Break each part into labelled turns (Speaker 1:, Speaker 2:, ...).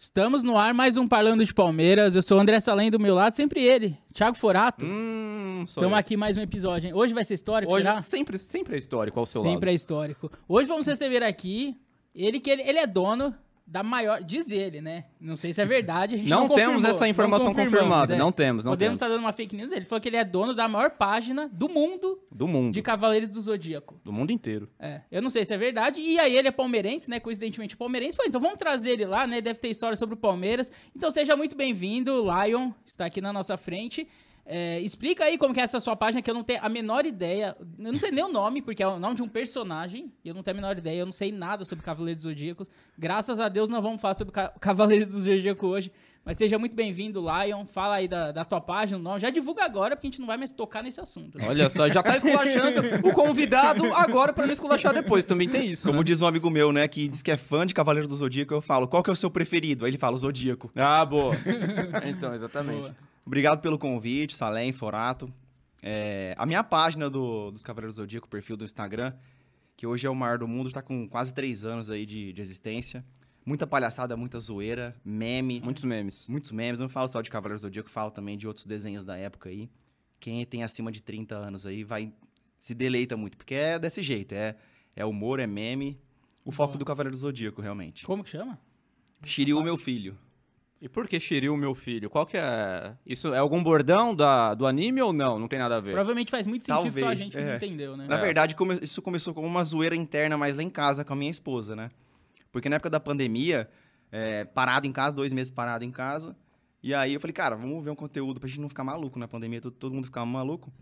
Speaker 1: Estamos no ar, mais um Parlando de Palmeiras. Eu sou o André Salem, do meu lado, sempre ele, Thiago Forato.
Speaker 2: Hum, sou
Speaker 1: Estamos
Speaker 2: eu.
Speaker 1: aqui mais um episódio, hein? Hoje vai ser histórico,
Speaker 2: Hoje
Speaker 1: será?
Speaker 2: sempre, sempre é histórico ao seu
Speaker 1: Sempre é
Speaker 2: lado.
Speaker 1: histórico. Hoje vamos receber aqui ele que ele, ele é dono da maior, diz ele, né? Não sei se é verdade, a gente não,
Speaker 2: Não temos
Speaker 1: confirmou,
Speaker 2: essa informação
Speaker 1: confirmamos, é.
Speaker 2: confirmada, não temos, não
Speaker 1: Podemos
Speaker 2: temos.
Speaker 1: estar dando uma fake news, ele falou que ele é dono da maior página do mundo
Speaker 2: Do mundo.
Speaker 1: é de Cavaleiros do Zodíaco.
Speaker 2: Do mundo inteiro.
Speaker 1: É, eu não sei se é verdade. E aí ele é palmeirense, né? Coincidentemente palmeirense. Falei, então vamos trazer ele lá, né? Deve ter história sobre o Palmeiras. Então seja muito bem-vindo, Lion. Está aqui na nossa frente. É, explica aí como que é essa sua página, que eu não tenho a menor ideia. Eu não sei nem o nome, porque é o nome de um personagem. E eu não tenho a menor ideia. Eu não sei nada sobre Cavaleiros do Zodíaco. Graças a Deus não vamos falar sobre Ca- Cavaleiros do Zodíaco hoje. Mas seja muito bem-vindo, Lion. Fala aí da, da tua página, o nome. Já divulga agora, porque a gente não vai mais tocar nesse assunto. né?
Speaker 2: Olha só, já tá esculachando o convidado agora pra não esculachar depois. Também tem isso.
Speaker 3: Como
Speaker 2: né?
Speaker 3: diz um amigo meu, né, que diz que é fã de Cavaleiro do Zodíaco, eu falo, qual que é o seu preferido? Aí ele fala, o Zodíaco. Né?
Speaker 2: Ah, boa. Então, exatamente.
Speaker 1: Boa.
Speaker 3: Obrigado pelo convite, Salem, Forato. É, a minha página do, dos Cavaleiros do Zodíaco, o perfil do Instagram, que hoje é o maior do mundo, está com quase três anos aí de, de existência. Muita palhaçada, muita zoeira, meme,
Speaker 2: Muitos memes.
Speaker 3: muitos memes. Não falo só de Cavaleiros do Zodíaco, falo também de outros desenhos da época aí. Quem tem acima de 30 anos aí vai se deleita muito, porque é desse jeito, é, é humor, é meme. O foco
Speaker 1: Boa.
Speaker 3: do Cavaleiro do Zodíaco, realmente.
Speaker 1: Como que chama?
Speaker 3: Shiryu, meu filho.
Speaker 2: E por que Shiryu, meu filho? Qual que é... Isso é algum bordão da, do anime ou não? Não tem nada a ver.
Speaker 1: Provavelmente faz muito sentido, só a
Speaker 3: Talvez,
Speaker 1: gente
Speaker 3: é.
Speaker 1: não entendeu, né?
Speaker 3: Na verdade, come- isso começou como uma zoeira interna, mas lá em casa, com a minha esposa, né? Porque na época da pandemia, é, parado em casa, dois meses parado em casa. E aí eu falei, cara, vamos ver um conteúdo pra gente não ficar maluco na pandemia, todo, todo mundo ficava maluco.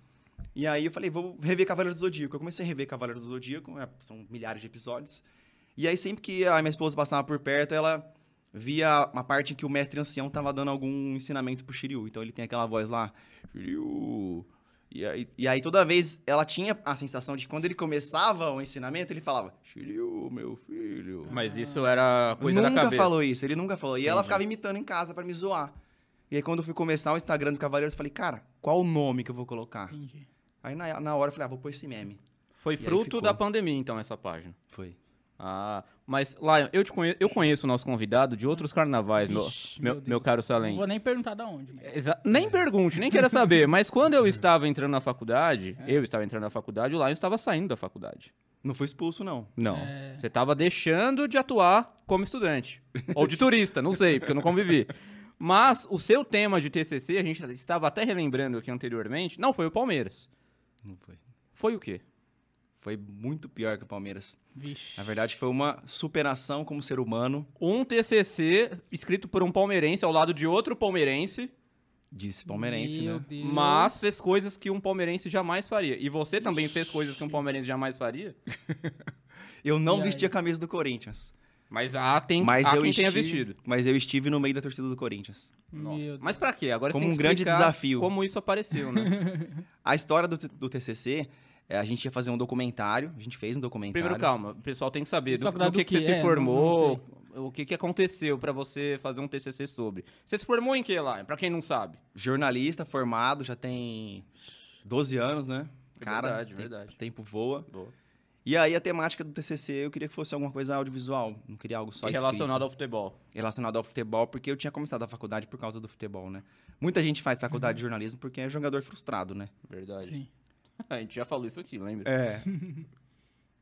Speaker 3: E aí eu falei, vou rever Cavaleiro do Zodíaco. Eu comecei a rever Cavaleiro do Zodíaco, é, são milhares de episódios. E aí sempre que a minha esposa passava por perto, ela via uma parte em que o mestre ancião tava dando algum ensinamento pro Shiryu. Então ele tem aquela voz lá, Shiryu. E aí, e aí toda vez ela tinha a sensação de que quando ele começava o ensinamento, ele falava, Shiryu, meu filho.
Speaker 2: Mas isso era coisa
Speaker 3: nunca
Speaker 2: da cabeça.
Speaker 3: falou isso, ele nunca falou. E ela
Speaker 2: Entendi.
Speaker 3: ficava imitando em casa pra me zoar. E aí quando eu fui começar o Instagram do Cavaleiros, eu falei, cara, qual o nome que eu vou colocar?
Speaker 1: Entendi.
Speaker 3: Aí na, na hora eu falei, ah, vou pôr esse meme.
Speaker 2: Foi
Speaker 3: E aí
Speaker 2: fruto
Speaker 3: ficou.
Speaker 2: da pandemia, então, essa página.
Speaker 3: Foi.
Speaker 2: Ah, mas, Lion, eu, te conhe- eu conheço o nosso convidado de outros carnavais, meu-
Speaker 1: Vixe,
Speaker 2: meu,
Speaker 1: meu Deus.
Speaker 2: meu caro
Speaker 1: Não
Speaker 2: Salem.
Speaker 1: vou nem perguntar da onde.
Speaker 3: É.
Speaker 1: mas-
Speaker 2: Exa- nem pergunte, nem queira saber, mas quando eu estava entrando na faculdade,
Speaker 3: É.
Speaker 2: eu estava entrando na faculdade, o Lion estava saindo da faculdade.
Speaker 3: Não foi expulso, não.
Speaker 2: Não. Você estava deixando de atuar como estudante. Ou de turista, não sei, porque eu não convivi. Mas o seu tema de TCC, a gente estava até relembrando aqui anteriormente, não foi o Palmeiras.
Speaker 3: Não foi.
Speaker 2: Foi o quê?
Speaker 3: Foi muito pior que o Palmeiras.
Speaker 1: Vixe.
Speaker 3: Na verdade, foi uma superação como ser humano,
Speaker 2: Um TCC escrito por um palmeirense ao lado de outro palmeirense.
Speaker 3: disse palmeirense,
Speaker 1: Meu
Speaker 3: né?
Speaker 1: Deus.
Speaker 2: Mas fez coisas que um palmeirense jamais faria. E você também fez coisas que um palmeirense jamais faria.
Speaker 3: Eu não
Speaker 1: E
Speaker 3: vesti
Speaker 1: aí?
Speaker 3: a camisa do Corinthians.
Speaker 2: Mas há, tem,
Speaker 3: Mas
Speaker 2: há
Speaker 3: eu
Speaker 2: quem
Speaker 3: estive,
Speaker 2: tenha vestido.
Speaker 3: Mas eu estive no meio da torcida do Corinthians.
Speaker 1: Meu Deus.
Speaker 2: Mas pra quê? Agora você
Speaker 3: Como
Speaker 2: tem que
Speaker 3: um grande
Speaker 2: explicar
Speaker 3: desafio.
Speaker 2: Como isso apareceu, né?
Speaker 3: A história do, T- do TCC, é, a gente ia fazer um documentário, a gente fez um documentário.
Speaker 2: Primeiro, calma. O pessoal tem que saber do,
Speaker 1: Só cuidado
Speaker 2: do que,
Speaker 1: do
Speaker 2: que
Speaker 1: que
Speaker 2: você
Speaker 1: é,
Speaker 2: se
Speaker 1: não-
Speaker 2: formou, o que, que aconteceu pra você fazer um TCC sobre. Você se formou em que lá? Pra quem não sabe.
Speaker 3: Jornalista formado, já tem 12 anos, né? Cara,
Speaker 2: É verdade,
Speaker 3: tem-
Speaker 2: verdade.
Speaker 3: o tempo voa.
Speaker 2: Boa.
Speaker 3: E aí a temática do TCC, eu queria que fosse alguma coisa audiovisual, não queria algo só
Speaker 2: E
Speaker 3: escrito.
Speaker 2: relacionado ao futebol.
Speaker 3: relacionado ao futebol, porque eu tinha começado a faculdade por causa do futebol, né? Muita gente faz faculdade
Speaker 2: Uhum.
Speaker 3: de jornalismo porque é jogador frustrado, né?
Speaker 2: Verdade. Ah,
Speaker 1: Sim.
Speaker 2: A gente já falou isso aqui, lembra?
Speaker 3: É.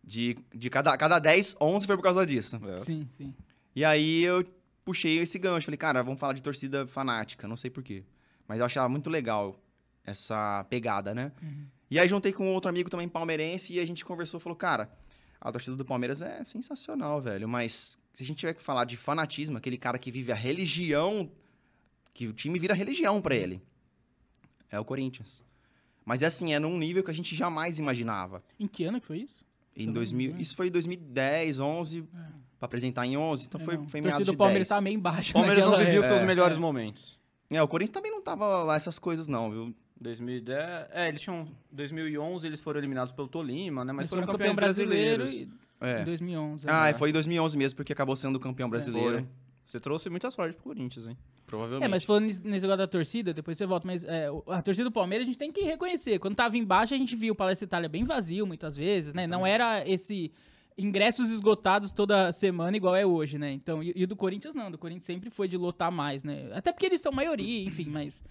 Speaker 3: De, de cada, cada 10, 11 foi por causa disso.
Speaker 1: Sim, sim.
Speaker 3: E aí eu puxei esse gancho. Falei, cara, vamos falar de torcida fanática. Não sei porquê. Mas eu achava muito legal essa pegada, né? E aí juntei com outro amigo também palmeirense e a gente conversou. Falou, cara, a torcida do Palmeiras é sensacional, velho. Mas se a gente tiver que falar de fanatismo, aquele cara que vive a religião, que o time vira religião pra ele, é o Corinthians. Mas é assim, é num nível que a gente jamais imaginava.
Speaker 1: Em que ano que foi isso? Você
Speaker 3: Em
Speaker 1: não
Speaker 3: 2000,
Speaker 1: lembra?
Speaker 3: isso foi em 2010, 11, pra apresentar em 11, então
Speaker 1: É,
Speaker 3: foi,
Speaker 1: não.
Speaker 3: foi
Speaker 1: A
Speaker 3: meados
Speaker 1: torcida
Speaker 3: de
Speaker 1: do Palmeiras
Speaker 3: 10.
Speaker 1: tá meio embaixo.
Speaker 2: O Palmeiras não
Speaker 1: naquela
Speaker 2: viveu
Speaker 1: época. é.
Speaker 2: seus melhores momentos.
Speaker 3: É, o Corinthians também não tava lá essas coisas não, viu?
Speaker 2: 2010, é, eles tinham 2011 eles foram eliminados pelo Tolima, né? Mas
Speaker 1: Eles
Speaker 2: foram, campeões brasileiros.
Speaker 1: e- É. em
Speaker 3: É.
Speaker 1: 2011.
Speaker 3: Ah,
Speaker 1: é.
Speaker 3: foi em 2011 mesmo, porque acabou sendo campeão brasileiro.
Speaker 2: Foram. Você trouxe muita sorte pro Corinthians, hein?
Speaker 3: Provavelmente.
Speaker 1: É, mas falando nesse nesse negócio da torcida, depois você volta, mas é, o- a torcida do Palmeiras a gente tem é que reconhecer. Quando tava embaixo, a gente viu o Palestra Itália bem vazio muitas vezes, né? Não era esse ingressos esgotados toda semana, igual é hoje, né? Então, e, e o do Corinthians não, do Corinthians sempre foi de lotar mais, né? Até porque eles são maioria, enfim, mas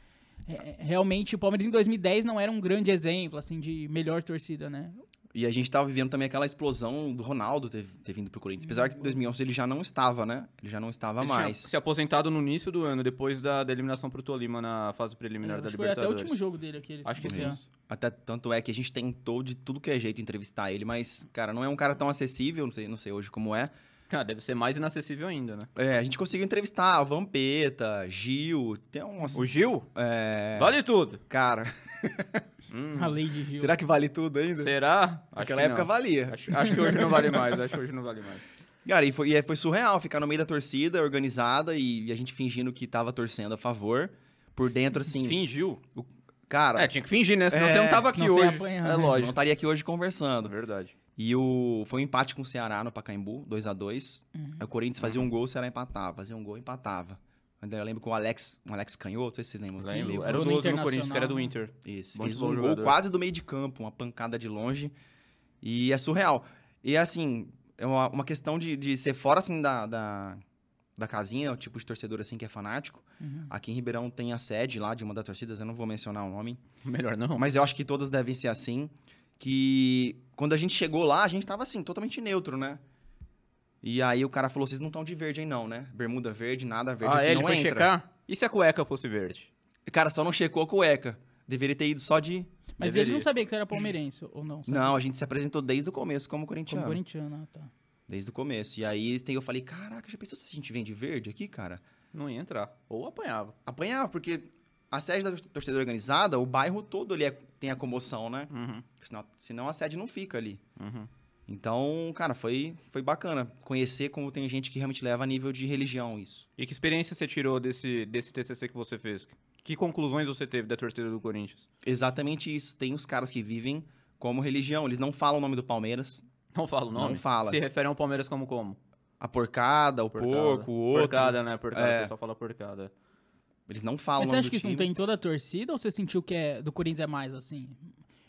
Speaker 1: é, é, realmente o Palmeiras em 2010 não era um grande exemplo, assim, de melhor torcida, né?
Speaker 3: E a gente tava vivendo também aquela explosão do Ronaldo ter, ter vindo pro Corinthians. Apesar que em 2011 ele já não estava, né? Ele já não estava
Speaker 2: Ele tinha
Speaker 3: mais.
Speaker 2: Se aposentado no início do ano, depois da, da eliminação pro Tolima na fase preliminar da
Speaker 1: É, Acho que foi até o
Speaker 2: Libertadores.
Speaker 1: último jogo dele aqui. ele
Speaker 2: Acho que
Speaker 1: se
Speaker 2: sim.
Speaker 1: não me engano.
Speaker 3: Isso. Até tanto é que a gente tentou de tudo que é jeito entrevistar ele, mas, cara, não é um cara tão acessível, não sei, não sei hoje como é.
Speaker 2: Ah, deve ser mais inacessível ainda, né?
Speaker 3: É, a gente conseguiu entrevistar o Vampeta, Gil, tem umas.
Speaker 2: O Gil? Vale tudo.
Speaker 3: É, Cara,
Speaker 2: Hum,
Speaker 1: A Lady Gil.
Speaker 3: será que vale tudo ainda?
Speaker 2: será? Acho
Speaker 3: Naquela
Speaker 2: que
Speaker 3: época
Speaker 2: não.
Speaker 3: valia.
Speaker 2: Acho, acho que hoje não vale mais, acho que hoje não vale mais.
Speaker 3: Cara, e foi, e é- foi surreal ficar no meio da torcida, organizada, e, e a gente fingindo que tava torcendo a favor. Por dentro, assim.
Speaker 2: Fingiu?
Speaker 3: Cara,
Speaker 2: É, tinha que fingir, né? Senão
Speaker 3: É,
Speaker 2: você não tava aqui
Speaker 1: senão você ia
Speaker 2: hoje.
Speaker 1: apanhar,
Speaker 2: é
Speaker 1: né?
Speaker 3: não
Speaker 2: lógico.
Speaker 3: estaria aqui hoje conversando.
Speaker 2: Verdade.
Speaker 3: E o... foi um empate com o Ceará no Pacaembu, 2 a 2 Aí o Corinthians fazia um gol, o Ceará empatava. Fazia um gol, empatava. Ainda eu lembro que o Alex, um Alex Canhoto, não sei se vocês lembram. assim,
Speaker 2: Lembro.
Speaker 3: meio-
Speaker 2: Era o
Speaker 1: do
Speaker 2: 12 no
Speaker 1: Internacional,
Speaker 2: Corinthians, que era do
Speaker 1: né?
Speaker 2: Inter.
Speaker 3: Isso,
Speaker 2: Bom
Speaker 3: fez
Speaker 2: bom
Speaker 3: um gol
Speaker 2: jogador.
Speaker 3: quase do meio de campo, uma pancada de longe. E é surreal. E assim, é uma, uma questão de, de ser fora assim da, da, da casinha, o tipo de torcedor assim que é fanático.
Speaker 1: Uhum.
Speaker 3: Aqui em Ribeirão tem a sede lá de uma das torcidas, eu não vou mencionar o nome,
Speaker 2: Melhor não.
Speaker 3: mas eu acho que todas devem ser assim. Que quando a gente chegou lá, a gente tava assim, totalmente neutro, né? E aí o cara falou: vocês não estão de verde aí, não, né? Bermuda verde, nada verde.
Speaker 2: ah,
Speaker 3: aqui
Speaker 2: é, ele
Speaker 3: não
Speaker 2: foi
Speaker 3: entra.
Speaker 2: checar? E se a cueca fosse verde?
Speaker 3: Cara, só não checou a cueca. Deveria ter ido só de.
Speaker 1: Mas ele
Speaker 2: Deveria.
Speaker 1: não sabia que você era palmeirense, ou não? sabia?
Speaker 3: Não, a gente se apresentou desde o começo como corintiano.
Speaker 1: Como corintiano, ah, tá.
Speaker 3: Desde o começo. E aí tem- eu falei, caraca, já pensou se a gente vem de verde aqui, cara?
Speaker 2: Não ia entrar. Ou apanhava.
Speaker 3: Apanhava, porque a sede da tor- torcida organizada, o bairro todo ali é- tem a comoção, né?
Speaker 2: Uhum,
Speaker 3: Senão, senão a sede não fica ali.
Speaker 2: uhum.
Speaker 3: Então, cara, foi, foi bacana conhecer como tem gente que realmente leva a nível de religião isso.
Speaker 2: E que experiência você tirou desse, desse TCC que você fez? Que conclusões você teve da torcida do Corinthians?
Speaker 3: Exatamente isso. Tem os caras que vivem como religião. Eles não falam o nome do Palmeiras.
Speaker 2: Não fala o nome?
Speaker 3: Não fala.
Speaker 2: Se referem ao Palmeiras como como?
Speaker 3: A porcada, o
Speaker 2: Porcada.
Speaker 3: porco, o outro.
Speaker 2: Porcada, né? Porcada,
Speaker 3: É.
Speaker 2: o pessoal fala porcada.
Speaker 3: Eles não falam
Speaker 1: Mas
Speaker 3: o
Speaker 1: você
Speaker 3: nome
Speaker 1: acha
Speaker 3: do
Speaker 1: que isso não
Speaker 3: time.
Speaker 1: tem em toda a torcida ou você sentiu que é do Corinthians é mais assim?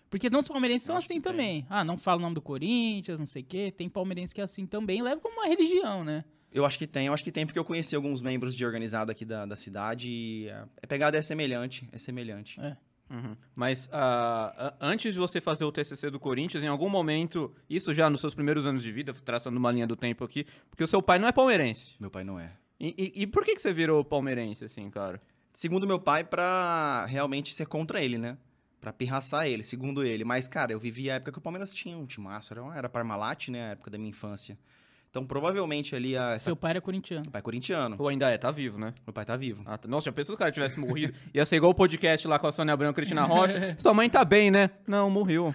Speaker 1: Porque não os palmeirenses são
Speaker 3: Acho
Speaker 1: assim
Speaker 3: que tem.
Speaker 1: também. Ah, não fala o nome do Corinthians, não sei o quê. Tem palmeirense que é assim também, leva como uma religião, né?
Speaker 3: Eu acho que tem, eu acho que tem, porque eu conheci alguns membros de organizado aqui da, da cidade e a a pegada é semelhante, é semelhante.
Speaker 2: Uhum. Mas ah, a- antes de você fazer o TCC do Corinthians, em algum momento, isso já nos seus primeiros anos de vida, traçando uma linha do tempo aqui, porque o seu pai não é palmeirense.
Speaker 3: Meu pai não é.
Speaker 2: E, e- e por que, que você virou palmeirense, assim, cara?
Speaker 3: Segundo meu pai, pra realmente ser contra ele, né? Pra pirraçar ele, segundo ele. Mas, cara, eu vivi a época que o Palmeiras tinha um timaço, era, era Parmalat, né? A época da minha infância. Então, provavelmente ali, a, essa...
Speaker 1: Seu pai era corintiano.
Speaker 3: meu pai é corintiano,
Speaker 2: Ou ainda é, tá vivo, né?
Speaker 3: meu pai tá vivo.
Speaker 2: Ah, tá- Nossa, já pensou se o cara tivesse morrido? Ia ser igual o podcast lá com a Sônia Branco e Cristina Rocha. Sua mãe tá bem, né? Não, morreu.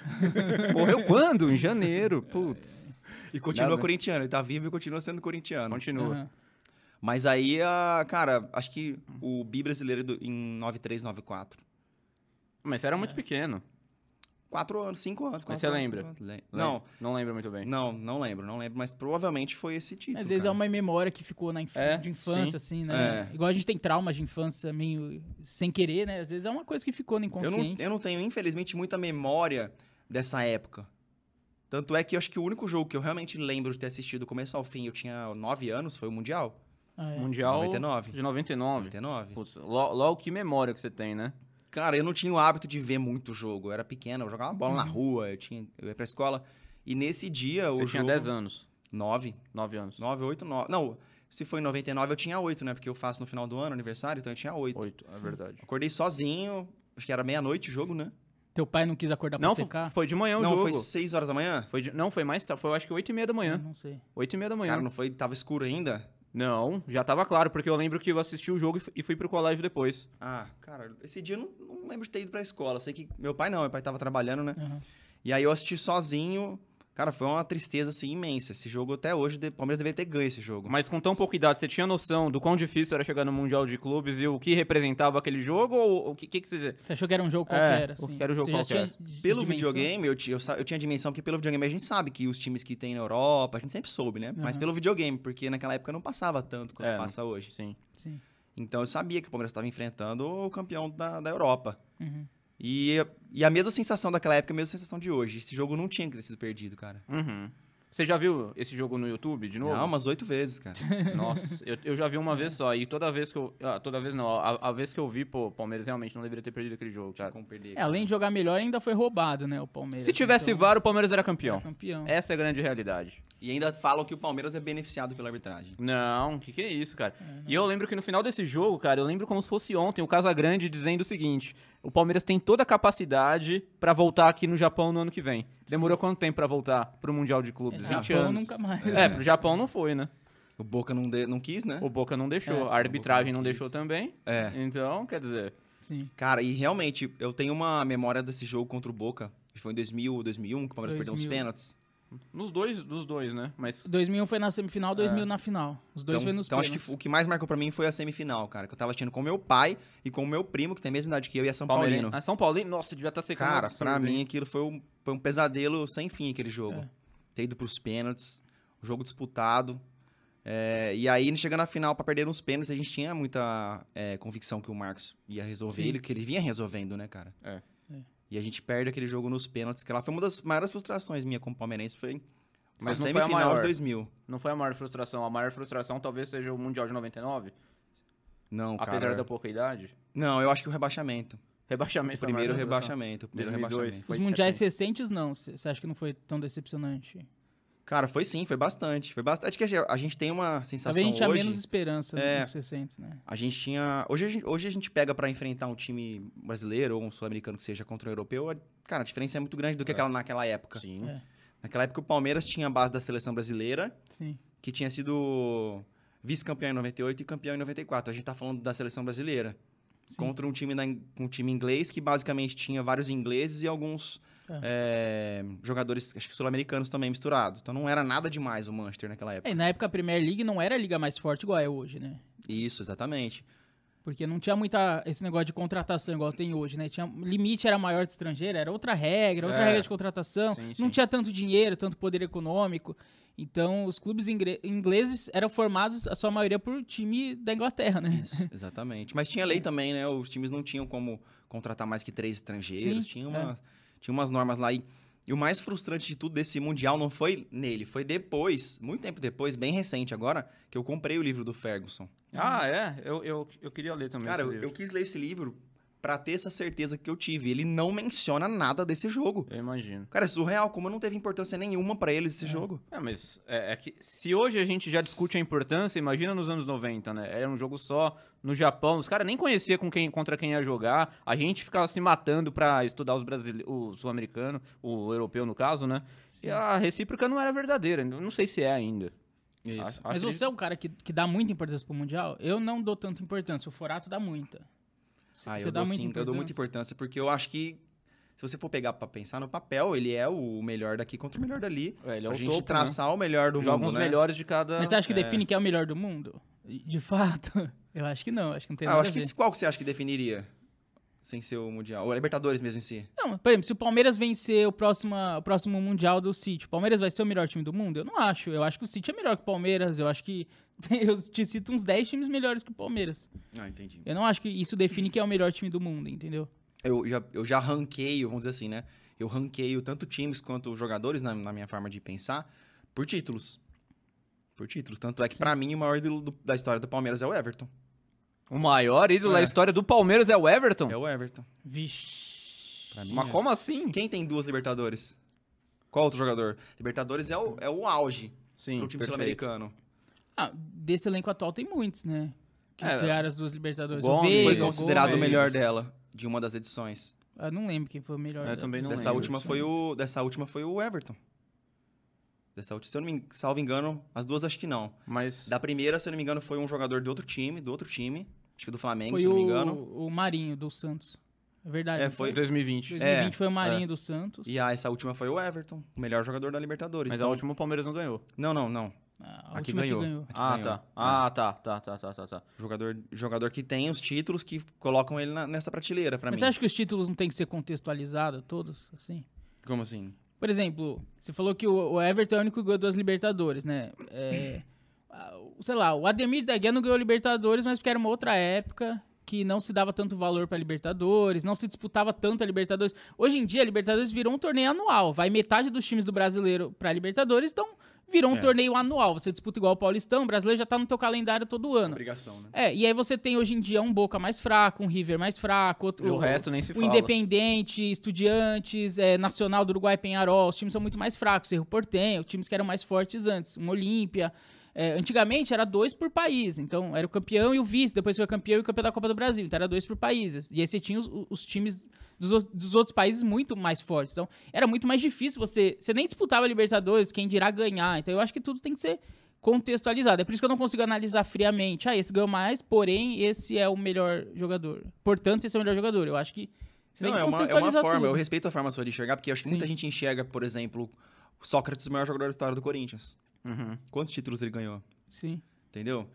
Speaker 2: morreu quando? Em janeiro. Putz.
Speaker 3: E continua
Speaker 2: Nada.
Speaker 3: corintiano, ele tá vivo e continua sendo corintiano.
Speaker 2: Continua.
Speaker 1: Aham.
Speaker 3: Mas aí, a, cara, acho que o bi brasileiro do- em 93, 94.
Speaker 2: Mas você era muito pequeno.
Speaker 3: Quatro anos, cinco anos.
Speaker 2: Mas
Speaker 3: quatro
Speaker 2: você
Speaker 3: anos,
Speaker 2: lembra?
Speaker 3: cinco anos, lem-
Speaker 2: Lembra?
Speaker 3: Não,
Speaker 2: Não lembro muito bem.
Speaker 3: Não, não lembro, não lembro, mas provavelmente foi esse título.
Speaker 1: Às vezes é
Speaker 3: cara.
Speaker 1: uma memória que ficou na inf-
Speaker 2: É,
Speaker 1: de infância, assim, né?
Speaker 3: É.
Speaker 1: Igual a gente tem traumas de infância meio sem querer, né? Às vezes é uma coisa que ficou no
Speaker 3: eu não,
Speaker 1: inconsciente.
Speaker 3: eu não tenho, infelizmente, muita memória dessa época. Tanto é que eu acho que o único jogo que eu realmente lembro de ter assistido do começo ao fim, eu tinha 9 anos, foi o Mundial.
Speaker 1: Ah, é.
Speaker 2: Mundial
Speaker 3: 99.
Speaker 2: de 99.
Speaker 3: 99.
Speaker 2: Putz, lo- logo que memória que você tem, né?
Speaker 3: Cara, eu não tinha o hábito de ver muito jogo. Eu era pequeno, eu jogava bola na rua, eu, tinha, eu ia pra escola. E nesse dia,
Speaker 2: Uhum. Você
Speaker 3: É, o
Speaker 2: tinha
Speaker 3: jogo...
Speaker 2: 10 anos,
Speaker 3: 9.
Speaker 2: 9 anos.
Speaker 3: 9, 8, 9. Não, se foi em 99, eu tinha 8, né? Porque eu faço no final do ano, aniversário, então eu tinha 8.
Speaker 2: 8, é verdade.
Speaker 3: Acordei sozinho, acho que era meia-noite o jogo, né?
Speaker 1: Teu pai não quis acordar
Speaker 2: Não,
Speaker 1: pra secar?
Speaker 2: fo- foi de manhã o
Speaker 1: um
Speaker 3: não,
Speaker 2: jogo.
Speaker 3: foi 6 horas da manhã?
Speaker 2: Foi de- não, foi mais tarde. Foi eu acho que 8 e meia da
Speaker 1: Eu
Speaker 2: manhã.
Speaker 1: Não sei.
Speaker 2: 8 e meia da manhã.
Speaker 1: né?
Speaker 3: Cara, não foi? Tava escuro ainda?
Speaker 2: Não, já tava claro, porque eu lembro que eu assisti o jogo e fu- e fui pro colégio depois.
Speaker 3: Ah, cara, esse dia eu não, não lembro de ter ido pra escola. Eu Sei que meu pai não, meu pai tava trabalhando, né?
Speaker 1: Aham.
Speaker 3: E aí eu assisti sozinho. Cara, foi uma tristeza, assim, imensa. Esse jogo até hoje, de- o Palmeiras deveria ter ganho esse jogo.
Speaker 2: Mas com tão pouca idade, você tinha noção do quão difícil era chegar no Mundial de Clubes e o que representava aquele jogo? Ou o que, que, que você.
Speaker 1: Você achou que era um jogo
Speaker 2: É,
Speaker 1: qualquer,
Speaker 2: eu
Speaker 1: assim?
Speaker 2: quero um jogo
Speaker 1: Você já tinha di-
Speaker 3: Pelo
Speaker 1: dimensão?
Speaker 3: videogame, eu, ti- eu sa- eu tinha a dimensão, porque pelo videogame a gente sabe que os times que tem na Europa, a gente sempre soube, né? Mas
Speaker 1: Aham.
Speaker 3: pelo videogame, porque naquela época não passava tanto quanto
Speaker 2: É, não.
Speaker 3: passa hoje.
Speaker 2: Sim.
Speaker 1: Sim.
Speaker 3: Então eu sabia que o Palmeiras estava enfrentando o campeão da, da Europa.
Speaker 1: Uhum.
Speaker 3: E, e a mesma sensação daquela época, a mesma sensação de hoje. Esse jogo não tinha que ter sido perdido, cara.
Speaker 2: Uhum. Você já viu esse jogo no YouTube de novo?
Speaker 3: Não, umas oito vezes, cara.
Speaker 2: Nossa, É. eu, eu já vi uma vez só. E toda vez que eu. ah, toda vez não. A, a vez que eu vi, pô, o Palmeiras realmente não deveria ter perdido aquele jogo, cara.
Speaker 3: Como perder,
Speaker 1: É, além de jogar melhor, ainda foi roubado, né? O Palmeiras.
Speaker 2: Se tivesse
Speaker 1: Então,
Speaker 2: VAR, o Palmeiras era
Speaker 1: era
Speaker 2: campeão.
Speaker 1: campeão.
Speaker 2: Essa é a grande realidade.
Speaker 3: E ainda falam que o Palmeiras é beneficiado pela arbitragem.
Speaker 2: Não, que que é isso, cara? e eu lembro que no final desse jogo, cara, eu lembro como se fosse ontem o Casagrande dizendo o seguinte: o Palmeiras tem toda a capacidade pra voltar aqui no Japão no ano que vem. Demorou quanto tempo pra voltar pro Mundial de Clubes? 20
Speaker 1: É, Japão
Speaker 2: anos.
Speaker 1: nunca mais.
Speaker 2: É, pro Japão não foi, né?
Speaker 3: O Boca não, de- não quis, né?
Speaker 2: O Boca não
Speaker 1: É,
Speaker 2: deixou,
Speaker 1: o
Speaker 2: a arbitragem
Speaker 3: Boca
Speaker 2: não
Speaker 3: não quis.
Speaker 2: deixou também.
Speaker 3: É.
Speaker 2: Então, quer dizer,
Speaker 1: Sim.
Speaker 3: Cara, e realmente, eu tenho uma memória desse jogo contra o Boca. acho que Foi em 2000 ou 2001 que o Palmeiras perdeu uns
Speaker 1: 2000.
Speaker 3: pênaltis.
Speaker 2: nos dois, dos dois, né? Mas
Speaker 1: 2001 foi na semifinal, 2000 na final. Os dois
Speaker 3: então,
Speaker 1: foi nos
Speaker 3: então acho
Speaker 1: pênaltis.
Speaker 3: que o que mais marcou pra mim foi a semifinal, cara. Que eu tava assistindo com meu pai e com meu primo, que tem a mesma idade que eu, e é São Paulino.
Speaker 2: Palmeiras. Ah, São Paulino, nossa, devia estar secando.
Speaker 3: Cara,
Speaker 2: um absurdo,
Speaker 3: pra
Speaker 2: hein?
Speaker 3: mim aquilo foi um, foi um pesadelo sem fim, aquele jogo.
Speaker 1: É.
Speaker 3: Ter ido pros pênaltis, um jogo disputado. É, e aí, chegando na final pra perder uns pênaltis, a gente tinha muita é, convicção que o Marcos ia resolver,
Speaker 1: Sim.
Speaker 3: ele, que ele vinha resolvendo, né, cara?
Speaker 2: É.
Speaker 1: É.
Speaker 3: E a gente perde aquele jogo nos pênaltis, que lá foi uma das maiores frustrações minha como palmeirense, foi na
Speaker 2: Mas não foi a
Speaker 3: semifinal
Speaker 2: maior.
Speaker 3: de 2000.
Speaker 2: Não foi a maior frustração. A maior frustração talvez seja o Mundial de 99,
Speaker 3: Não, cara.
Speaker 2: apesar da pouca idade.
Speaker 3: Não, eu acho que o rebaixamento.
Speaker 2: Rebaixamento
Speaker 3: O
Speaker 2: foi a maior
Speaker 3: primeiro
Speaker 2: frustração.
Speaker 3: rebaixamento. O primeiro
Speaker 2: 2002.
Speaker 3: rebaixamento.
Speaker 1: Os
Speaker 2: foi
Speaker 1: mundiais recentes, não. Você acha que não foi tão decepcionante?
Speaker 3: Cara, foi sim, foi bastante. Foi bastante. É Que a gente tem uma sensação
Speaker 1: Talvez a gente tinha
Speaker 3: hoje.
Speaker 1: menos esperança
Speaker 3: É.
Speaker 1: nos recentes, né?
Speaker 3: A gente tinha. Hoje a gente, hoje a gente pega pra enfrentar um time brasileiro ou um sul-americano que seja contra o europeu. a- Cara, a diferença é muito grande do que aquela naquela época.
Speaker 2: Sim.
Speaker 1: É.
Speaker 3: Naquela época o Palmeiras tinha a base da seleção brasileira,
Speaker 1: Sim.
Speaker 3: que tinha sido vice-campeão em 98 e campeão em 94. A gente tá falando da seleção brasileira.
Speaker 1: Sim.
Speaker 3: Contra um time, da in- um time inglês que basicamente tinha vários ingleses e alguns eh, jogadores, acho que sul-americanos também misturados. Então não era nada demais o Manchester naquela época.
Speaker 1: É, e na época a Premier League não era a liga mais forte igual é hoje, né?
Speaker 3: Isso, exatamente.
Speaker 1: Porque não tinha muita esse negócio de contratação igual tem hoje, né? Tinha limite era maior de estrangeiro, era outra regra, outra
Speaker 2: É.
Speaker 1: regra de contratação.
Speaker 2: Sim,
Speaker 1: Não
Speaker 2: sim.
Speaker 1: tinha tanto dinheiro, tanto poder econômico. Então, os clubes ingre- ingleses eram formados a sua maioria por time da Inglaterra, né?
Speaker 3: Isso, exatamente. Mas tinha lei também, né? Os times não tinham como contratar mais que três estrangeiros.
Speaker 1: Sim,
Speaker 3: tinha, uma, tinha umas normas lá. E, e o mais frustrante de tudo desse Mundial não foi nele, foi depois, muito tempo depois, bem recente agora, que eu comprei o livro do Ferguson.
Speaker 2: Ah, é? Eu, eu, eu queria ler também
Speaker 3: Cara,
Speaker 2: esse
Speaker 3: eu,
Speaker 2: livro.
Speaker 3: eu quis ler esse livro pra ter essa certeza que eu tive. Ele não menciona nada desse jogo.
Speaker 2: Eu imagino.
Speaker 3: Cara, é surreal, como não teve importância nenhuma pra eles esse jogo.
Speaker 2: É, mas é, é que se hoje a gente já discute a importância, imagina nos anos 90, né? Era um jogo só no Japão, os caras nem conhecia com quem, contra quem ia jogar, a gente ficava se matando pra estudar os brasile... o sul-americano, o europeu no caso, né? E a recíproca não era verdadeira, eu não sei se é ainda. A-
Speaker 1: Mas
Speaker 2: acredito-
Speaker 1: você é um cara que, que dá muita importância pro Mundial? Eu não dou tanta importância, o Forato dá muita. C-
Speaker 3: Ah,
Speaker 1: você
Speaker 3: eu
Speaker 1: dá
Speaker 3: dou
Speaker 1: muita
Speaker 3: sim, eu dou muita importância, porque eu acho que, se você for pegar pra pensar no papel, ele é o melhor daqui contra o melhor dali.
Speaker 2: É, ele é
Speaker 3: pra
Speaker 2: o
Speaker 3: gente
Speaker 2: topo,
Speaker 3: traçar o melhor do
Speaker 2: Jogam
Speaker 3: mundo,
Speaker 2: os
Speaker 3: né?
Speaker 2: melhores de cada...
Speaker 1: Mas você acha que define que é o melhor do mundo? De fato? Eu acho que não, acho que não tem
Speaker 3: Ah,
Speaker 1: nada
Speaker 3: eu
Speaker 1: a
Speaker 3: acho que
Speaker 1: ver.
Speaker 3: esse- qual que você acha que definiria? Sem ser o Mundial. Ou a Libertadores mesmo em si.
Speaker 1: Não, por exemplo, se o Palmeiras vencer o próximo, o próximo Mundial do City, o Palmeiras vai ser o melhor time do mundo? Eu não acho. Eu acho que o City é melhor que o Palmeiras. Eu acho que. Eu te cito uns 10 times melhores que o Palmeiras.
Speaker 3: Ah, entendi.
Speaker 1: Eu não acho que isso define quem é o melhor time do mundo, entendeu?
Speaker 3: Eu já, eu já ranqueio, vamos dizer assim, né? Eu ranqueio tanto times quanto jogadores, na, na minha forma de pensar, por títulos. Por títulos. Tanto é que, pra mim, o maior ídolo do- da história do Palmeiras é o Everton.
Speaker 2: O maior ídolo da
Speaker 3: É.
Speaker 2: história do Palmeiras é o Everton?
Speaker 3: É o Everton.
Speaker 1: Vixe.
Speaker 3: Pra mim,
Speaker 2: Mas
Speaker 3: é.
Speaker 2: como assim?
Speaker 3: Quem tem duas Libertadores? Qual outro jogador? Libertadores é o, é o auge
Speaker 2: Sim,
Speaker 3: pro time
Speaker 2: perfeito.
Speaker 3: sul-americano.
Speaker 1: Ah, desse elenco atual tem muitos, né? Que
Speaker 2: É,
Speaker 1: ganharam as duas Libertadores. o
Speaker 2: Gomes
Speaker 1: Veiga,
Speaker 3: Foi
Speaker 2: Gomes.
Speaker 3: considerado o
Speaker 1: Gomes.
Speaker 3: melhor dela, de uma das edições.
Speaker 1: Eu não lembro quem foi o melhor.
Speaker 3: É,
Speaker 2: Eu
Speaker 1: da-
Speaker 2: também não
Speaker 3: dessa
Speaker 2: lembro.
Speaker 3: última foi o dessa última foi o Everton. Dessa última, se eu não me en- salvo engano, as duas acho que não.
Speaker 2: Mas...
Speaker 3: Da primeira, se eu não me engano, foi um jogador de outro time, do outro time, acho que do Flamengo,
Speaker 1: Foi
Speaker 3: se eu não me
Speaker 1: o,
Speaker 3: engano.
Speaker 1: o Marinho do Santos. É verdade.
Speaker 3: É,
Speaker 1: não
Speaker 3: foi-
Speaker 2: 2020.
Speaker 1: 2020
Speaker 3: é,
Speaker 1: foi o Marinho do Santos.
Speaker 3: E ah, essa última foi o Everton, o melhor jogador da Libertadores.
Speaker 2: Mas a
Speaker 3: Então-
Speaker 2: última o Palmeiras não ganhou.
Speaker 3: Não, não, não.
Speaker 1: A
Speaker 3: Aqui
Speaker 1: última
Speaker 3: ganhou.
Speaker 1: que ganhou.
Speaker 3: Aqui
Speaker 2: Ah,
Speaker 3: ganhou. É.
Speaker 2: tá. Ah, tá, tá, tá, tá, tá, tá.
Speaker 3: Jogador, jogador que tem os títulos que colocam ele na- nessa prateleira pra
Speaker 1: Mas
Speaker 3: mim.
Speaker 1: você acha que os títulos não têm que ser contextualizados todos, assim?
Speaker 3: Como assim?
Speaker 1: Por exemplo, você falou que o o Everton é o único que ganhou duas Libertadores, né? É, ah, o- sei lá, o Ademir da Guia não ganhou Libertadores, mas porque era uma outra época. que não se dava tanto valor pra Libertadores, não se disputava tanto a Libertadores. Hoje em dia, a Libertadores virou um torneio anual. Vai metade dos times do brasileiro pra Libertadores, então virou um
Speaker 3: É.
Speaker 1: torneio anual. Você disputa igual o Paulistão, o brasileiro já tá no teu calendário todo ano.
Speaker 3: Obrigação, né?
Speaker 1: É, e aí você tem hoje em dia um Boca mais fraco, um River mais fraco, outro,
Speaker 2: o resto nem se
Speaker 1: o
Speaker 2: fala.
Speaker 1: Independente, Estudiantes, é, Nacional do Uruguai, Penharol, os times são muito mais fracos, Cerro Portenho, times que eram mais fortes antes, um Olímpia. É, antigamente era dois por país, então era o campeão e o vice, depois foi campeão e o campeão da Copa do Brasil, então era dois por países. E aí você tinha os, os times dos, ou- dos outros países muito mais fortes, então era muito mais difícil você. Você nem disputava Libertadores, quem dirá ganhar, então eu acho que tudo tem que ser contextualizado. É por isso que eu não consigo analisar friamente. Ah, esse ganhou mais, porém esse é o melhor jogador. Portanto, esse é o melhor jogador. Eu acho que você tem que
Speaker 3: Não, é uma, é uma
Speaker 1: contextualizar
Speaker 3: forma, eu
Speaker 1: tudo.
Speaker 3: respeito a forma sua de enxergar, porque eu acho que muita gente enxerga, por exemplo, o Sócrates, o maior jogador da história do Corinthians.
Speaker 2: Uhum.
Speaker 3: Quantos títulos ele ganhou?
Speaker 1: Sim.
Speaker 3: Entendeu?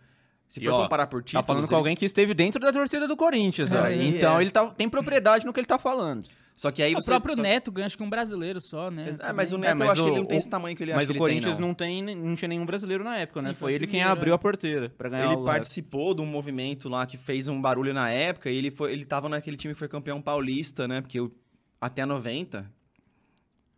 Speaker 3: Se
Speaker 2: E,
Speaker 3: for
Speaker 2: ó,
Speaker 3: comparar por
Speaker 2: Tá
Speaker 3: títulos...
Speaker 2: falando com
Speaker 3: ele-
Speaker 2: alguém que esteve dentro da torcida do Corinthians,
Speaker 3: É,
Speaker 2: né?
Speaker 3: é.
Speaker 2: Então ele tá- tem propriedade no que ele tá falando.
Speaker 3: Só que aí
Speaker 1: o
Speaker 2: É
Speaker 3: você...
Speaker 1: próprio
Speaker 3: só-
Speaker 1: Neto ganha, acho que um brasileiro só, né?
Speaker 3: Ah, mas o
Speaker 1: Também.
Speaker 3: Neto,
Speaker 2: mas
Speaker 3: eu acho
Speaker 2: o-
Speaker 3: que ele não tem
Speaker 2: o-
Speaker 3: esse tamanho que ele
Speaker 2: Mas
Speaker 3: acha que
Speaker 2: o
Speaker 3: ele
Speaker 2: Corinthians
Speaker 3: tem,
Speaker 2: não. tem, não tinha nenhum brasileiro na época,
Speaker 1: Sim,
Speaker 2: né?
Speaker 1: foi
Speaker 2: Foi
Speaker 1: o
Speaker 2: ele quem
Speaker 1: primeiro,
Speaker 2: abriu
Speaker 1: é.
Speaker 2: a porteira pra ganhar
Speaker 3: Ele
Speaker 2: o lance.
Speaker 3: participou de um movimento lá que fez um barulho na época e ele, foi, ele tava naquele time que foi campeão paulista, né? Porque o- até 90.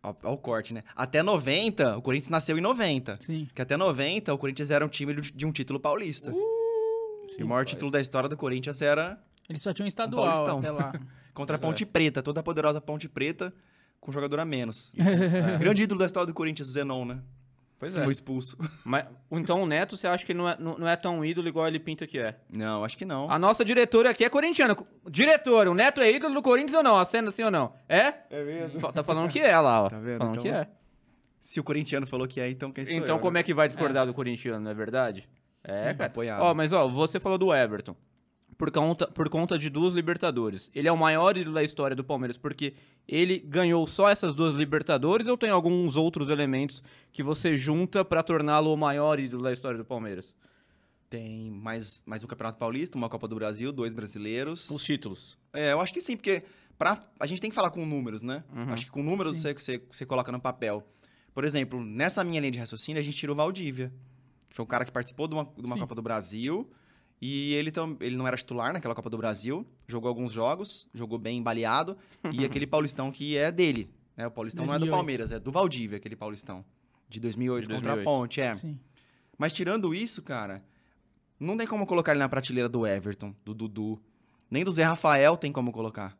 Speaker 3: Olha o corte, né? Até 90, o Corinthians nasceu em 90.
Speaker 1: Sim.
Speaker 3: Que até 90, o Corinthians era um time de de um título paulista.
Speaker 2: Uh! Sim,
Speaker 3: e o maior
Speaker 2: rapaz.
Speaker 3: título da história do Corinthians era
Speaker 1: Ele só tinha um estadual
Speaker 3: Paulistão.
Speaker 1: até lá.
Speaker 3: contra a
Speaker 2: Pois é.
Speaker 3: Ponte Preta, toda a poderosa Ponte Preta, com um jogador a menos.
Speaker 2: É.
Speaker 3: Grande ídolo da história do Corinthians, o Zenon, né?
Speaker 2: Pois
Speaker 3: Que
Speaker 2: é.
Speaker 3: Foi expulso.
Speaker 2: Mas, então o Neto, você acha que ele não é, não- não é tão ídolo igual ele pinta que é?
Speaker 3: Não, acho que não.
Speaker 2: A nossa diretora aqui é corintiana. Diretora, o Neto é ídolo do Corinthians ou não? Acenda sim ou não? É?
Speaker 3: É mesmo?
Speaker 2: Fa- Tá falando que é lá, ó.
Speaker 3: Tá vendo?
Speaker 2: Falando
Speaker 3: Então,
Speaker 2: que é.
Speaker 3: Se o corintiano falou que é, então quem sou eu,
Speaker 2: Então
Speaker 3: né?
Speaker 2: como é que vai discordar do corintiano, não é verdade? É, cara.
Speaker 3: apoiado.
Speaker 2: Ó, mas ó, você falou do Everton. Por conta, por conta de duas Libertadores. Ele é o maior ídolo da história do Palmeiras, porque ele ganhou só essas duas Libertadores ou tem alguns outros elementos que você junta pra torná-lo o maior ídolo da história do Palmeiras?
Speaker 3: Tem mais, mais um Campeonato Paulista, uma Copa do Brasil, dois brasileiros.
Speaker 2: Os títulos.
Speaker 3: É, eu acho que sim, porque pra, a gente tem que falar com números, né?
Speaker 2: Uhum.
Speaker 3: Acho que com números você, você, você coloca no papel. Por exemplo, nessa minha linha de raciocínio, a gente tirou o Valdívia, que foi um cara que participou de uma, de uma
Speaker 1: Sim.
Speaker 3: Copa do Brasil. E ele, tam- ele não era titular naquela Copa do Brasil, jogou alguns jogos, jogou bem baleado. e aquele Paulistão que é dele, né? O Paulistão não é
Speaker 1: 2008.
Speaker 3: do Palmeiras, é do Valdívia, aquele Paulistão. De 2008,
Speaker 2: De
Speaker 3: contra a
Speaker 2: 2008.
Speaker 3: Ponte, é.
Speaker 1: Sim.
Speaker 3: Mas tirando isso, cara, não tem como colocar ele na prateleira do Everton, do Dudu, nem do Zé Rafael tem como colocar.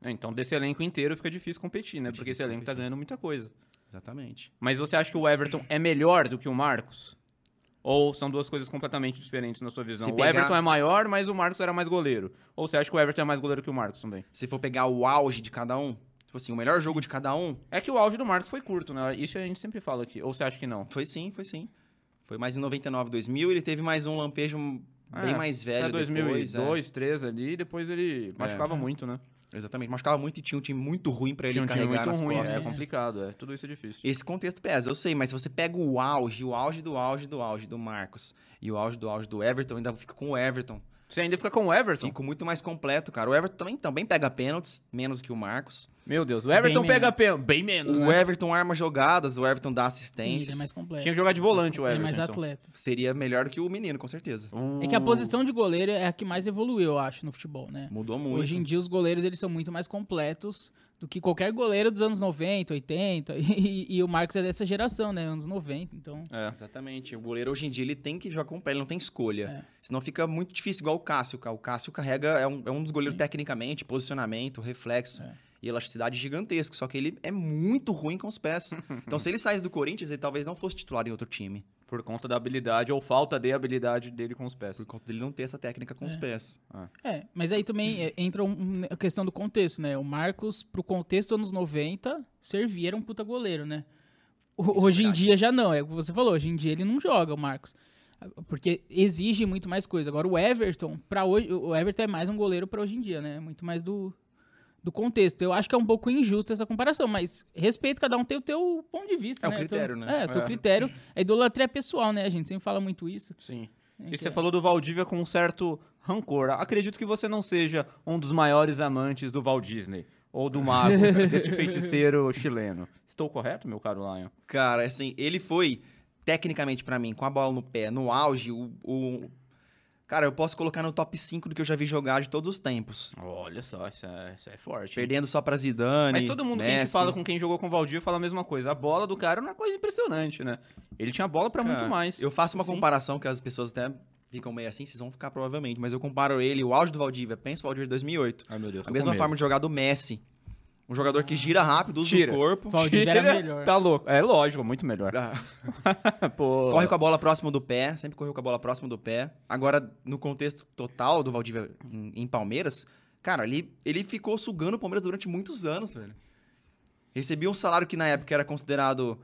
Speaker 2: É, Então, desse elenco inteiro fica difícil competir, né? Porque esse
Speaker 3: difícil
Speaker 2: elenco tá
Speaker 3: competir.
Speaker 2: ganhando muita coisa.
Speaker 3: Exatamente.
Speaker 2: Mas você acha que o Everton é melhor do que o Marcos? Ou são duas coisas completamente diferentes na sua visão?
Speaker 3: Se
Speaker 2: O
Speaker 3: pegar-
Speaker 2: Everton é maior, mas o Marcos era mais goleiro. Ou você acha que o Everton é mais goleiro que o Marcos também?
Speaker 3: Se for pegar o auge de cada um, tipo assim, o melhor jogo de cada um,
Speaker 2: É que o auge do Marcos foi curto, né? Isso a gente sempre fala aqui. Ou você acha que não?
Speaker 3: foi sim, foi sim. Foi mais em 99, 2000, ele teve mais um lampejo bem
Speaker 2: É,
Speaker 3: mais
Speaker 2: Até
Speaker 3: velho depois.
Speaker 2: 2002, 2003 ali, depois ele machucava muito, né?
Speaker 3: é. Exatamente, machucava muito e tinha um time muito ruim pra ele
Speaker 2: Tinha um time
Speaker 3: carregar
Speaker 2: muito
Speaker 3: nas
Speaker 2: ruim, é
Speaker 3: costas.
Speaker 2: complicado, é. Tudo isso é difícil.
Speaker 3: Esse contexto pesa, eu sei, mas se você pega o auge, o auge do auge do auge do Marcos e o auge do auge do Everton, ainda fica com o Everton.
Speaker 2: Você ainda fica com o
Speaker 1: Então.
Speaker 2: Everton?
Speaker 3: Fico muito mais completo, cara. O Everton também, também pega pênaltis, menos que o Marcos.
Speaker 2: Meu Deus, o Everton
Speaker 1: Bem
Speaker 2: pega
Speaker 1: menos.
Speaker 2: pênalti. Bem menos,
Speaker 3: O
Speaker 2: né?
Speaker 3: Everton arma jogadas, o Everton dá
Speaker 1: Sim,
Speaker 3: assistências.
Speaker 1: ele é mais completo.
Speaker 2: Tinha que jogar de volante o
Speaker 1: Ele é
Speaker 2: Everton.
Speaker 1: mais
Speaker 2: então.
Speaker 1: atleta.
Speaker 3: Seria melhor do que o menino, com certeza.
Speaker 1: É que a
Speaker 2: Uh.
Speaker 1: posição de goleiro é a que mais evoluiu, eu acho, no futebol, né?
Speaker 3: Mudou muito.
Speaker 1: Hoje em dia os goleiros eles são muito mais completos do que qualquer goleiro dos anos 90, 80. E, e o Marcos é dessa geração, né? Anos 90, então.
Speaker 2: É.
Speaker 3: Exatamente. O goleiro hoje em dia ele tem que jogar com o pé, ele não tem
Speaker 1: É.
Speaker 3: escolha. Senão fica muito difícil, igual o Cássio. cara. O Cássio carrega, é um, é um dos goleiros tecnicamente, posicionamento, reflexo
Speaker 1: É.
Speaker 3: e elasticidade gigantesco. Só que ele é muito ruim com os pés. então, se ele saísse do Corinthians, ele talvez não fosse titular em outro time.
Speaker 2: Por conta da habilidade ou falta de habilidade dele com os pés.
Speaker 3: Por conta dele não ter essa técnica com os pés.
Speaker 1: É, mas aí também é, entra um- um- a questão do contexto, né? O Marcos, pro contexto anos 90, servia, era um puta goleiro, né? O-
Speaker 3: Isso é
Speaker 1: hoje em
Speaker 3: verdade.
Speaker 1: dia já não, é o que você falou, hoje em dia ele não joga o Marcos. Porque exige muito mais coisa. Agora o Everton, para hoje, o Everton é mais um goleiro pra hoje em dia, né? Muito mais do, do contexto. Eu acho que é um pouco injusta essa comparação, mas respeito, cada um tem o teu ponto de vista,
Speaker 3: É o
Speaker 1: né?
Speaker 3: critério,
Speaker 1: teu,
Speaker 3: né?
Speaker 1: É, o teu
Speaker 3: É.
Speaker 1: critério. A idolatria é pessoal, né? A gente sempre fala muito isso.
Speaker 2: Sim.
Speaker 1: né,
Speaker 2: E
Speaker 1: que
Speaker 2: você
Speaker 1: é-
Speaker 2: falou do Valdívia com um certo rancor. Acredito que você não seja um dos maiores amantes do Walt Disney ou do mago, desse feiticeiro chileno. Estou correto, meu caro Lion?
Speaker 3: Cara, assim, ele foi, tecnicamente pra mim, com a bola no pé, no auge, o. o- Cara, eu posso colocar no top 5 do que eu já vi jogar de todos os tempos.
Speaker 2: Olha só, isso é, isso é forte. hein?
Speaker 3: Perdendo só pra Zidane.
Speaker 2: Mas todo mundo que a gente
Speaker 3: Messi.
Speaker 2: fala com quem jogou com o Valdir fala a mesma coisa. A bola do cara é uma coisa impressionante, né? Ele tinha bola pra muito
Speaker 3: Cara,
Speaker 2: mais.
Speaker 3: Eu faço uma
Speaker 2: Sim.
Speaker 3: comparação que as pessoas até ficam meio assim, vocês vão ficar provavelmente, mas eu comparo ele, o auge do Valdívia, pensa o Valdívia de 2008.
Speaker 2: Ai, meu Deus.
Speaker 3: a mesma forma de jogar do Messi. Um jogador que gira rápido, usa
Speaker 2: Tira.
Speaker 3: o corpo. Ah.
Speaker 1: Valdívia era melhor.
Speaker 2: Tá louco. É lógico, muito melhor. Pô.
Speaker 3: Corre com a bola próximo do pé, sempre correu com a bola próximo do pé. Agora, no contexto total do Valdívia em, em Palmeiras, cara, ele, ele ficou sugando o Palmeiras durante muitos anos, velho. Recebia um salário que na época era considerado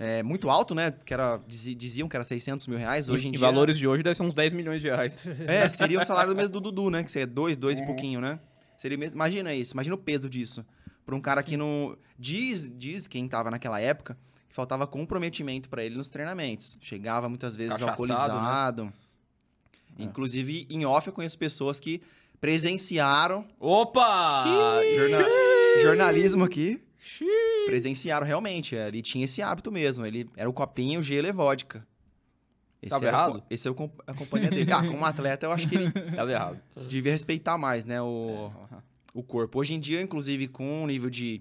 Speaker 3: é, muito alto, né? Que era, dizi- diziam que era 600 mil reais. Hoje
Speaker 2: Em-
Speaker 3: em,
Speaker 2: em
Speaker 3: dia.
Speaker 2: valores de hoje deve ser uns 10 milhões de reais.
Speaker 3: É, seria o salário do mesmo do Dudu, né? Que seria dois, dois
Speaker 2: É.
Speaker 3: e pouquinho, né? Seria o mesmo. Imagina isso, imagina o peso disso. Pra um cara que não. Diz, diz quem tava naquela época que faltava comprometimento pra ele nos treinamentos. Chegava muitas vezes
Speaker 2: Cachaçado, né?
Speaker 3: alcoolizado.
Speaker 2: É.
Speaker 3: Inclusive, em off, eu conheço pessoas que presenciaram
Speaker 2: Opa!
Speaker 3: jorna- jornalismo aqui.
Speaker 2: Xiii.
Speaker 3: Presenciaram realmente. é, Ele tinha esse hábito mesmo. Ele era o copinho, gelo e vodka. Esse
Speaker 2: Tava
Speaker 3: era o co-
Speaker 2: errado?
Speaker 3: Esse é o com- a companhia dele. Ah, como atleta, eu acho que ele
Speaker 2: Tava errado.
Speaker 3: devia respeitar mais, né, o,
Speaker 2: É.
Speaker 3: o corpo. Hoje em dia, inclusive, com o nível de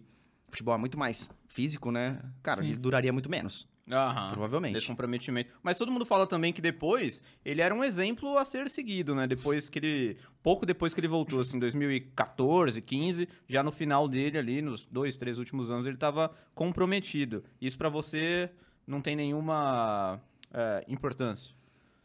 Speaker 3: futebol muito mais físico, né, cara,
Speaker 1: Sim.
Speaker 3: ele duraria muito menos,
Speaker 2: Aham. Desse
Speaker 3: provavelmente.
Speaker 2: comprometimento. Mas todo mundo fala também que depois ele era um exemplo a ser seguido, né? Depois que ele. Pouco depois que ele voltou, assim, 2014, 15, já no final dele ali, nos dois, três últimos anos, ele tava comprometido. Isso pra você não tem nenhuma é, importância.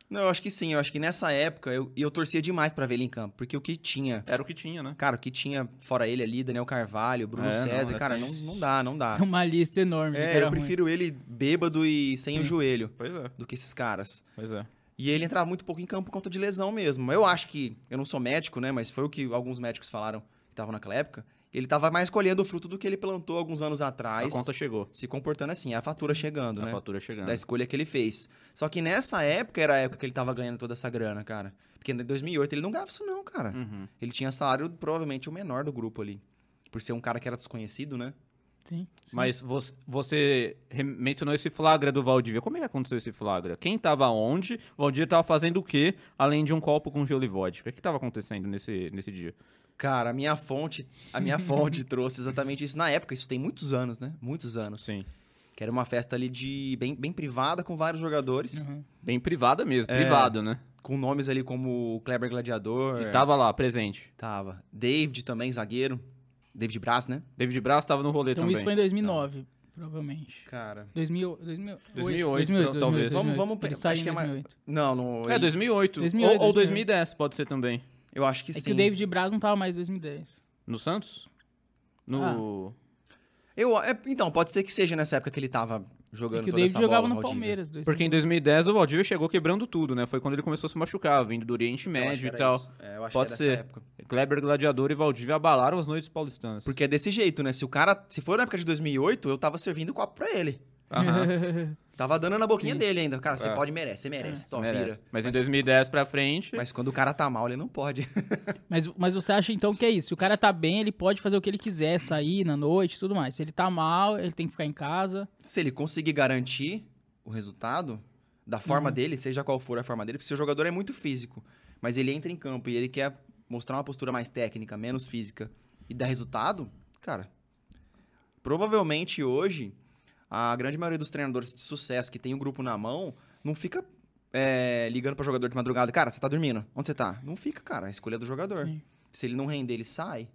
Speaker 3: Não, eu acho que sim, eu acho que nessa época eu, eu torcia demais pra ver ele em campo, porque o que tinha,
Speaker 2: Era o que tinha, né?
Speaker 3: cara, o que tinha fora ele ali, Daniel Carvalho, Bruno
Speaker 2: É, não,
Speaker 3: César,
Speaker 2: é
Speaker 3: cara, não,
Speaker 2: triste.
Speaker 3: não dá, não dá.
Speaker 1: é, Uma lista enorme. de
Speaker 3: É,
Speaker 1: cara
Speaker 3: eu
Speaker 1: ruim.
Speaker 3: prefiro ele bêbado e sem o joelho
Speaker 2: Pois é,
Speaker 3: do que esses caras.
Speaker 2: pois é.
Speaker 3: E ele entrava muito pouco em campo por conta de lesão mesmo. Eu acho que, eu não sou médico, né? Mas foi o que alguns médicos falaram que estavam naquela época. Ele tava mais colhendo o fruto do que ele plantou alguns anos atrás.
Speaker 2: A conta chegou.
Speaker 3: Se comportando assim, é a fatura chegando,
Speaker 2: A
Speaker 3: né?
Speaker 2: fatura chegando.
Speaker 3: Da escolha que ele fez. Só que nessa época era a época que ele tava ganhando toda essa grana, cara. Porque em 2008 ele não ganhava isso não, cara.
Speaker 2: Uhum.
Speaker 3: Ele tinha salário provavelmente o menor do grupo ali. Por ser um cara que era desconhecido, né?
Speaker 1: Sim, sim.
Speaker 2: Mas você, você re- mencionou esse flagra do Valdívia. Como é que aconteceu esse flagra? Quem tava onde? O Valdívia tava fazendo o quê? Além de um copo com gelo e vodka. O que tava acontecendo nesse, nesse dia?
Speaker 3: Cara, a minha fonte, a minha fonte trouxe exatamente isso. Na época, isso tem muitos anos, né? Muitos anos.
Speaker 2: Sim.
Speaker 3: Que era uma festa ali de bem, bem privada com vários jogadores,
Speaker 1: Uhum.
Speaker 2: Bem privada mesmo,
Speaker 3: É.
Speaker 2: privado, né?
Speaker 3: com nomes ali como o Kleber Gladiador.
Speaker 2: Estava lá, presente.
Speaker 3: Tava. David também, zagueiro. David Braz, né?
Speaker 2: David Braz estava no rolê
Speaker 1: Então
Speaker 2: também.
Speaker 1: isso foi em 2009, provavelmente.
Speaker 3: Cara.
Speaker 1: 2000, 2008,
Speaker 2: 2008,
Speaker 1: 2008,
Speaker 2: talvez.
Speaker 3: Vamos- vamos-
Speaker 1: Ele
Speaker 3: acho
Speaker 1: saiu em
Speaker 3: que é mais-
Speaker 1: 2008.
Speaker 3: Não, não.
Speaker 2: É,
Speaker 3: ele-
Speaker 2: 2008.
Speaker 1: 2008,
Speaker 2: ou, ou 2010, pode ser também.
Speaker 3: Eu acho que
Speaker 1: É
Speaker 3: sim.
Speaker 1: que o David Braz não tava mais em 2010.
Speaker 2: No Santos? No...
Speaker 1: Ah.
Speaker 3: Eu, é, então, pode ser que seja nessa época que ele tava
Speaker 1: É
Speaker 3: jogando
Speaker 1: que o
Speaker 3: toda
Speaker 1: David
Speaker 3: essa bola,
Speaker 1: jogava no
Speaker 3: Valdívia.
Speaker 1: Palmeiras. 2000.
Speaker 2: Porque em 2010 o Valdívia chegou quebrando tudo, né? Foi quando ele começou a se machucar, vindo do Oriente
Speaker 3: Eu acho que
Speaker 2: Médio e
Speaker 3: era
Speaker 2: tal.
Speaker 3: isso. É, eu acho
Speaker 2: Pode
Speaker 3: que era
Speaker 2: ser.
Speaker 3: Essa época.
Speaker 2: Kleber Gladiador e Valdívia abalaram as noites paulistanas.
Speaker 3: Porque é desse jeito, né? Se o cara. Se for na época de 2008, eu tava servindo copo pra ele.
Speaker 2: Aham.
Speaker 3: Tava dando na boquinha
Speaker 1: Sim.
Speaker 3: dele ainda. Cara, você
Speaker 2: É.
Speaker 3: pode, merece, você merece, top
Speaker 2: Merece.
Speaker 3: vira.
Speaker 2: Mas, em 2010 pra frente.
Speaker 3: Mas quando o cara tá mal, ele não pode.
Speaker 1: Mas, mas você acha então que é isso? Se o cara tá bem, ele pode fazer o que ele quiser, sair na noite e tudo mais. Se ele tá mal, ele tem que ficar em casa.
Speaker 3: se ele conseguir garantir o resultado da forma dele, seja qual for a forma dele, porque o jogador é muito físico, mas ele entra em campo e ele quer mostrar uma postura mais técnica, menos física e dar resultado, cara, provavelmente hoje a grande maioria dos treinadores de sucesso que tem o grupo na mão não fica é, ligando para jogador de madrugada, cara, você tá dormindo? Onde você tá? Não fica, cara, a escolha é do jogador.
Speaker 1: Sim.
Speaker 3: Se ele não render, ele sai.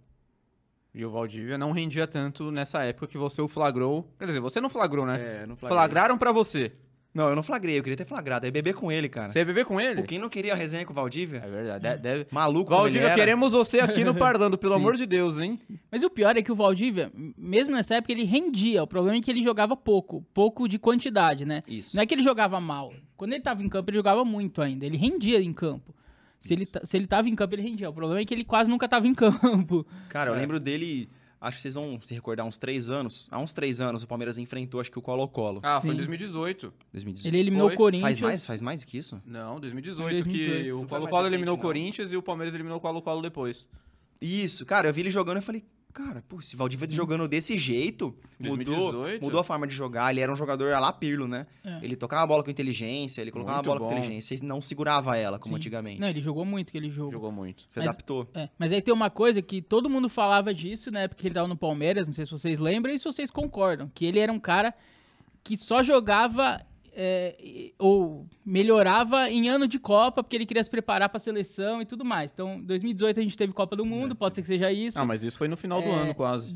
Speaker 2: E o Valdívia não rendia tanto nessa época que você o flagrou. Quer dizer, você não flagrou, né?
Speaker 3: É, não
Speaker 2: Flagraram pra você.
Speaker 3: Não, eu não flagrei, eu queria ter flagrado, aí beber com ele, cara.
Speaker 2: Você ia beber com ele?
Speaker 3: Pô, quem não queria a resenha com o Valdívia?
Speaker 2: É verdade. de- Deve...
Speaker 3: Maluco, um como ele
Speaker 2: Valdívia,
Speaker 3: era.
Speaker 2: queremos você aqui no Parlando, pelo
Speaker 1: Sim.
Speaker 2: amor de Deus, hein?
Speaker 1: Mas o pior é que o Valdívia, m- mesmo nessa época, ele rendia. O problema é que ele jogava pouco, pouco de quantidade, né?
Speaker 3: Isso.
Speaker 1: Não é que ele jogava mal. Quando ele tava em campo, ele jogava muito ainda. Ele rendia em campo. Se ele, ta- se ele tava em campo, ele rendia. O problema é que ele quase nunca tava em campo.
Speaker 3: Cara, eu lembro dele, acho que vocês vão se recordar, uns três anos. Há uns três anos o Palmeiras enfrentou, acho que o Colo-Colo.
Speaker 2: Ah,
Speaker 1: Sim.
Speaker 2: foi em 2018.
Speaker 3: 2018.
Speaker 1: Ah, Ele eliminou
Speaker 2: Foi.
Speaker 1: o Corinthians.
Speaker 3: Faz mais? Faz mais que isso?
Speaker 2: Não, 2018,
Speaker 1: Foi 2018.
Speaker 2: que o
Speaker 3: Não foi mais
Speaker 2: Colo-Colo
Speaker 3: recente,
Speaker 2: eliminou o
Speaker 3: não.
Speaker 2: Corinthians e o Palmeiras eliminou o Colo-Colo depois.
Speaker 3: Isso, cara, eu vi ele jogando e falei, Cara, pô, se Valdívia jogando desse jeito, mudou,
Speaker 2: 2018.
Speaker 3: mudou a forma de jogar. Ele era um jogador a lá Pirlo, né?
Speaker 1: É.
Speaker 3: Ele tocava a bola com inteligência, ele colocava
Speaker 2: Muito
Speaker 3: a bola com
Speaker 2: bom.
Speaker 3: inteligência, ele não segurava ela como
Speaker 1: Sim.
Speaker 3: antigamente.
Speaker 1: Não, ele jogou muito aquele jogo.
Speaker 2: Jogou muito.
Speaker 3: Se
Speaker 1: mas-
Speaker 3: adaptou.
Speaker 1: É, mas aí tem uma coisa que todo mundo falava disso na época que ele tava no Palmeiras, não sei se vocês lembram e se vocês concordam, que ele era um cara que só jogava é, e- ou melhorava em ano de Copa, porque ele queria se preparar pra seleção e tudo mais. Então, 2018 a gente teve Copa do
Speaker 3: É.
Speaker 1: Mundo, pode ser que seja isso.
Speaker 2: Ah, mas isso foi no final do
Speaker 1: É,
Speaker 2: ano, quase.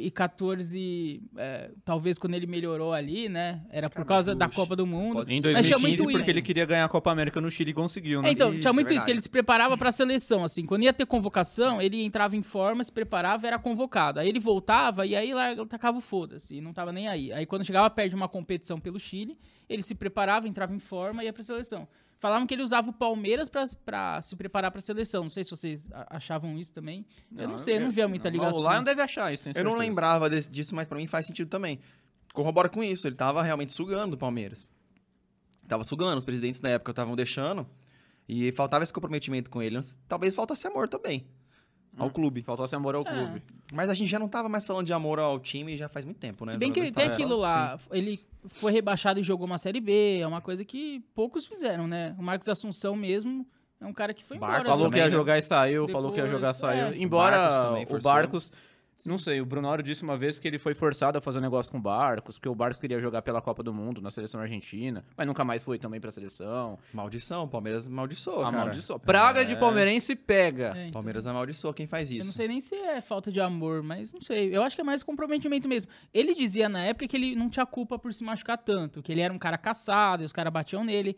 Speaker 1: 2014, é, talvez quando ele melhorou ali, né? Era por
Speaker 3: Cara,
Speaker 1: causa
Speaker 3: mas
Speaker 1: da
Speaker 3: o-
Speaker 1: Copa do Mundo.
Speaker 3: pode
Speaker 2: Em
Speaker 3: ser.
Speaker 1: Mas tinha muito
Speaker 2: 2015, porque
Speaker 1: isso.
Speaker 2: ele queria ganhar a Copa América no Chile e conseguiu, né?
Speaker 1: É, então,
Speaker 3: Isso,
Speaker 1: tinha
Speaker 3: é
Speaker 1: muito isso, que
Speaker 3: verdade.
Speaker 1: ele se preparava pra seleção, assim. Quando ia ter convocação, ele entrava em forma, se preparava, era convocado. Aí ele voltava e aí lá tacava o foda-se, e não tava nem aí. Aí quando chegava perto de uma competição pelo Chile, ele se preparava, entrava em forma e ia pra seleção. Falavam que ele usava o Palmeiras pra, pra se preparar pra seleção. Não sei se vocês a- achavam isso também. eu não sei, eu não via muita ligação.
Speaker 2: O Lion deve achar isso, tenho
Speaker 3: Eu não
Speaker 2: certeza.
Speaker 3: lembrava desse- disso, mas pra mim faz sentido também. Corrobora com isso, ele tava realmente sugando o Palmeiras. Tava sugando, os presidentes na época estavam deixando. E faltava esse comprometimento com ele. Talvez faltasse amor também
Speaker 2: Hum.
Speaker 3: ao clube.
Speaker 2: Faltou esse amor ao
Speaker 1: É.
Speaker 2: clube.
Speaker 3: Mas a gente já não tava mais falando de amor ao time já faz muito tempo, né?
Speaker 1: Se bem que
Speaker 3: Jogadores
Speaker 1: tem
Speaker 3: tavam-
Speaker 1: aquilo lá, ele foi rebaixado e jogou uma Série B, é uma coisa que poucos fizeram, né? O Marcos Assunção mesmo é um cara que foi
Speaker 3: Barcos
Speaker 1: embora.
Speaker 2: Falou
Speaker 1: assim,
Speaker 2: que ia
Speaker 3: também, né?
Speaker 2: jogar e saiu, falou que ia
Speaker 1: Depois,
Speaker 2: jogar e saiu.
Speaker 1: é.
Speaker 2: Embora
Speaker 3: Barcos também
Speaker 2: o
Speaker 3: forçou.
Speaker 2: Barcos. Não sei, o Brunoro disse uma vez que ele foi forçado a fazer um negócio com o Barcos, porque o Barcos queria jogar pela Copa do Mundo na seleção argentina, mas nunca mais foi também pra seleção.
Speaker 3: Maldição, Palmeiras amaldiçoou, cara. é.
Speaker 2: Amaldiçoou. né? Praga de palmeirense pega.
Speaker 1: É, então,
Speaker 3: Palmeiras amaldiçoou quem faz
Speaker 1: Eu
Speaker 3: isso.
Speaker 1: não sei nem se é falta de amor, mas não sei. Eu acho que é mais comprometimento mesmo. Ele dizia na época que ele não tinha culpa por se machucar tanto, que ele era um cara caçado e os caras batiam nele.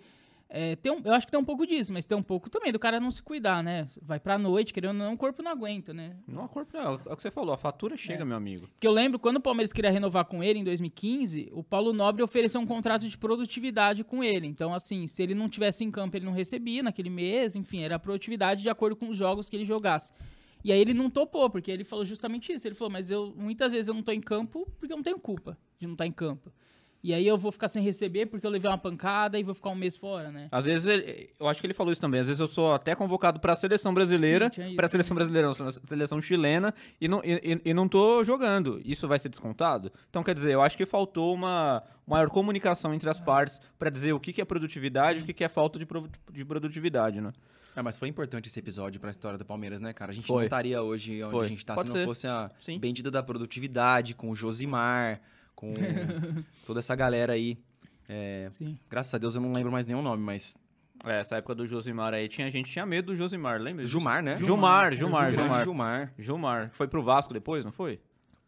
Speaker 1: É, tem um- eu acho que tem um pouco disso, mas tem um pouco também do cara não se cuidar, né? Vai pra noite, querendo ou não, o corpo não aguenta, né?
Speaker 2: Não acorda, é o que você falou, a fatura chega,
Speaker 1: É.
Speaker 2: meu amigo.
Speaker 1: Porque eu lembro quando o Palmeiras queria renovar com ele em 2015, o Paulo Nobre ofereceu um contrato de produtividade com ele. Então, assim, se ele não tivesse em campo, ele não recebia naquele mês, enfim, era a produtividade de acordo com os jogos que ele jogasse. E aí ele não topou, porque ele falou justamente isso. Ele falou, mas eu muitas vezes eu não tô em campo porque eu não tenho culpa de não estar em campo. E aí eu vou ficar sem receber porque eu levei uma pancada e vou ficar um mês fora, né?
Speaker 2: Às vezes, ele- eu acho que ele falou isso também. Às vezes eu sou até convocado pra seleção brasileira,
Speaker 1: Sim, tinha isso
Speaker 2: pra seleção brasileira, não, seleção chilena, e não, e, e- e não tô jogando. Isso vai ser descontado? Então, quer dizer, eu acho que faltou uma maior comunicação entre
Speaker 1: É.
Speaker 2: as partes pra dizer o que, que é produtividade e o que, que é falta de, pro- de produtividade, né?
Speaker 3: Ah, mas foi importante esse episódio pra história do Palmeiras, né, cara? A gente
Speaker 2: Foi.
Speaker 3: não estaria hoje onde
Speaker 2: Foi.
Speaker 3: a gente tá
Speaker 2: Pode
Speaker 3: se não
Speaker 2: ser.
Speaker 3: fosse a
Speaker 2: Sim.
Speaker 3: bendita da produtividade, com o Josimar, com toda essa galera aí. É,
Speaker 1: Sim.
Speaker 3: Graças a Deus eu não lembro mais nenhum nome, mas.
Speaker 2: É, essa época do Josimar aí, tinha gente tinha medo do Josimar, lembra? disso?
Speaker 3: Jumar, né?
Speaker 2: Jumar, Jumar,
Speaker 3: O grande
Speaker 2: Jumar.
Speaker 3: Jumar.
Speaker 2: Jumar. Foi pro Vasco depois, não foi?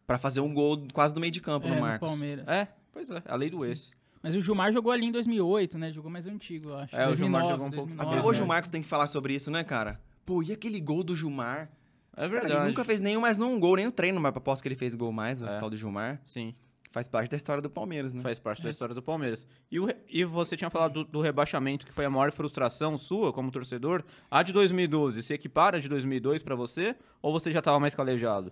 Speaker 3: Pra fazer um gol quase do meio de campo
Speaker 1: É,
Speaker 3: no
Speaker 1: no
Speaker 3: Marcos.
Speaker 1: Palmeiras.
Speaker 2: É, pois é, a lei do ex.
Speaker 1: Mas o Gilmar jogou ali em 2008, né? Jogou mais antigo, eu acho.
Speaker 2: É, o Gilmar
Speaker 1: 2009,
Speaker 2: jogou um pouco-
Speaker 3: Até
Speaker 1: 2009.
Speaker 3: hoje
Speaker 2: né?
Speaker 3: o Marcos tem que falar sobre isso, né, cara? Pô, e aquele gol do Jumar?
Speaker 2: É
Speaker 3: Cara,
Speaker 2: verdade.
Speaker 3: ele nunca fez nenhum, mas não um gol, nem um treino, mas aposto que ele fez gol mais,
Speaker 2: É.
Speaker 3: o tal do Jumar.
Speaker 2: Sim.
Speaker 3: Faz parte da história do Palmeiras, né?
Speaker 2: Faz parte da história do Palmeiras. E, o re- e você tinha falado do, do rebaixamento, que foi a maior frustração sua como torcedor. A de 2012, se equipara a de 2002 pra você? Ou você já tava mais calejado?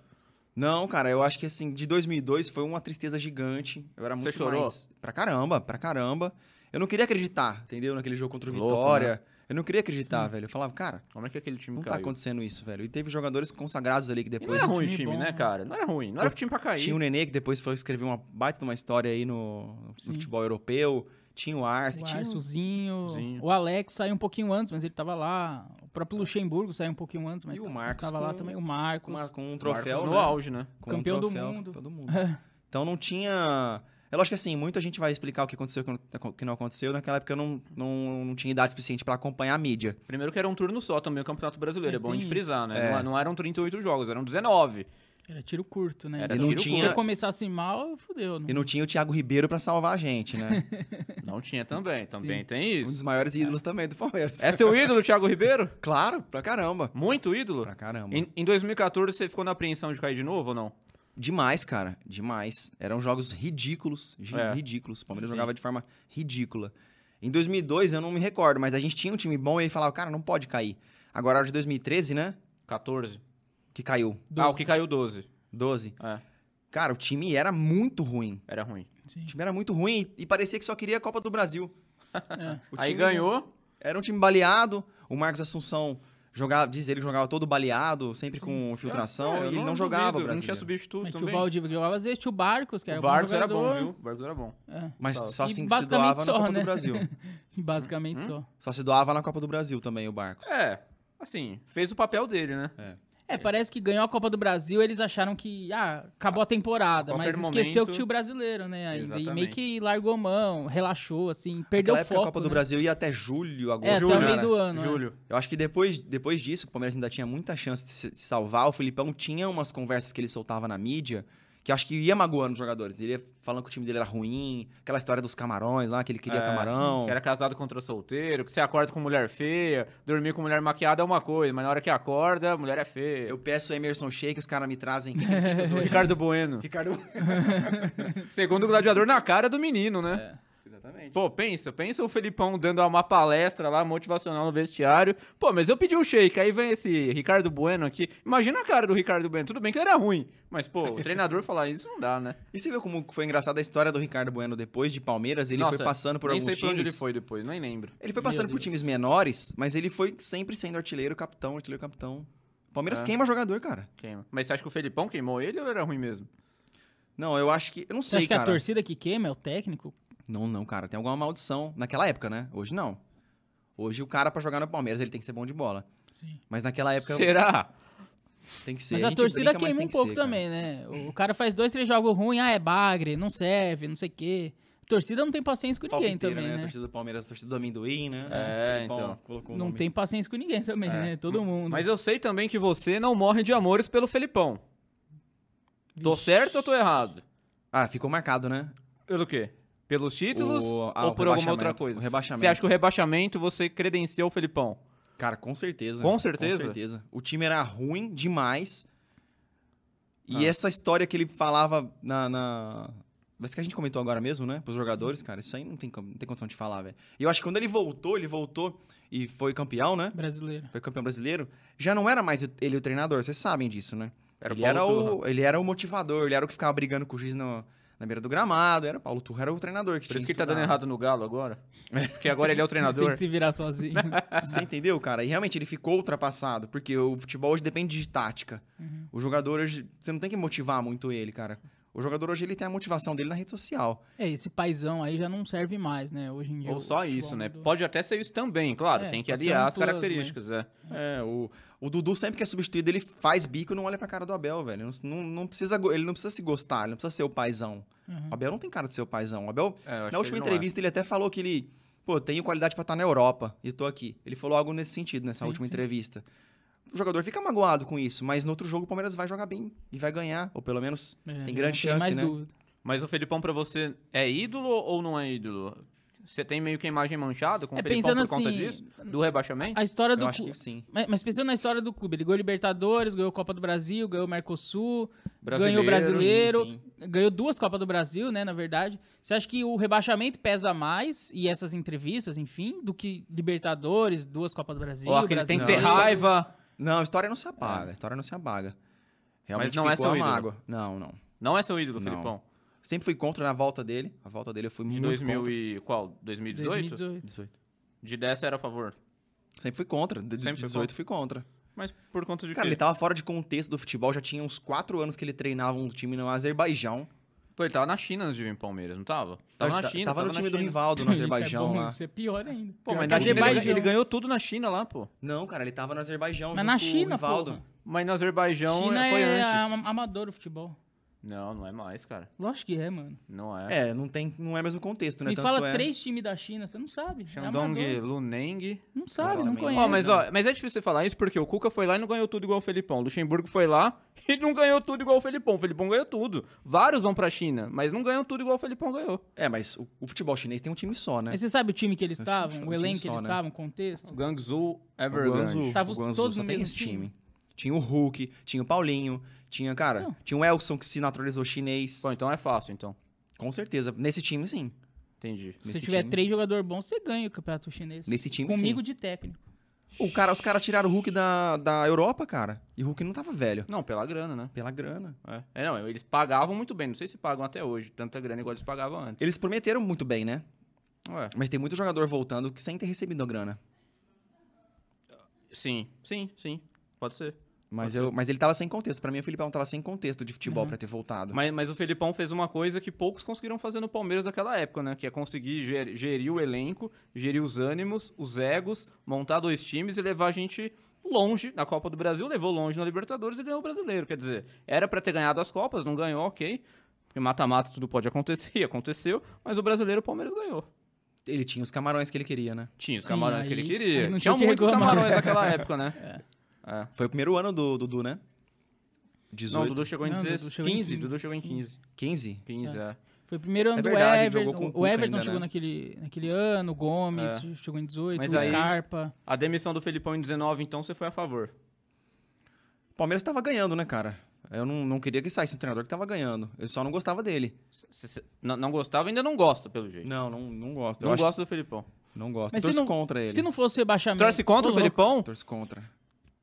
Speaker 3: Não, cara, eu acho que assim, de 2002 foi uma tristeza gigante. Eu era muito
Speaker 2: chorou?
Speaker 3: mais pra caramba, pra caramba. Eu não queria acreditar, entendeu? Naquele jogo contra o
Speaker 2: Louco,
Speaker 3: Vitória. Eu não queria acreditar, velho. Eu falava, cara,
Speaker 2: Como é que aquele time
Speaker 3: não tá
Speaker 2: caiu?
Speaker 3: acontecendo é isso, velho. E teve jogadores consagrados ali que
Speaker 2: E não
Speaker 3: depois
Speaker 2: era ruim o
Speaker 1: time
Speaker 2: time,
Speaker 1: bom,
Speaker 2: né,
Speaker 1: né?
Speaker 2: cara? Não era ruim. Não era time pra cair.
Speaker 3: tinha o Nenê que depois foi escrever uma baita de uma história aí no, no futebol europeu. Tinha o Arce,
Speaker 1: O
Speaker 3: tinha um
Speaker 1: Arce, o Zinho,
Speaker 2: Zinho.
Speaker 1: o Alex saiu um pouquinho antes, mas ele tava lá. O próprio Luxemburgo saiu um pouquinho antes, mas
Speaker 3: E o
Speaker 1: tá- mas
Speaker 3: Marcos
Speaker 1: tava lá
Speaker 3: com-
Speaker 1: também. O Marcos.
Speaker 3: com, uma- com um
Speaker 2: Marcos
Speaker 3: troféu,
Speaker 2: no
Speaker 3: né?
Speaker 2: auge, né?
Speaker 3: Com
Speaker 1: Campeão do
Speaker 3: troféu,
Speaker 1: mundo.
Speaker 3: campeão do mundo.
Speaker 1: É,
Speaker 3: Então não tinha. É lógico que assim, muito a gente vai explicar o que aconteceu e o que não aconteceu. Naquela época eu não, não, não tinha idade suficiente pra acompanhar a mídia.
Speaker 2: Primeiro que era um turno só também, o Campeonato Brasileiro. É,
Speaker 1: É,
Speaker 2: bom a
Speaker 1: tem
Speaker 2: gente
Speaker 1: isso.
Speaker 2: frisar, né? Não, não eram 38 jogos, eram 19.
Speaker 1: era tiro curto, né?
Speaker 2: Era
Speaker 3: E não
Speaker 2: tiro
Speaker 1: Se
Speaker 3: tinha-
Speaker 1: eu começasse mal, fudeu. né? Não...
Speaker 3: E não tinha o Thiago Ribeiro pra salvar a gente, né?
Speaker 2: curto. Não tinha também. Também tem
Speaker 3: um dos
Speaker 2: isso.
Speaker 3: maiores ídolos também do Palmeiras.
Speaker 2: É seu ídolo, Thiago Ribeiro?
Speaker 3: Claro, pra caramba.
Speaker 2: Muito ídolo?
Speaker 3: Pra caramba.
Speaker 2: Em, em 2014 você ficou na apreensão de cair de novo ou não?
Speaker 3: Demais, cara. Demais. Eram jogos ridículos. gi-
Speaker 2: É.
Speaker 3: Ridículos. O Palmeiras
Speaker 2: Sim.
Speaker 3: jogava de forma ridícula. Em 2002, eu não me recordo, mas a gente tinha um time bom e aí falava, cara, não pode cair. Agora era de 2013, né?
Speaker 2: 14?
Speaker 3: Que caiu.
Speaker 2: Ah, o que caiu 12.
Speaker 3: 12.
Speaker 2: É,
Speaker 3: Cara, o time era muito ruim.
Speaker 2: era ruim.
Speaker 1: Sim.
Speaker 3: O time era muito ruim e parecia que só queria a Copa do Brasil.
Speaker 1: É.
Speaker 3: O
Speaker 2: Aí
Speaker 3: time
Speaker 2: ganhou.
Speaker 3: Era um time baleado. O Marcos Assunção Jogava, diz ele que jogava todo baleado, sempre com infiltração,
Speaker 2: É, eu
Speaker 3: e ele não, jogava
Speaker 2: duvido, Não tinha
Speaker 3: brasileiro.
Speaker 2: substituto
Speaker 1: Mas tinha o
Speaker 2: também.
Speaker 1: Valdívia que jogava às vezes, tinha o Barcos, que era
Speaker 2: O Barcos
Speaker 1: bom
Speaker 2: era
Speaker 1: jogador.
Speaker 2: bom, viu? O Barcos era bom.
Speaker 1: É,
Speaker 3: Mas
Speaker 2: Só.
Speaker 3: só
Speaker 1: E
Speaker 3: assim que se
Speaker 1: basicamente
Speaker 3: doava na
Speaker 1: só,
Speaker 3: Copa
Speaker 1: né?
Speaker 3: do Brasil.
Speaker 1: basicamente só.
Speaker 3: Só se doava na Copa do Brasil também o Barcos.
Speaker 2: É, assim, fez o papel dele, né?
Speaker 1: É, parece que ganhou a Copa do Brasil, eles acharam que, ah, acabou a temporada,
Speaker 2: A
Speaker 1: mas
Speaker 2: qualquer
Speaker 1: esqueceu
Speaker 2: momento-
Speaker 1: que tinha o brasileiro, né, ainda. E meio
Speaker 2: Exatamente.
Speaker 1: que largou mão, relaxou, assim, perdeu
Speaker 3: Naquela
Speaker 1: o
Speaker 3: época
Speaker 1: foco,
Speaker 3: a Copa do
Speaker 1: né?
Speaker 3: Brasil ia até julho,
Speaker 1: É,
Speaker 3: agosto. né?
Speaker 1: até o meio do ano, é.
Speaker 2: Júlio.
Speaker 3: Eu acho que depois, depois disso, que o Palmeiras ainda tinha muita chance de se se salvar, o Filipão tinha umas conversas que ele soltava na mídia, que eu acho que ia magoando os jogadores. Ele ia falando que o time dele era ruim, aquela história dos camarões lá, que ele queria
Speaker 2: É,
Speaker 3: camarão.
Speaker 2: que era casado contra solteiro, que você acorda com mulher feia, dormir com mulher maquiada é uma coisa, mas na hora que acorda, a mulher é feia.
Speaker 3: Eu peço Emerson Sheik, os caras me trazem. quem que eu sou?
Speaker 2: Ricardo Bueno.
Speaker 3: Ricardo.
Speaker 2: Segundo gladiador na cara do menino, né?
Speaker 3: Exatamente.
Speaker 2: Pô, pensa, pensa o Felipão dando uma palestra lá, motivacional no vestiário. Pô, mas eu pedi um shake, aí vem esse Ricardo Bueno aqui. Imagina a cara do Ricardo Bueno. Tudo bem que ele era ruim, mas, pô, o treinador falar isso não dá, né?
Speaker 3: E você viu como foi engraçada a história do Ricardo Bueno depois de Palmeiras? Ele
Speaker 2: Nossa,
Speaker 3: foi passando por
Speaker 2: nem
Speaker 3: alguns
Speaker 2: sei pra
Speaker 3: times.
Speaker 2: onde ele foi depois, nem lembro.
Speaker 3: Ele foi passando
Speaker 1: Meu
Speaker 3: por
Speaker 1: Deus.
Speaker 3: times menores, mas ele foi sempre sendo artilheiro, capitão, artilheiro, capitão. Palmeiras
Speaker 2: É.
Speaker 3: queima jogador, cara.
Speaker 2: Queima. Mas você acha que o Felipão queimou ele ou era ruim mesmo?
Speaker 3: Não, eu acho que. Eu não
Speaker 1: Você
Speaker 3: sei,
Speaker 1: acha que a
Speaker 3: cara.
Speaker 1: torcida que queima é o técnico?
Speaker 3: Não, não, cara. Tem alguma maldição. Naquela época, né? Hoje não. Hoje o cara, pra jogar no Palmeiras, ele tem que ser bom de bola.
Speaker 1: Sim.
Speaker 3: Mas naquela época
Speaker 2: Será?
Speaker 3: tem que ser.
Speaker 1: Mas a,
Speaker 3: gente
Speaker 1: torcida
Speaker 3: brinca, mas
Speaker 1: queima
Speaker 3: tem
Speaker 1: um
Speaker 3: que
Speaker 1: pouco
Speaker 3: ser, cara.
Speaker 1: também, né? O cara faz dois, três jogos ruins, ah, é bagre, não serve, não sei o quê. A torcida não tem paciência com ninguém
Speaker 3: Palpiteira,
Speaker 1: também,
Speaker 3: né? A
Speaker 1: né?
Speaker 3: torcida do Palmeiras, a torcida do amendoim, né?
Speaker 2: É,
Speaker 3: O Felipão
Speaker 2: então.
Speaker 3: colocou o
Speaker 1: Não
Speaker 3: nome.
Speaker 1: tem paciência com ninguém também,
Speaker 2: É.
Speaker 1: né? Todo mundo.
Speaker 2: Mas eu sei também que você não morre de amores pelo Felipão. Tô
Speaker 1: Vixe.
Speaker 2: certo ou tô errado?
Speaker 3: Ah, ficou marcado, né?
Speaker 2: Pelo quê? Pelos títulos
Speaker 3: O- ah,
Speaker 2: ou
Speaker 3: o
Speaker 2: por alguma outra
Speaker 3: rebaixamento,
Speaker 2: coisa?
Speaker 3: o rebaixamento.
Speaker 2: Você acha que o rebaixamento você credenciou o Felipão?
Speaker 3: Cara, com certeza.
Speaker 2: Com certeza?
Speaker 3: Com certeza. O time era ruim demais. E
Speaker 2: Ah.
Speaker 3: essa história que ele falava na, na. Mas que a gente comentou agora mesmo, né? Pros jogadores, cara, isso aí não tem, como- não tem condição de falar, velho. E eu acho que quando ele voltou, ele voltou e foi campeão, né?
Speaker 1: Brasileiro.
Speaker 3: Foi campeão brasileiro. Já não era mais o- ele o treinador, vocês sabem disso, né?
Speaker 2: Era o
Speaker 3: ele,
Speaker 2: Paulo
Speaker 3: era o,
Speaker 2: Turra.
Speaker 3: ele era o motivador, ele era o que ficava brigando com o juiz no- na beira do gramado. Era o Paulo Turra, era o treinador que
Speaker 2: Por isso que
Speaker 3: tinha
Speaker 2: ele tá dando
Speaker 3: estudado.
Speaker 2: errado no Galo agora. Porque agora ele é o
Speaker 1: Tem
Speaker 2: treinador.
Speaker 1: que se virar sozinho.
Speaker 3: Você entendeu, cara? E realmente ele ficou ultrapassado, porque o futebol hoje depende de tática. O jogador hoje, você não tem que motivar muito ele, cara. O jogador hoje ele tem a motivação dele na rede social.
Speaker 1: é, esse paizão aí já não serve mais, né? Hoje em dia.
Speaker 2: Ou
Speaker 1: o
Speaker 2: só
Speaker 1: futebol
Speaker 2: isso, né?
Speaker 1: mudou.
Speaker 2: Pode até ser isso também, claro.
Speaker 1: É,
Speaker 2: tem que
Speaker 1: pode ser um
Speaker 2: aliar as
Speaker 1: plus,
Speaker 2: características, é.
Speaker 3: É, o, o Dudu sempre que é substituído, ele faz bico e não olha pra cara do Abel, velho. Não, não- não precisa, go- ele não precisa se gostar, ele não precisa ser o paizão.
Speaker 1: Uhum.
Speaker 3: O Abel não tem cara de ser o paizão. O Abel,
Speaker 2: É, eu acho que
Speaker 3: na última
Speaker 2: ele não é.
Speaker 3: entrevista, ele até falou que ele, pô, tenho qualidade pra estar na Europa e tô aqui. Ele falou algo nesse sentido nessa
Speaker 1: Sim,
Speaker 3: última
Speaker 1: sim.
Speaker 3: entrevista. O jogador fica magoado com isso, mas no outro jogo o Palmeiras vai jogar bem e vai ganhar, ou pelo menos
Speaker 1: É,
Speaker 3: tem
Speaker 1: não
Speaker 3: grande
Speaker 1: tem
Speaker 3: chance,
Speaker 1: mais
Speaker 3: né?
Speaker 1: dúvida.
Speaker 2: Mas o Felipão pra você é ídolo ou não é ídolo? Você tem meio que a imagem manchada com o
Speaker 1: É,
Speaker 2: Felipão
Speaker 1: pensando
Speaker 2: por conta
Speaker 1: assim,
Speaker 2: disso? Do rebaixamento?
Speaker 1: A história do
Speaker 3: Eu acho
Speaker 1: cu-
Speaker 3: que sim.
Speaker 1: Mas, mas pensando na história do clube, ele ganhou Libertadores, ganhou Copa do Brasil, ganhou Mercosul, ganhou
Speaker 2: Brasileiro,
Speaker 1: Brasileiro,
Speaker 3: sim,
Speaker 1: ganhou duas Copas do Brasil, né, na verdade. Você acha que o rebaixamento pesa mais, e essas entrevistas, enfim, do que Libertadores, duas Copas do Brasil,
Speaker 2: Ou aquele tem que
Speaker 1: Brasileiro?
Speaker 2: ter raiva?
Speaker 3: Não, a história não se
Speaker 1: É.
Speaker 3: apaga, a história não se apaga. Realmente
Speaker 2: não é
Speaker 3: ficou
Speaker 2: seu
Speaker 3: a
Speaker 2: ídolo.
Speaker 3: mágoa. Não, não.
Speaker 2: Não é seu ídolo,
Speaker 3: Não.
Speaker 2: Felipão.
Speaker 3: Sempre fui contra na volta dele. A volta dele eu fui
Speaker 2: De
Speaker 3: muito
Speaker 2: 2000
Speaker 3: contra.
Speaker 2: e qual? 2018?
Speaker 1: 2018.
Speaker 3: 18.
Speaker 2: De 10 era a favor.
Speaker 3: Sempre fui contra. De
Speaker 2: Sempre foi
Speaker 3: 18 fui contra.
Speaker 2: Mas por conta de
Speaker 3: Cara,
Speaker 2: quê?
Speaker 3: ele tava fora de contexto do futebol, já tinha uns 4 anos que ele treinava um time no Azerbaijão.
Speaker 2: Pô, ele tava na China antes de vir pro Palmeiras, não tava? Tava
Speaker 3: Ele
Speaker 2: na
Speaker 3: ta-
Speaker 2: China.
Speaker 3: tá, tava no
Speaker 2: na
Speaker 3: time do
Speaker 2: China.
Speaker 3: Rivaldo no Azerbaijão
Speaker 1: isso é bom,
Speaker 3: lá.
Speaker 1: Isso é pior ainda.
Speaker 2: Pô, mas
Speaker 1: Pior
Speaker 2: na
Speaker 1: que
Speaker 2: China ele ganhou- ele,
Speaker 1: Azerbaijão.
Speaker 2: ganhou tudo na China lá, pô.
Speaker 3: Não, cara, ele tava no Azerbaijão.
Speaker 1: Mas
Speaker 3: junto
Speaker 1: na
Speaker 3: com o
Speaker 1: China,
Speaker 3: Rivaldo.
Speaker 1: porra.
Speaker 2: Mas no Azerbaijão
Speaker 1: China
Speaker 2: é- foi
Speaker 1: é
Speaker 2: antes.
Speaker 1: am- amador o futebol.
Speaker 2: Não, não é mais, cara.
Speaker 1: Lógico que é, mano.
Speaker 2: Não é.
Speaker 3: É, não, tem, não é mesmo contexto, né?
Speaker 1: Me
Speaker 3: Tanto
Speaker 1: fala
Speaker 3: é-
Speaker 1: três times da China, você não sabe.
Speaker 2: Shandong,
Speaker 1: é amador.
Speaker 2: Luneng.
Speaker 1: Não sabe, não
Speaker 3: Exatamente.
Speaker 1: conhece.
Speaker 2: Ó, mas, ó, mas é difícil você falar isso porque o Cuca foi lá e não ganhou tudo igual o Felipão. O Luxemburgo foi lá e não ganhou tudo igual o Felipão. O Felipão ganhou tudo. Vários vão pra China, mas não ganham tudo igual o Felipão ganhou.
Speaker 3: É, mas o, o futebol chinês tem um time só, né?
Speaker 1: Mas você sabe o time que eles
Speaker 3: Acho que é um
Speaker 1: estavam, o
Speaker 3: time
Speaker 1: elenco que
Speaker 3: só,
Speaker 1: eles
Speaker 3: né?
Speaker 1: estavam, o contexto?
Speaker 2: Guangzhou
Speaker 3: O Guangzhou,
Speaker 2: Evergrande.
Speaker 1: Tava
Speaker 3: o Guangzhou
Speaker 1: todos
Speaker 3: só
Speaker 1: no
Speaker 3: tem
Speaker 1: mesmo
Speaker 3: esse
Speaker 1: time.
Speaker 3: time. Tinha o Hulk, tinha o Paulinho, tinha, cara,
Speaker 1: Não.
Speaker 3: tinha o Elson que se naturalizou chinês.
Speaker 2: Pô, então é fácil, então.
Speaker 3: Com certeza. Nesse time, sim.
Speaker 2: Entendi.
Speaker 1: Se
Speaker 3: Nesse
Speaker 1: tiver
Speaker 3: time.
Speaker 1: três jogadores bons, você ganha o campeonato chinês.
Speaker 3: Nesse time,
Speaker 1: Comigo
Speaker 3: sim.
Speaker 1: de técnico.
Speaker 3: O cara, os caras tiraram o Hulk da, da Europa, cara. E o Hulk não tava velho.
Speaker 2: Não, pela grana, né?
Speaker 3: Pela grana.
Speaker 2: É. É, não, eles pagavam muito bem. Não sei se pagam até hoje tanta grana igual eles pagavam antes.
Speaker 3: Eles prometeram muito bem, né?
Speaker 2: Ué,
Speaker 3: Mas tem muito jogador voltando que sem ter recebido a grana.
Speaker 2: Sim, sim, sim. Pode ser.
Speaker 3: Mas,
Speaker 2: Você-
Speaker 3: eu, mas ele tava sem contexto. Pra mim, o Filipão tava sem contexto de futebol pra ter voltado.
Speaker 2: Mas, mas o Felipão fez uma coisa que poucos conseguiram fazer no Palmeiras daquela época, né? Que é conseguir ger- gerir o elenco, gerir os ânimos, os egos, montar dois times e levar a gente longe na Copa do Brasil, levou longe na Libertadores e ganhou o Brasileiro. Quer dizer, era pra ter ganhado as Copas, não ganhou, ok. Porque mata-mata tudo pode acontecer, e aconteceu, mas o Brasileiro o Palmeiras ganhou.
Speaker 3: Ele tinha os camarões que ele queria, né?
Speaker 2: Tinha os
Speaker 1: Sim,
Speaker 2: camarões que
Speaker 1: aí-
Speaker 2: ele
Speaker 1: aí
Speaker 2: queria.
Speaker 1: não tinha
Speaker 2: Tinha
Speaker 1: o que
Speaker 2: muitos
Speaker 1: reclamar.
Speaker 2: camarões naquela época, né? É.
Speaker 3: Foi o primeiro ano do Dudu, né? 18,
Speaker 2: Não, o Dudu chegou em
Speaker 1: Não, o Dudu
Speaker 2: 16,
Speaker 1: chegou em Hum.
Speaker 2: 15,
Speaker 1: 15.
Speaker 2: Dudu chegou em 15.
Speaker 3: 15?
Speaker 2: 15, é.
Speaker 1: Foi o primeiro ano
Speaker 3: É
Speaker 1: do
Speaker 3: verdade, ele
Speaker 1: Everton.
Speaker 3: jogou com o
Speaker 1: o
Speaker 3: Cuca
Speaker 1: Everton
Speaker 3: ainda,
Speaker 1: chegou
Speaker 3: né?
Speaker 1: naquele, naquele ano, o Gomes
Speaker 2: É.
Speaker 1: chegou em 18,
Speaker 2: Mas
Speaker 1: o
Speaker 2: aí-
Speaker 1: Scarpa.
Speaker 2: A demissão do Felipão em 19, então você foi a favor.
Speaker 3: O Palmeiras tava ganhando, né, cara? Eu não, não queria que saísse um treinador que tava ganhando. Eu só não gostava dele.
Speaker 2: Cê- cê- não, não gostava, ainda não gosta, pelo jeito.
Speaker 3: Não, não, não gosto.
Speaker 2: Não,
Speaker 3: eu
Speaker 2: gosta do Felipão.
Speaker 3: Acho, não gosto.
Speaker 1: Mas
Speaker 3: Torço
Speaker 1: se não-
Speaker 3: contra ele.
Speaker 1: Se não fosse o rebaixamento.
Speaker 2: Torce contra
Speaker 1: Ô,
Speaker 2: o
Speaker 1: louco,
Speaker 2: Felipão?
Speaker 3: Torço contra.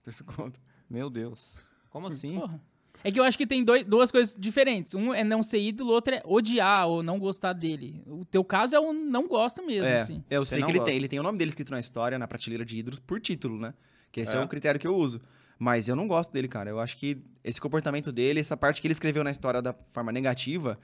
Speaker 3: Torço contra.
Speaker 2: Meu Deus. Como assim?
Speaker 1: porra. É que eu acho que tem dois- duas coisas diferentes. Um é não ser ídolo, outro é odiar ou não gostar dele. O teu caso é o não gosta mesmo,
Speaker 3: É,
Speaker 1: assim.
Speaker 3: eu
Speaker 2: Você
Speaker 3: sei
Speaker 2: não
Speaker 3: que ele
Speaker 2: gosta.
Speaker 3: tem. Ele tem o nome dele escrito na história, na prateleira de ídolos, por título, né? Que esse é,
Speaker 2: É.
Speaker 3: um critério que eu uso. Mas eu não gosto dele, cara. Eu acho que esse comportamento dele, essa parte que ele escreveu na história da forma negativa.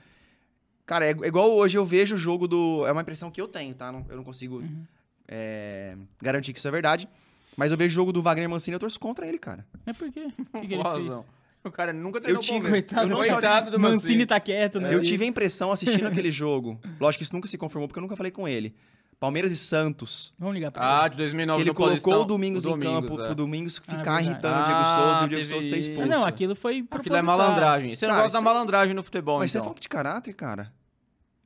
Speaker 3: Cara, é, é igual hoje eu vejo o jogo do. É uma impressão que eu tenho, tá? Não- eu não consigo
Speaker 1: Uhum.
Speaker 3: é, garantir que isso é verdade. Mas eu vejo o jogo do Wagner Mancini, eu torço contra ele, cara.
Speaker 1: Mas por quê? O que, é que ele
Speaker 2: Boa
Speaker 1: fez?
Speaker 2: razão. O cara nunca treinou
Speaker 3: tive-
Speaker 2: Palmeiras.
Speaker 3: eu não só-
Speaker 2: Coitado do Mancini.
Speaker 1: tá quieto, né?
Speaker 3: Eu tive a impressão assistindo aquele jogo. Lógico que isso nunca se confirmou, porque eu nunca falei com ele. Palmeiras e Santos.
Speaker 1: Vamos ligar pra
Speaker 2: Ah,
Speaker 1: ele.
Speaker 2: de 2009
Speaker 3: que ele
Speaker 2: no Paulistão.
Speaker 3: colocou o Domingos, em campo,
Speaker 2: é.
Speaker 3: pro Domingos ficar
Speaker 1: verdade.
Speaker 3: irritando o Diego
Speaker 2: Ah,
Speaker 3: Souza e o Diego
Speaker 2: teve
Speaker 3: Souza ser
Speaker 2: isso.
Speaker 1: Ah,
Speaker 3: expulso.
Speaker 1: não, aquilo foi
Speaker 2: Aquilo é
Speaker 1: proposital.
Speaker 2: malandragem. Você não
Speaker 3: Cara,
Speaker 2: gosta da
Speaker 3: isso-
Speaker 2: malandragem no futebol,
Speaker 3: Mas isso é
Speaker 2: então.
Speaker 3: falta de caráter, cara.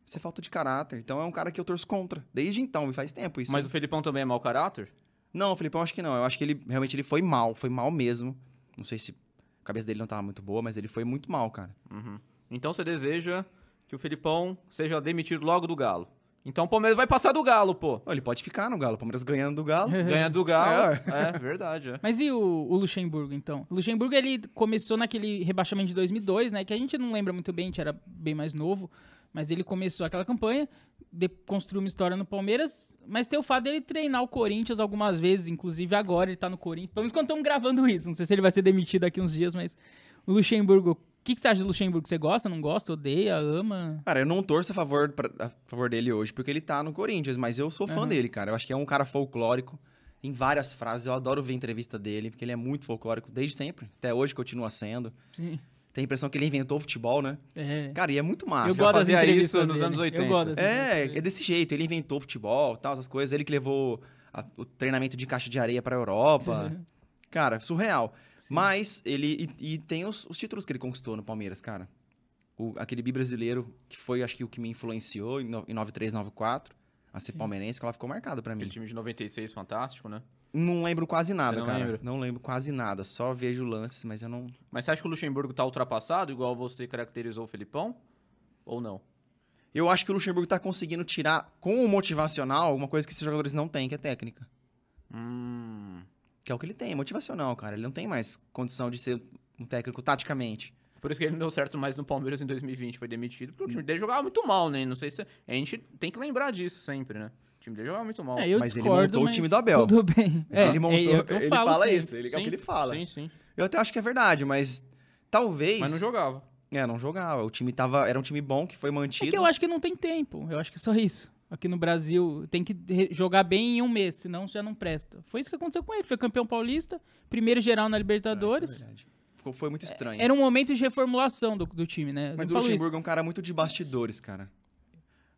Speaker 3: Isso é falta de caráter. Então é um cara que eu torço contra. Desde então, e faz tempo isso.
Speaker 2: Mas o Felipão também é mau caráter?
Speaker 3: Não, Felipe, eu acho que não. Eu acho que ele realmente ele foi mal, foi mal mesmo. Não sei se a cabeça dele não tava muito boa, mas ele foi muito mal, cara.
Speaker 2: Uhum. Então você deseja que o Felipão seja demitido logo do Galo. Então o Palmeiras vai passar do Galo, pô.
Speaker 3: Ó, Ele pode ficar no Galo, o Palmeiras ganhando do Galo.
Speaker 2: Ganha do Galo. É, verdade, é.
Speaker 1: Mas e o, o Luxemburgo, então? O Luxemburgo, ele começou naquele rebaixamento de 2002, né? Que a gente não lembra muito bem, a gente era bem mais novo. Mas ele começou aquela campanha, de, construiu uma história no Palmeiras. Mas tem o fato dele treinar o Corinthians algumas vezes, inclusive agora ele tá no Corinthians. Pelo menos quando estamos gravando isso. Não sei se ele vai ser demitido daqui uns dias, mas... O Luxemburgo... O que, que você acha do Luxemburgo? Você gosta, não gosta, odeia, ama?
Speaker 3: Cara, eu não torço a favor, pra- a favor dele hoje, porque ele tá no Corinthians, mas eu sou fã dele, cara. Eu acho que é um cara folclórico, tem várias frases, eu adoro ver entrevista dele, porque ele é muito folclórico desde sempre, até hoje continua sendo.
Speaker 1: Sim.
Speaker 3: Tem a impressão que ele inventou o futebol, né?
Speaker 1: É.
Speaker 3: Cara, e é muito
Speaker 1: eu
Speaker 3: massa.
Speaker 2: go-
Speaker 1: gosto né? das
Speaker 2: fazia isso
Speaker 1: entrevistas
Speaker 2: nos
Speaker 1: dele.
Speaker 2: anos
Speaker 1: Eu
Speaker 2: 80.
Speaker 1: gosto das
Speaker 3: É,
Speaker 1: entrevistas
Speaker 3: é desse jeito, ele inventou o futebol, tal, essas coisas, ele que levou a- o treinamento de caixa de areia pra Europa.
Speaker 1: dele.
Speaker 3: Cara, surreal. Mas ele. E, e tem os, os títulos que ele conquistou no Palmeiras, cara. O- aquele bi brasileiro, que foi, acho que, o que me influenciou em, no, em 93, 94, a ser palmeirense, que ela ficou marcada pra mim.
Speaker 2: Aquele time de 96 fantástico, né?
Speaker 3: Não lembro quase nada,
Speaker 2: não
Speaker 3: cara.
Speaker 2: lembra?
Speaker 3: Não lembro quase nada. Só vejo lances, mas eu não.
Speaker 2: Mas você acha que o Luxemburgo tá ultrapassado, igual você caracterizou o Felipão? Ou não?
Speaker 3: Eu acho que o Luxemburgo tá conseguindo tirar com o motivacional uma coisa que esses jogadores não têm, que é técnica.
Speaker 2: Hum.
Speaker 3: Que é o que ele tem, é motivacional, cara. Ele não tem mais condição de ser um técnico taticamente.
Speaker 2: Por isso que ele não deu certo mais no Palmeiras em 2020, foi demitido, porque o time dele jogava muito mal, né? Não sei se. A gente tem que lembrar disso sempre, né? O time dele jogava muito mal.
Speaker 1: É, eu
Speaker 3: Mas ele
Speaker 1: discordo,
Speaker 3: montou o
Speaker 1: mas
Speaker 3: time do Abel.
Speaker 1: Tudo bem.
Speaker 3: Mas ele montou.
Speaker 1: é o que eu
Speaker 3: ele
Speaker 1: falo
Speaker 3: fala
Speaker 1: sempre.
Speaker 3: isso, ele, é o
Speaker 2: Sim,
Speaker 3: que ele fala.
Speaker 2: Sim, sim.
Speaker 3: Eu até acho que é verdade, mas talvez.
Speaker 2: Mas não jogava.
Speaker 3: É, não jogava. O time tava. Era um time bom que foi
Speaker 1: É
Speaker 3: mantido.
Speaker 1: que eu acho que não tem tempo. Eu acho que é só isso. Aqui no Brasil tem que re- jogar bem em um mês, senão já não presta. Foi isso que aconteceu com ele. Foi campeão paulista, primeiro geral na
Speaker 3: Ah, isso é
Speaker 1: Libertadores.
Speaker 3: verdade. Ficou- foi muito estranho.
Speaker 1: Era um momento de reformulação do, do time, né? Eu
Speaker 3: Mas o
Speaker 1: falo isso.
Speaker 3: Luxemburgo é um cara muito de bastidores, cara.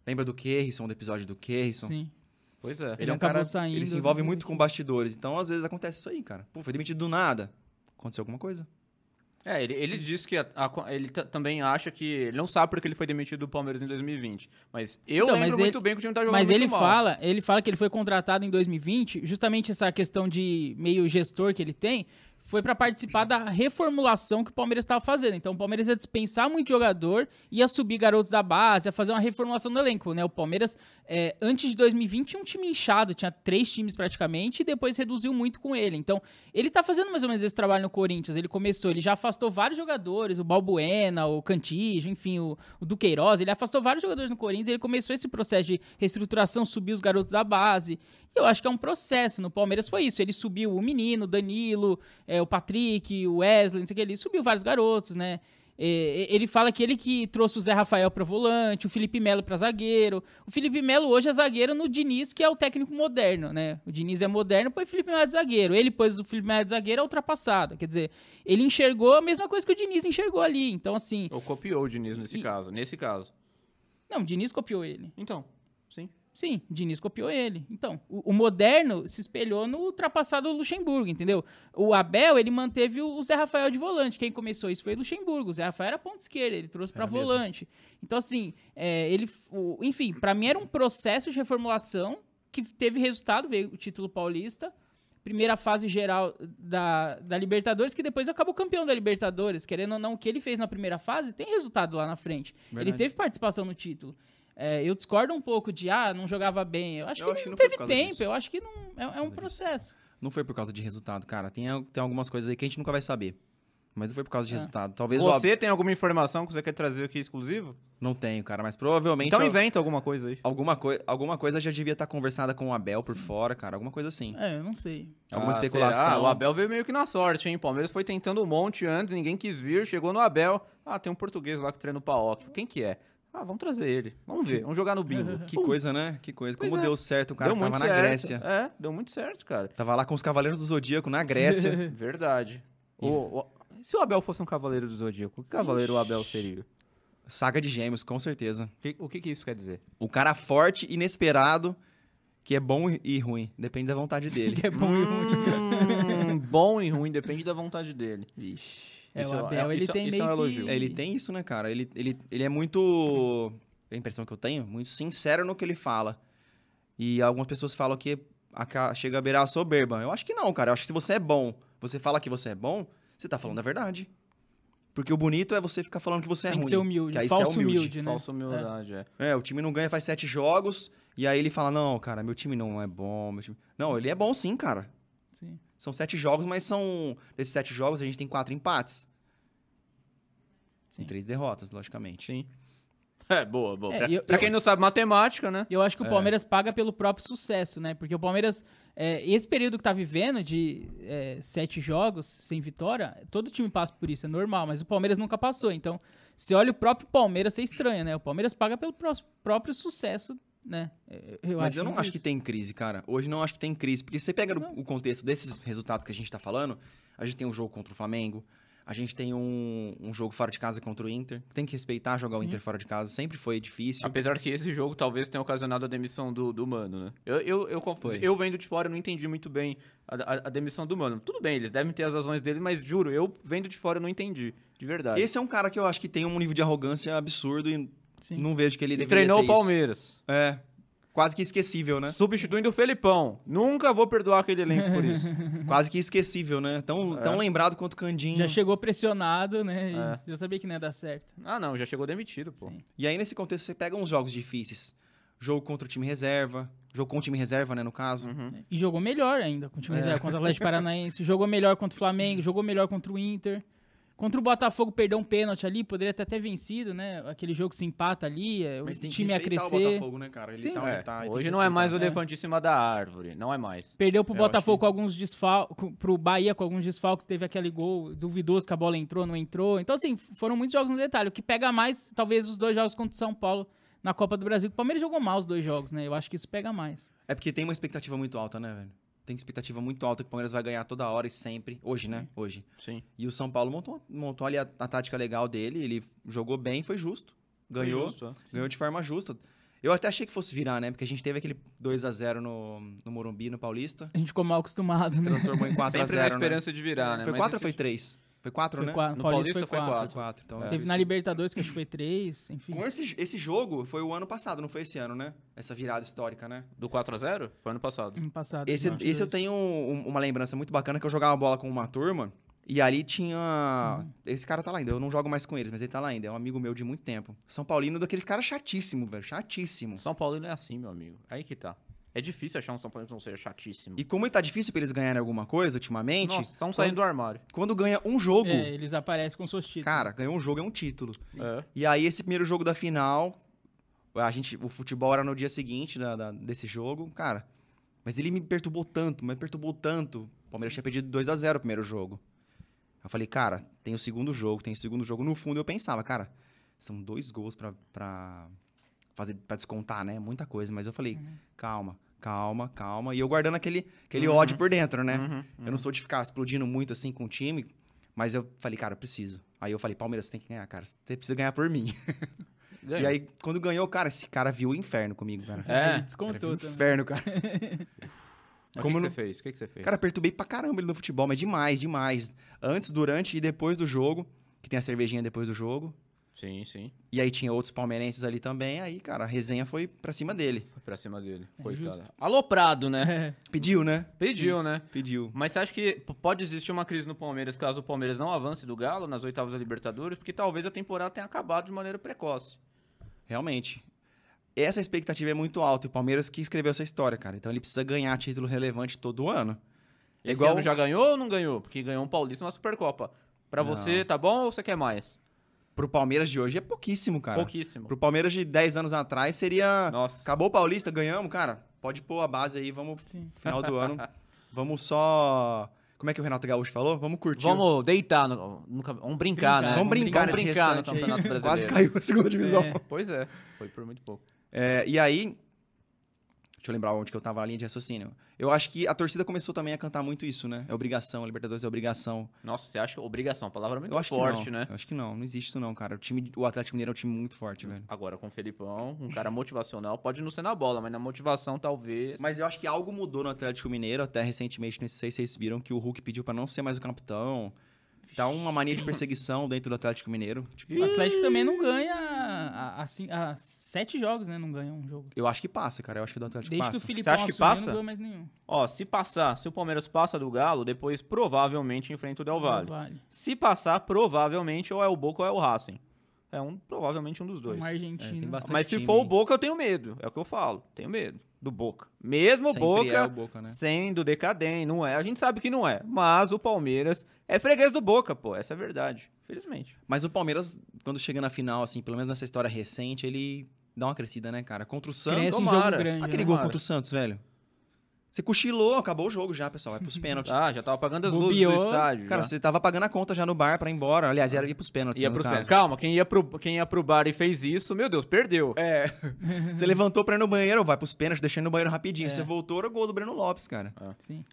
Speaker 3: Lembra do Kerrison, do episódio do Kerrison?
Speaker 1: Sim.
Speaker 2: Pois é.
Speaker 1: Ele
Speaker 3: é um
Speaker 1: acabou
Speaker 3: cara,
Speaker 1: saindo
Speaker 3: Ele se envolve
Speaker 1: do-
Speaker 3: muito com bastidores. Então, às vezes, acontece isso aí, cara. Pô, foi demitido do nada. Aconteceu alguma coisa.
Speaker 2: É, ele, ele disse que a- a- ele ta- também acha que. Ele não sabe porque ele foi demitido do Palmeiras em 2020. Mas eu
Speaker 1: Então,
Speaker 2: lembro
Speaker 1: mas
Speaker 2: muito
Speaker 1: ele-
Speaker 2: bem que o time tá jogando
Speaker 1: Mas
Speaker 2: muito
Speaker 1: ele
Speaker 2: mal.
Speaker 1: fala, ele fala que ele foi contratado em 2020, justamente essa questão de meio gestor que ele tem, foi pra participar da reformulação que o Palmeiras estava fazendo. Então o Palmeiras ia dispensar muito jogador, ia subir garotos da base, ia fazer uma reformulação do elenco, né? O Palmeiras, é, antes de 2020, tinha um time inchado, tinha três times praticamente, e depois reduziu muito com ele. Então, ele tá fazendo mais ou menos esse trabalho no Corinthians. Ele começou, ele já afastou vários jogadores, o Balbuena, o Cantígio, enfim, o, o Duqueiroz. Ele afastou vários jogadores no Corinthians. Ele começou esse processo de reestruturação, subir os garotos da base. E eu acho que é um processo. No Palmeiras foi isso. Ele subiu o menino, o Danilo, é, o Patrick, o Wesley, não sei o que. Ele subiu vários garotos, né? É, Ele fala que ele que trouxe o Zé Rafael para volante, o Felipe Melo para zagueiro. O Felipe Melo hoje é zagueiro no Diniz, que é o técnico moderno, né? O Diniz é moderno, põe o Felipe Melo de zagueiro. Ele pôs o Felipe Melo de zagueiro, é ultrapassado. Quer dizer, ele enxergou a mesma coisa que o Diniz enxergou ali. Então, assim,
Speaker 2: Ou copiou o Diniz nesse
Speaker 1: E-
Speaker 2: caso. Nesse caso.
Speaker 1: não, o Diniz copiou ele.
Speaker 2: Então, sim.
Speaker 1: Sim, Diniz copiou ele. Então, o, o moderno se espelhou no ultrapassado Luxemburgo, entendeu? O Abel, ele manteve o, o Zé Rafael de volante. Quem começou isso foi o Luxemburgo. O Zé Rafael era ponta esquerda, ele trouxe pra
Speaker 3: Era mesmo.
Speaker 1: volante. Então, assim, é, ele. f- o- enfim, pra mim era um processo de reformulação que teve resultado, veio o título paulista. Primeira fase geral da, da Libertadores, que depois acabou campeão da Libertadores. Querendo ou não, o que ele fez na primeira fase tem resultado lá na frente. Ele
Speaker 3: Verdade.
Speaker 1: teve participação no título. É, eu discordo um pouco de, ah, não jogava bem. Eu acho
Speaker 3: Eu
Speaker 1: que
Speaker 3: acho que
Speaker 1: não
Speaker 3: não foi
Speaker 1: teve
Speaker 3: por causa
Speaker 1: tempo,
Speaker 3: disso.
Speaker 1: eu acho que não. É, é um
Speaker 3: disso.
Speaker 1: processo.
Speaker 3: Não foi por causa de resultado, cara. Tem, al- tem algumas coisas aí que a gente nunca vai saber. Mas não foi por causa de
Speaker 1: É.
Speaker 3: resultado. Talvez o Ab-
Speaker 2: Você tem alguma informação que você quer trazer aqui exclusivo?
Speaker 3: Não tenho, cara. Mas provavelmente
Speaker 2: Então
Speaker 3: al-
Speaker 2: inventa alguma coisa aí.
Speaker 3: alguma, coi... alguma coisa já devia estar conversada com o Abel por fora, cara. Alguma coisa assim.
Speaker 1: É, eu não sei.
Speaker 3: Alguma
Speaker 2: Ah,
Speaker 3: especulação.
Speaker 2: será? O Abel veio meio que na sorte, hein? O Palmeiras foi tentando um monte antes, ninguém quis vir, chegou no Abel. Ah, tem um português lá que treina o Paok. Quem que é? Ah, vamos trazer ele. Vamos ver, vamos jogar no bingo.
Speaker 3: Que
Speaker 2: Pum,
Speaker 3: coisa, né? Que coisa.
Speaker 2: Uhum. Pois
Speaker 3: Como
Speaker 2: é.
Speaker 3: deu certo o cara
Speaker 2: deu
Speaker 3: que tava
Speaker 2: muito
Speaker 3: na
Speaker 2: certo.
Speaker 3: Grécia.
Speaker 2: É, deu muito certo, cara.
Speaker 3: Tava lá com os Cavaleiros do Zodíaco na Grécia.
Speaker 2: Verdade. O- o- se o Abel fosse um cavaleiro do Zodíaco, que cavaleiro o Abel seria?
Speaker 3: Saga de Gêmeos, com certeza.
Speaker 2: O que- o que, que isso quer dizer?
Speaker 3: O cara forte, inesperado, que é bom e ruim. Depende da vontade dele.
Speaker 1: Que é bom e ruim.
Speaker 2: Hum, bom e ruim, depende da vontade dele.
Speaker 1: Vixe. É,
Speaker 2: Isso é-
Speaker 1: o Abel, ele
Speaker 2: isso-
Speaker 1: tem
Speaker 2: isso é
Speaker 1: meio
Speaker 2: um elogio.
Speaker 1: que...
Speaker 3: É, Ele tem isso, né, cara? Ele, ele, ele é muito. A impressão que eu tenho, muito sincero no que ele fala. E algumas pessoas falam que aca- chega a beirar a soberba. Eu acho que não, cara. Eu acho que se você é bom, você fala que você é bom, você tá falando a verdade. Porque o bonito é você ficar falando que você é
Speaker 1: Tem que
Speaker 3: ruim.
Speaker 1: ser humilde,
Speaker 3: que aí você
Speaker 1: falso
Speaker 3: é humilde.
Speaker 1: humilde, né?
Speaker 2: Falsa humildade, é.
Speaker 3: É, o time não ganha faz sete jogos. E aí ele fala: Não, cara, meu time não é bom. meu time-" Não, ele é bom sim, cara.
Speaker 1: Sim.
Speaker 3: São sete jogos, mas são. Desses sete jogos, a gente tem quatro empates.
Speaker 1: Sim.
Speaker 3: E três derrotas, logicamente.
Speaker 2: Sim. É, boa, boa.
Speaker 1: É,
Speaker 2: pra,
Speaker 1: e eu-
Speaker 2: pra
Speaker 1: eu-
Speaker 2: quem não sabe matemática, né?
Speaker 1: Eu
Speaker 3: É.
Speaker 1: acho que o Palmeiras paga pelo próprio sucesso, né? Porque o Palmeiras, é, esse período que tá vivendo de é, sete jogos sem vitória, todo time passa por isso, é normal, mas o Palmeiras nunca passou. Então, se olha o próprio Palmeiras, você estranha, né? O Palmeiras paga pelo pró- próprio sucesso, né? É,
Speaker 3: Mas eu não
Speaker 1: muito
Speaker 3: acho que
Speaker 1: isso.
Speaker 3: tem crise, cara. Hoje não acho que tem crise. Porque se você pega
Speaker 1: Não.
Speaker 3: o, o contexto desses resultados que a gente tá falando, a gente tem um jogo contra o Flamengo, a gente tem um, um jogo fora de casa contra o Inter. Tem que respeitar jogar o
Speaker 1: Sim.
Speaker 3: Inter fora de casa. Sempre foi difícil.
Speaker 2: Apesar que esse jogo talvez tenha ocasionado a demissão do, do Mano, né? Eu, eu, eu, conf-
Speaker 3: Foi.
Speaker 2: eu vendo de fora, eu não entendi muito bem a, a- a demissão do Mano. Tudo bem, eles devem ter as razões dele, mas juro, eu vendo de fora, eu não entendi. De verdade.
Speaker 3: Esse é um cara que eu acho que tem um nível de arrogância absurdo e
Speaker 1: Sim.
Speaker 3: não vejo que ele
Speaker 2: E
Speaker 3: deveria
Speaker 2: treinou
Speaker 3: ter
Speaker 2: o Palmeiras.
Speaker 3: Isso. É. Quase que esquecível, né?
Speaker 2: Substituindo o Felipão. Nunca vou perdoar aquele elenco por isso.
Speaker 3: Quase que esquecível, né? Tão, tão lembrado quanto o Candinho.
Speaker 1: Já chegou pressionado, né? E
Speaker 2: É.
Speaker 1: Já sabia que não ia dar certo.
Speaker 2: ah, não, já chegou demitido, pô.
Speaker 1: Sim.
Speaker 3: E aí, nesse contexto, você pega uns jogos difíceis. Jogo contra o time reserva. Jogo com o time reserva, né, no caso.
Speaker 2: Uhum.
Speaker 1: E jogou melhor ainda com o
Speaker 3: É.
Speaker 1: time reserva, contra o Atlético Paranaense, jogou melhor contra o Flamengo, jogou melhor contra o Inter. Contra o Botafogo perdeu um pênalti ali, poderia ter até vencido, né? Aquele jogo que se empata ali, é, o
Speaker 3: Mas tem que
Speaker 1: time a
Speaker 3: respeitar
Speaker 1: crescer.
Speaker 3: o Botafogo, né, cara? Ele
Speaker 1: Sim.
Speaker 3: tá onde
Speaker 2: É,
Speaker 3: tá. e tem
Speaker 2: hoje
Speaker 3: que
Speaker 2: não é mais o
Speaker 3: respeitar.
Speaker 2: elefante em cima da árvore. Não é mais.
Speaker 1: Perdeu pro
Speaker 3: É, eu acho
Speaker 1: Botafogo
Speaker 3: que-
Speaker 1: com alguns desfalques, pro Bahia com alguns desfalques, teve aquele gol duvidoso que a bola entrou, não entrou. Então, assim, f- foram muitos jogos no detalhe. O que pega mais, talvez, os dois jogos contra o São Paulo na Copa do Brasil, que o Palmeiras jogou mal os dois jogos, né? Eu acho que isso pega mais.
Speaker 3: É porque tem uma expectativa muito alta, né, velho? Tem expectativa muito alta que o Palmeiras vai ganhar toda hora e sempre. Hoje, né? Hoje.
Speaker 2: Sim.
Speaker 3: E o São Paulo montou, montou ali a, a tática legal dele. Ele jogou bem, foi justo. Ganhou.
Speaker 2: Foi justo, é.
Speaker 3: Ganhou de forma justa. Eu até achei que fosse virar, né? Porque a gente teve aquele 2 a 0 no, no Morumbi, no Paulista.
Speaker 1: A gente ficou mal acostumado, né?
Speaker 3: Transformou em 4 a
Speaker 2: Sempre na
Speaker 3: 0 né?
Speaker 2: esperança de virar, né?
Speaker 3: Foi
Speaker 2: Mas
Speaker 3: 4 ou
Speaker 2: esse-
Speaker 3: foi 3? Foi 4,
Speaker 1: Foi
Speaker 3: né?
Speaker 1: quatro,
Speaker 2: No
Speaker 1: Paulista
Speaker 2: Paulista
Speaker 1: foi
Speaker 2: foi
Speaker 1: quatro.
Speaker 2: quatro.
Speaker 3: Foi 4.
Speaker 2: É.
Speaker 3: Então,
Speaker 1: Teve na Libertadores, que acho que foi três, enfim.
Speaker 3: Com esse, esse jogo foi o ano passado, não foi esse ano, né? Essa virada histórica, né?
Speaker 2: Do 4x0? Foi ano passado.
Speaker 1: Ano passado.
Speaker 3: Esse,
Speaker 1: né?
Speaker 3: esse eu tenho um- uma lembrança muito bacana que eu jogava bola com uma turma e ali tinha.
Speaker 1: Uhum.
Speaker 3: Esse cara tá lá ainda. Eu não jogo mais com eles, mas ele tá lá ainda. É um amigo meu de muito tempo. São Paulino daqueles caras chatíssimo, velho. Chatíssimo.
Speaker 2: São Paulo não é assim, meu amigo. Aí que tá. É difícil achar um São Paulo que não seja chatíssimo.
Speaker 3: E como tá difícil pra eles ganharem alguma coisa ultimamente,
Speaker 2: Nossa, estão saindo do armário.
Speaker 3: quando ganha um jogo,
Speaker 1: É, eles aparecem com seus títulos.
Speaker 3: cara, ganhou um jogo é um título.
Speaker 2: É.
Speaker 3: E aí, esse primeiro jogo da final, a gente, o futebol era no dia seguinte da- da- desse jogo, cara. Mas ele me perturbou tanto, mas perturbou tanto. O Palmeiras tinha perdido 2 a 0 o primeiro jogo. Eu falei, cara, tem o segundo jogo, tem o segundo jogo. No fundo eu pensava, cara, são dois gols pra, pra fazer para descontar, né? Muita coisa, mas eu falei, calma, calma, calma. E eu guardando aquele, aquele
Speaker 2: Uhum.
Speaker 3: ódio por dentro, né?
Speaker 2: Uhum,
Speaker 3: Eu não sou de ficar explodindo muito assim com o time, mas eu falei, cara, eu preciso. Aí eu falei, Palmeiras, você tem que ganhar, cara. Você precisa ganhar por mim.
Speaker 2: Ganhou.
Speaker 3: E aí, quando ganhou, cara, esse cara viu o inferno comigo,
Speaker 2: É,
Speaker 3: cara.
Speaker 1: Ele
Speaker 3: Cara, viu
Speaker 1: descontou
Speaker 3: o
Speaker 1: também.
Speaker 3: um inferno, cara.
Speaker 2: Mas
Speaker 3: Como
Speaker 2: o que, que você
Speaker 3: não-
Speaker 2: fez? O que, que você fez?
Speaker 3: Cara, perturbei pra caramba ele no futebol, mas demais, demais. Antes, durante e depois do jogo, que tem a cervejinha depois do jogo.
Speaker 2: Sim, sim.
Speaker 3: E aí tinha outros palmeirenses ali também, aí, cara, a resenha foi pra cima dele.
Speaker 2: Foi pra cima dele. Coitado. Aloprado, né?
Speaker 1: É.
Speaker 3: Pediu, né?
Speaker 2: Pediu, né?
Speaker 3: Pediu.
Speaker 2: Mas você acha que p- pode existir uma crise no Palmeiras caso o Palmeiras não avance do Galo nas oitavas da Libertadores? Porque talvez a temporada tenha acabado de maneira precoce.
Speaker 3: Realmente. Essa expectativa é muito alta. E o Palmeiras que escreveu essa história, cara. Então ele precisa ganhar título relevante todo ano. É
Speaker 2: Esse
Speaker 3: igual-
Speaker 2: ano já ganhou ou não ganhou? Porque ganhou um Paulista e uma Supercopa. Pra
Speaker 3: Não.
Speaker 2: você, tá bom ou você quer mais?
Speaker 3: Pro Palmeiras de hoje é pouquíssimo, cara.
Speaker 2: Pouquíssimo.
Speaker 3: Pro Palmeiras de 10 anos atrás seria.
Speaker 2: Nossa.
Speaker 3: Acabou o Paulista, ganhamos, cara. Pode pôr a base aí, vamos.
Speaker 1: Sim.
Speaker 3: Final do ano. Vamos só. Como é que o Renato Gaúcho falou? Vamos curtir. o-
Speaker 2: Vamos deitar, no, no cam- vamos brincar, né?
Speaker 3: Vamos brincar,
Speaker 2: vamos
Speaker 3: nesse
Speaker 2: brincar no
Speaker 3: restante aí.
Speaker 2: Campeonato Brasileiro.
Speaker 3: Quase caiu a segunda divisão.
Speaker 1: É.
Speaker 2: Pois é, foi por muito pouco.
Speaker 3: É, e aí. Deixa eu lembrar onde que eu tava na linha de raciocínio. Eu acho que a torcida começou também a cantar muito isso, né? É obrigação, a Libertadores é obrigação.
Speaker 2: Nossa, você acha que obrigação, palavra muito
Speaker 3: eu acho
Speaker 2: forte,
Speaker 3: que não.
Speaker 2: né?
Speaker 3: Eu acho que não, não existe isso não, cara. O time, o Atlético Mineiro é um time muito forte, velho.
Speaker 2: Agora com o Felipão, um cara motivacional, pode não ser na bola, mas na motivação talvez.
Speaker 3: Mas eu acho que algo mudou no Atlético Mineiro, até recentemente, não sei se vocês viram que o Hulk pediu pra não ser mais o capitão. Tá uma mania de perseguição dentro do Atlético Mineiro. Tipo,
Speaker 1: O Atlético também não ganha a, a cin- a sete jogos, né? Não ganha um jogo.
Speaker 3: eu acho que passa, cara. Eu acho que do Atlético
Speaker 1: Desde que o
Speaker 3: passa.
Speaker 1: Filipão
Speaker 2: acha que
Speaker 1: assumiu,
Speaker 2: passa?
Speaker 1: não ganhou mais nenhum.
Speaker 2: Ó, se passar, se o Palmeiras passa do Galo, depois provavelmente enfrenta o Del Valle.
Speaker 1: Não vale.
Speaker 2: Se passar, provavelmente ou é o Boca ou é o Racing. É um, provavelmente um dos dois.
Speaker 1: Uma
Speaker 3: É, tem
Speaker 1: Argentina.
Speaker 3: bastante
Speaker 2: Mas se
Speaker 3: time,
Speaker 2: for o
Speaker 3: hein?
Speaker 2: Boca, eu tenho medo. É o que eu falo. Tenho medo do Boca. Mesmo o
Speaker 3: Sempre
Speaker 2: Boca,
Speaker 3: é o Boca, né?
Speaker 2: sendo decadente, não é. A gente sabe que não é. Mas o Palmeiras é freguês do Boca, pô. Essa é a verdade. Felizmente.
Speaker 3: Mas o Palmeiras, quando chega na final, assim, pelo menos nessa história recente, ele dá uma crescida, né, cara? Contra o Santos.
Speaker 1: Cresce um
Speaker 2: tomara.
Speaker 1: jogo grande. né?
Speaker 3: Aquele gol
Speaker 2: Cara.
Speaker 3: contra o Santos, velho. Você cochilou, acabou o jogo já, pessoal. Vai pros pênaltis.
Speaker 2: Ah, já tava pagando as luzes
Speaker 1: Bobeou.
Speaker 2: do estádio.
Speaker 3: Cara,
Speaker 2: já.
Speaker 3: você tava pagando a conta já no bar pra ir embora. Aliás, era ir pros pênaltis.
Speaker 2: Ia
Speaker 3: né, no
Speaker 2: pros
Speaker 3: caso.
Speaker 2: pés. Calma, quem ia, pro, quem ia pro bar e fez isso, meu Deus, perdeu.
Speaker 3: É. Você levantou pra ir no banheiro, vai pros pênaltis, deixando no banheiro
Speaker 2: É.
Speaker 3: rapidinho. Você voltou, era o gol do Breno Lopes, cara.
Speaker 1: Sim.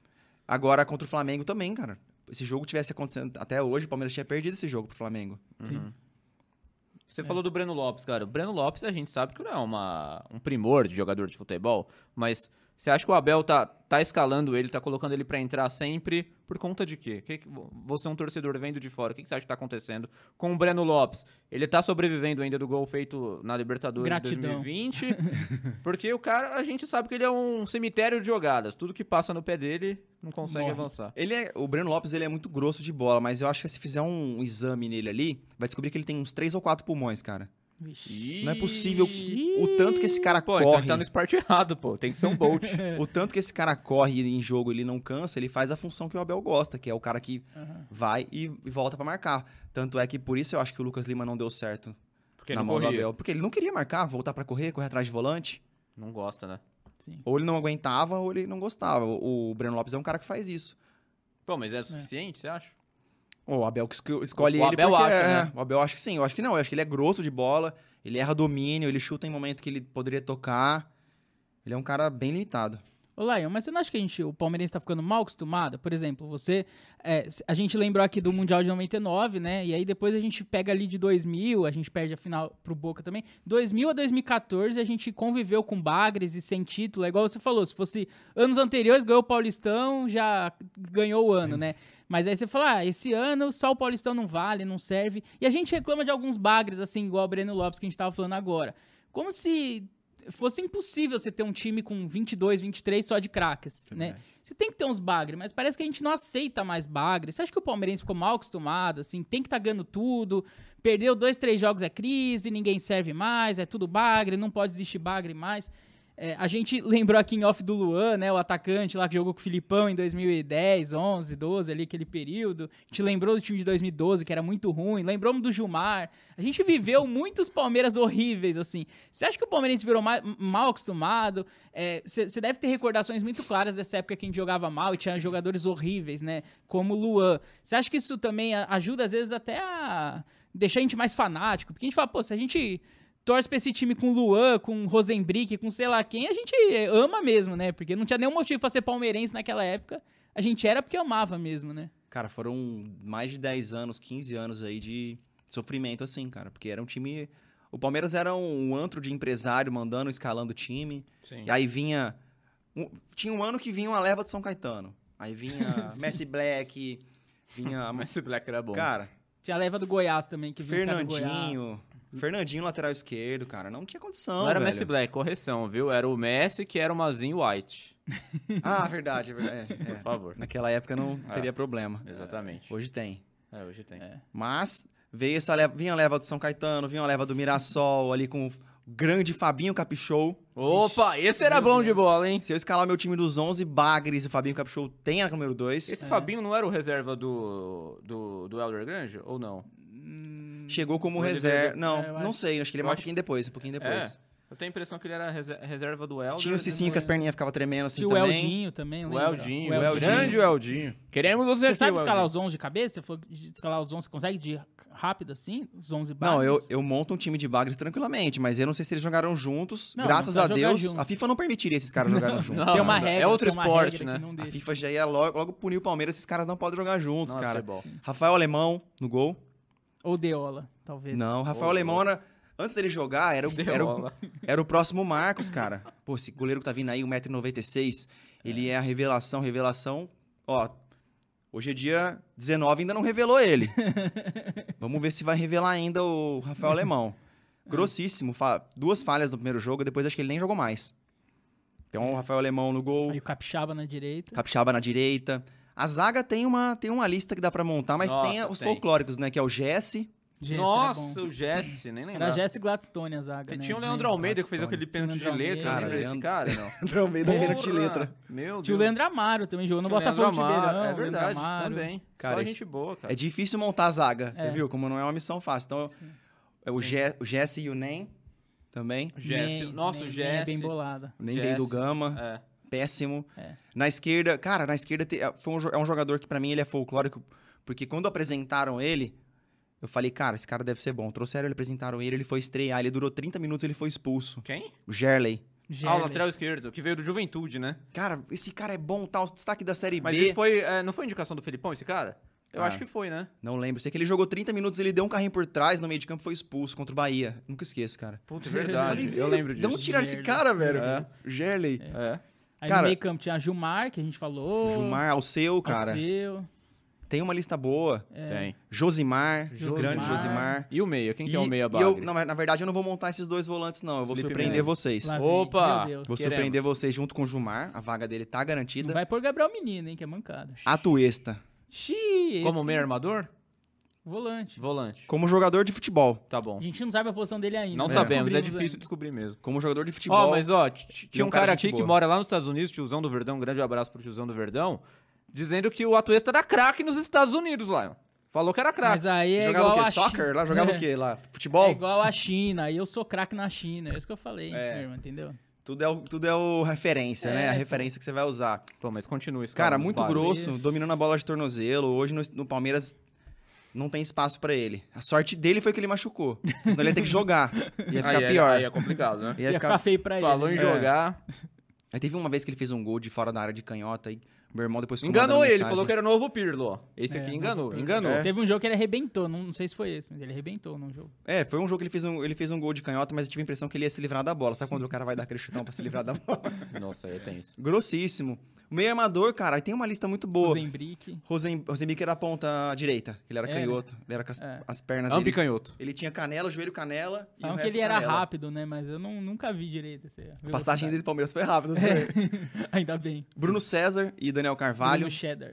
Speaker 3: Agora contra o Flamengo também, cara. Se o jogo tivesse acontecendo até hoje, o Palmeiras tinha perdido esse jogo pro Flamengo.
Speaker 1: sim.
Speaker 3: Uhum.
Speaker 1: É.
Speaker 2: Você falou do Breno Lopes, cara. O Breno Lopes a gente sabe que não é uma, um primor de jogador de futebol, mas você acha que o Abel tá, tá escalando ele, tá colocando ele pra entrar sempre por conta de quê? Que que vo- você é um torcedor vendo de fora, o que, que você acha que tá acontecendo com o Breno Lopes? Ele tá sobrevivendo ainda do gol feito na Libertadores
Speaker 1: Gratidão.
Speaker 2: 2020, porque o cara, a gente sabe que ele é um cemitério de jogadas. Tudo que passa no pé dele não consegue
Speaker 1: Morre.
Speaker 2: avançar.
Speaker 3: Ele é, o Breno Lopes ele é muito grosso de bola, mas eu acho que se fizer um exame nele ali, vai descobrir que ele tem uns três ou quatro pulmões, cara.
Speaker 1: Vixe.
Speaker 3: Não é possível o tanto que esse cara
Speaker 2: Pô, então
Speaker 3: corre.
Speaker 2: ele tá no esporte errado, pô. Tem que ser um Bolt.
Speaker 3: O tanto que esse cara corre em jogo, ele não cansa, ele faz a função que o Abel gosta, que é o cara que
Speaker 1: Aham.
Speaker 3: vai e e volta pra marcar. Tanto é que por isso eu acho que o Lucas Lima não deu certo
Speaker 2: Porque
Speaker 3: na
Speaker 2: ele
Speaker 3: mão do
Speaker 2: corria.
Speaker 3: Abel, porque ele não queria marcar, voltar pra correr, correr atrás de volante,
Speaker 2: Não gosta, né?
Speaker 1: Sim.
Speaker 3: ou ele não aguentava ou ele não gostava. O o Breno Lopes é um cara que faz isso.
Speaker 2: Pô, mas é suficiente, você acha?
Speaker 3: O Abel que esco- escolhe
Speaker 2: O
Speaker 3: ele
Speaker 2: Abel
Speaker 3: porque
Speaker 2: acha,
Speaker 3: é,
Speaker 2: né?
Speaker 3: o Abel acho que sim, eu acho que não, eu acho que ele é grosso de bola, ele erra domínio, ele chuta em momento que ele poderia tocar. Ele é um cara bem limitado.
Speaker 1: Ô, Lion, mas você não acha que a gente, o palmeirense tá ficando mal acostumado? Por exemplo, você. é, se- a gente lembrou aqui do Mundial de 99, né? E aí depois a gente pega ali de 2000, a gente perde a final pro Boca também. 2000 a 2014 a gente conviveu com bagres e sem título. É igual você falou, se fosse anos anteriores, ganhou o Paulistão, já ganhou o ano, né? Mas aí você fala, ah, esse ano só o Paulistão não vale, não serve. E a gente reclama de alguns bagres, assim, igual o Breno Lopes que a gente tava falando agora. Como se fosse impossível você ter um time com 22, 23 só de craques,
Speaker 3: é
Speaker 1: né?
Speaker 3: verdade.
Speaker 1: Você tem que ter uns bagre, mas parece que a gente não aceita mais bagre. Você acha que o palmeirense ficou mal acostumado, assim, tem que estar ganhando tudo, perdeu dois, três jogos é crise, ninguém serve mais, é tudo bagre, não pode existir bagre mais. É, É, a gente lembrou aqui em off do Luan, né? O atacante lá que jogou com o Filipão em 2010, 11, 12, ali aquele período. A gente lembrou do time de 2012, que era muito ruim. Lembramos do Gilmar. A gente viveu muitos Palmeiras horríveis, assim. Você acha que o Palmeirense virou ma- mal acostumado? É, Você você deve ter recordações muito claras dessa época que a gente jogava mal e tinha jogadores horríveis, né? Como o Luan. Você acha que isso também a- ajuda, às vezes, até a deixar a gente mais fanático? Porque a gente fala, pô, se a gente torce pra esse time com Luan, com Rosenbrick, com sei lá quem, a gente ama mesmo, né? Porque não tinha nenhum motivo pra ser palmeirense naquela época. A gente era porque amava mesmo, né?
Speaker 3: Cara, foram mais de 10 anos, 15 anos aí de sofrimento, assim, cara. Porque era um time. O Palmeiras era um antro de empresário mandando, escalando o time.
Speaker 2: Sim.
Speaker 3: E aí vinha. um- tinha um ano que vinha uma leva do São Caetano. Aí vinha Messi Black, vinha.
Speaker 2: Mas o Black era bom.
Speaker 3: cara,
Speaker 1: Tinha a leva do Goiás também, que vinha os caras do Goiás.
Speaker 3: Fernandinho. Fernandinho, lateral esquerdo, cara. Não tinha condição.
Speaker 2: não era
Speaker 3: velho.
Speaker 2: Messi Black, correção, viu? Era o Messi que era o Mazinho White.
Speaker 3: Ah, verdade, é verdade. É,
Speaker 2: Por
Speaker 3: é.
Speaker 2: favor.
Speaker 3: Naquela época não
Speaker 2: Ah.
Speaker 3: teria problema.
Speaker 2: Exatamente.
Speaker 3: Hoje tem.
Speaker 2: É, hoje tem.
Speaker 3: Mas veio essa leva, vinha a leva do São Caetano, vinha a leva do Mirassol ali com o grande Fabinho Capixou.
Speaker 2: Opa, esse era bom de bola, hein?
Speaker 3: Se eu escalar meu time dos 11 Bagres e o Fabinho Capixou tem a número 2,
Speaker 2: Esse Fabinho não era o reserva do, do, do Elder Granja? Ou não?
Speaker 1: Hum,
Speaker 3: chegou como
Speaker 2: Ele
Speaker 3: reserva.
Speaker 2: veio-
Speaker 3: Não,
Speaker 1: é, eu
Speaker 3: não sei, acho que ele é
Speaker 2: eu
Speaker 3: mais um
Speaker 2: acho-
Speaker 3: pouquinho depois, um pouquinho depois.
Speaker 2: Eu tenho a impressão que ele era rese- reserva do Elder. é.
Speaker 3: Tinha o Cicinho que as perninhas ficavam tremendo assim
Speaker 1: Tinha o
Speaker 3: também.
Speaker 1: Eldinho também,
Speaker 2: O
Speaker 1: lembra?
Speaker 2: Eldinho,
Speaker 1: O
Speaker 2: o
Speaker 3: Eldinho.
Speaker 2: grande Eldinho. Queremos você
Speaker 1: Você
Speaker 2: aqui,
Speaker 1: sabe
Speaker 2: o
Speaker 1: escalar
Speaker 2: Eldinho.
Speaker 1: os 11 de cabeça? Você falou de escalar os 11, você consegue de rápido assim? Os 11
Speaker 3: Não, eu,
Speaker 1: bases?
Speaker 3: eu monto um time de Bagres tranquilamente, mas eu não sei se eles jogaram juntos.
Speaker 1: Não,
Speaker 3: Graças
Speaker 1: não
Speaker 3: a
Speaker 1: precisa jogar
Speaker 3: Deus,
Speaker 1: junto.
Speaker 3: a FIFA não permitiria esses caras jogarem juntos.
Speaker 2: Não,
Speaker 1: Tem uma
Speaker 2: não,
Speaker 1: regra,
Speaker 2: é outro
Speaker 1: tem uma
Speaker 2: esporte,
Speaker 1: regra
Speaker 2: né?
Speaker 1: Que não
Speaker 3: A
Speaker 1: deixa.
Speaker 3: FIFA já ia logo, logo punir o Palmeiras, esses caras não podem jogar juntos,
Speaker 2: Não, é
Speaker 3: cara.
Speaker 2: futebol.
Speaker 3: Rafael Alemão no gol.
Speaker 1: Ou Deola, talvez.
Speaker 3: Não, o Rafael
Speaker 2: Ô,
Speaker 3: Alemão era. Antes dele jogar, era o, era, um o,
Speaker 2: Deola.
Speaker 3: era o próximo Marcos, cara. Pô, esse goleiro que tá vindo aí, 1,96m, ele é a revelação, revelação. Ó, hoje é dia 19, ainda não revelou ele. Vamos ver se vai revelar ainda o Rafael Alemão. Grossíssimo, fa- duas falhas no primeiro jogo, depois acho que ele nem jogou mais. Então, o Rafael Alemão no gol,
Speaker 1: Aí o Capixaba na direita.
Speaker 3: Capixaba na direita. A zaga tem uma, tem uma lista que dá pra montar, mas tem
Speaker 2: Nossa,
Speaker 3: os
Speaker 2: tem.
Speaker 3: folclóricos, né? Que é o Jesse,
Speaker 1: Jesse era
Speaker 2: Nossa,
Speaker 1: bom.
Speaker 2: o Jesse, nem
Speaker 1: Era
Speaker 2: lembro.
Speaker 1: Jesse Gladstone a zaga, né?
Speaker 2: Tinha o Leandro Almeida que fez aquele pênalti de
Speaker 1: Leandro
Speaker 2: letra,
Speaker 1: Almeida.
Speaker 2: lembra desse cara? Não.
Speaker 3: Entrou meio da pênalti de
Speaker 2: Porra!
Speaker 3: letra.
Speaker 2: Meu Deus.
Speaker 1: Tinha o Leandro Amaro também, jogou no
Speaker 2: Tinha o Leandro
Speaker 1: Botafogo de
Speaker 2: Amaro,
Speaker 1: Verão.
Speaker 2: É
Speaker 1: Leandro
Speaker 2: verdade,
Speaker 1: Amaro.
Speaker 2: também.
Speaker 3: Cara,
Speaker 2: Só
Speaker 3: esse-
Speaker 2: gente boa, cara.
Speaker 3: É difícil montar a zaga,
Speaker 1: É.
Speaker 3: você viu? Como não é uma missão fácil. Então,
Speaker 1: Sim.
Speaker 3: é o, Je, o Jesse e o Nem também.
Speaker 2: Jesse,
Speaker 1: Nem-
Speaker 2: nossa,
Speaker 1: nem-
Speaker 2: o
Speaker 1: nem
Speaker 2: Jesse.
Speaker 1: É bem bolada.
Speaker 3: O Nem veio do
Speaker 2: Jesse.
Speaker 3: Gama,
Speaker 2: É.
Speaker 3: péssimo.
Speaker 1: É.
Speaker 3: Na esquerda, cara, na esquerda te- foi um jo- é um jogador que pra mim ele é folclórico, porque quando apresentaram ele, eu falei, cara, esse cara deve ser bom. Trouxeram ele, apresentaram ele, ele foi estrear, ele durou 30 minutos, ele foi expulso.
Speaker 2: Quem?
Speaker 3: O Gerley.
Speaker 2: Ah, o
Speaker 1: Gelli.
Speaker 2: lateral esquerdo, que veio do Juventude, né?
Speaker 3: Cara, esse cara é bom, tal, destaque da Série
Speaker 2: Mas
Speaker 3: B.
Speaker 2: isso foi. é, não foi indicação do Felipão, esse cara? Eu
Speaker 3: Ah.
Speaker 2: acho que foi, né?
Speaker 3: Não lembro, sei que ele jogou 30 minutos, ele deu um carrinho por trás, no meio de campo foi expulso contra o Bahia. Nunca esqueço, cara.
Speaker 2: Putz,
Speaker 1: Eu
Speaker 2: É verdade.
Speaker 1: falei,
Speaker 2: eu lembro disso.
Speaker 3: Não tirar esse
Speaker 1: Gerley.
Speaker 3: um cara, velho.
Speaker 2: É.
Speaker 3: Gerley.
Speaker 2: É.
Speaker 1: Aí
Speaker 3: Cara-
Speaker 1: no meio campo tinha a Gilmar, que a gente falou.
Speaker 3: Gilmar, Alceu, cara.
Speaker 1: Alceu.
Speaker 3: Tem uma lista boa.
Speaker 2: Tem.
Speaker 3: Josimar,
Speaker 1: É. Josimar.
Speaker 3: grande Josimar.
Speaker 2: E o meia? Quem que é o meia
Speaker 3: e
Speaker 2: Bagre?
Speaker 3: eu, não, mas na verdade, eu não vou montar esses dois volantes, não. Eu vou
Speaker 2: Felipe
Speaker 3: surpreender
Speaker 2: Melo.
Speaker 3: vocês.
Speaker 1: Lá vem.
Speaker 2: Opa!
Speaker 1: Meu Deus.
Speaker 3: Vou
Speaker 2: Queremos.
Speaker 3: surpreender vocês junto com o Gilmar. A vaga dele tá
Speaker 1: Não
Speaker 3: garantida.
Speaker 1: vai pôr Gabriel Menino, hein, que é mancada.
Speaker 3: Atuesta.
Speaker 1: Xiii,
Speaker 2: Como
Speaker 1: esse
Speaker 2: meia armador?
Speaker 1: Volante.
Speaker 2: Volante.
Speaker 3: Como jogador de futebol.
Speaker 2: Tá
Speaker 1: A
Speaker 2: bom.
Speaker 1: gente não sabe a posição dele ainda.
Speaker 2: Não
Speaker 1: né?
Speaker 2: sabemos, é
Speaker 1: Descobrimos
Speaker 2: difícil
Speaker 1: ainda.
Speaker 2: descobrir mesmo.
Speaker 3: Como jogador de futebol.
Speaker 2: Ó, mas ó, t- t- tinha
Speaker 3: um
Speaker 2: um
Speaker 3: cara
Speaker 2: cara
Speaker 3: gente
Speaker 2: aqui que
Speaker 3: boa.
Speaker 2: mora lá nos Estados Unidos, tiozão do Verdão, um grande abraço pro tiozão do Verdão, dizendo que o Atuesta era craque nos Estados Unidos, Lion. Falou que era craque.
Speaker 1: Mas aí é
Speaker 3: Jogava
Speaker 1: igual
Speaker 3: o
Speaker 1: a
Speaker 3: quê?
Speaker 1: China.
Speaker 3: Soccer? Lá jogava o quê? Lá? Futebol?
Speaker 1: É igual a China, aí eu sou craque na China, é isso que eu falei, meu irmão, entendeu?
Speaker 3: Tudo é o, tudo é o referência, né? A
Speaker 1: É,
Speaker 3: referência que você vai usar.
Speaker 2: Pô, mas continua esse
Speaker 3: Cara,
Speaker 2: nos
Speaker 3: muito
Speaker 2: bares.
Speaker 3: grosso, dominando a bola de tornozelo. Hoje no, no Palmeiras não tem espaço pra ele. A sorte dele foi que ele machucou. Senão ele ia ter que jogar. Ia ficar
Speaker 2: Aí é-
Speaker 3: pior.
Speaker 2: Aí é complicado, né?
Speaker 1: Ia, ficar feio pra
Speaker 2: Falou em
Speaker 1: ele. né?
Speaker 3: É.
Speaker 2: jogar.
Speaker 3: Aí teve uma vez que ele fez um gol de fora da área de canhota e meu irmão depois ficou
Speaker 2: Enganou
Speaker 3: mandando
Speaker 2: ele,
Speaker 3: mensagem.
Speaker 2: falou que era o novo Pirlo, ó. Esse
Speaker 1: É,
Speaker 2: aqui
Speaker 1: não
Speaker 2: enganou,
Speaker 1: vou-
Speaker 2: enganou.
Speaker 3: É.
Speaker 1: Teve um jogo que ele arrebentou, não, não sei se foi esse, mas ele arrebentou num jogo.
Speaker 3: É, foi um jogo que ele fez um, ele fez um gol de canhota, mas eu tive a impressão que ele ia se livrar da bola. Sabe quando o cara vai dar aquele chutão pra se livrar da bola?
Speaker 2: Nossa, é aí tem isso.
Speaker 3: Grossíssimo. O meio armador, cara, aí tem uma lista muito
Speaker 1: O
Speaker 3: boa.
Speaker 1: Zembrick.
Speaker 3: Rosen, Rosenbique era a ponta direita, que ele era
Speaker 1: Era.
Speaker 3: canhoto, ele era com as,
Speaker 1: É.
Speaker 3: as pernas
Speaker 2: Ambi
Speaker 3: dele.
Speaker 2: canhoto.
Speaker 3: Ele tinha canela, joelho, canela e o
Speaker 1: Falam que
Speaker 3: resto
Speaker 1: ele era
Speaker 3: canela.
Speaker 1: rápido, né? Mas eu não, nunca vi direito. assim, Essa
Speaker 3: A
Speaker 1: velocidade.
Speaker 3: passagem dele do Palmeiras foi rápida.
Speaker 1: É.
Speaker 3: também.
Speaker 1: Ainda bem.
Speaker 3: Bruno César e Daniel Carvalho,
Speaker 1: Bruno Cheddar.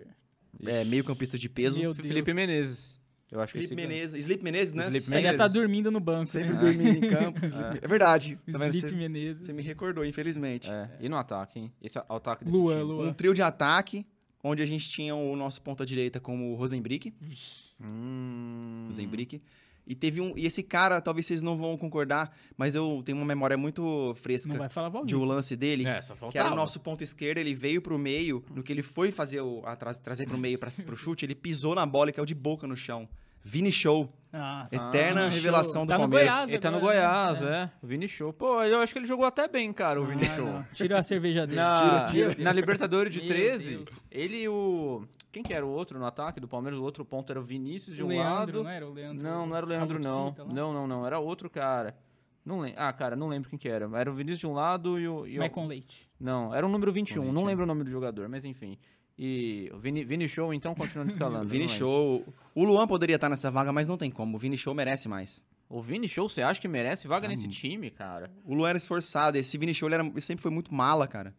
Speaker 3: é, meio campista de peso.
Speaker 1: Meu
Speaker 2: Felipe
Speaker 1: Deus.
Speaker 2: Menezes. Eu acho que
Speaker 3: Felipe
Speaker 2: esse ganha.
Speaker 3: Menezes. Sleep Menezes, né?
Speaker 2: Sleep
Speaker 1: Você
Speaker 3: Sempre-
Speaker 2: Menezes.
Speaker 1: deve estar tá dormindo no banco,
Speaker 3: Sempre
Speaker 1: né?
Speaker 3: dormindo em campo. Sleep- É verdade. Tá vendo?
Speaker 1: Felipe
Speaker 3: Você,
Speaker 1: Menezes.
Speaker 3: você me recordou, infelizmente.
Speaker 2: É, e no ataque, hein? Esse é o ataque desse
Speaker 1: Luan,
Speaker 2: time.
Speaker 1: Luan.
Speaker 3: Um trio de ataque, onde a gente tinha o nosso ponta-direita como o Rosenbrick.
Speaker 2: Hum.
Speaker 3: o Zembrick. E teve um. E esse cara, talvez vocês não vão concordar, mas eu tenho uma memória muito
Speaker 1: Não
Speaker 3: fresca
Speaker 1: vai falar
Speaker 3: de
Speaker 1: Valdir.
Speaker 3: um lance dele.
Speaker 2: É, só faltava.
Speaker 3: Que era o nosso ponto esquerdo, ele veio pro meio, no que ele foi fazer o atrás, trazer pro meio pra, pro chute, ele pisou na bola e caiu de boca no chão. Vini Show,
Speaker 1: Nossa.
Speaker 3: eterna
Speaker 1: Ah, Show.
Speaker 3: revelação do
Speaker 1: Tá no
Speaker 3: Palmeiras.
Speaker 1: Goiás.
Speaker 2: Ele tá no
Speaker 1: agora, né?
Speaker 2: Goiás, é. O Vini Show. Pô, eu acho que ele jogou até bem, cara, o Vini
Speaker 1: Ah,
Speaker 2: Show.
Speaker 1: não. Tirou a cerveja dele.
Speaker 2: Na,
Speaker 1: Tira, tira.
Speaker 2: na Libertadores de
Speaker 1: Meu
Speaker 2: 13,
Speaker 1: Deus.
Speaker 2: ele e o. Quem que era o outro no ataque do Palmeiras? O outro ponto era o Vinícius de
Speaker 1: O
Speaker 2: um
Speaker 1: Leandro,
Speaker 2: lado.
Speaker 1: não era o Leandro?
Speaker 2: Não, não era o Leandro, não.
Speaker 1: Calucita lá?
Speaker 2: Não, não, não. Era outro cara. Não lem... Ah, cara, não lembro quem que era. Era o Vinícius de um lado e o. E o...
Speaker 1: Maicon Leite.
Speaker 2: Não, era o número 21.
Speaker 3: Leite,
Speaker 2: não
Speaker 3: né?
Speaker 2: lembro o nome do jogador, mas enfim. E o Vini, Vini Show, então, continuando escalando. eu
Speaker 3: Vini
Speaker 2: não lembro.
Speaker 3: Show. O Luan poderia estar nessa vaga, mas não tem como. O Vini Show merece mais.
Speaker 2: O Vini Show, você acha que merece
Speaker 3: Hum.
Speaker 2: vaga nesse time, cara?
Speaker 3: O Luan era esforçado. Esse Vini Show ele era- ele sempre foi muito mala, cara.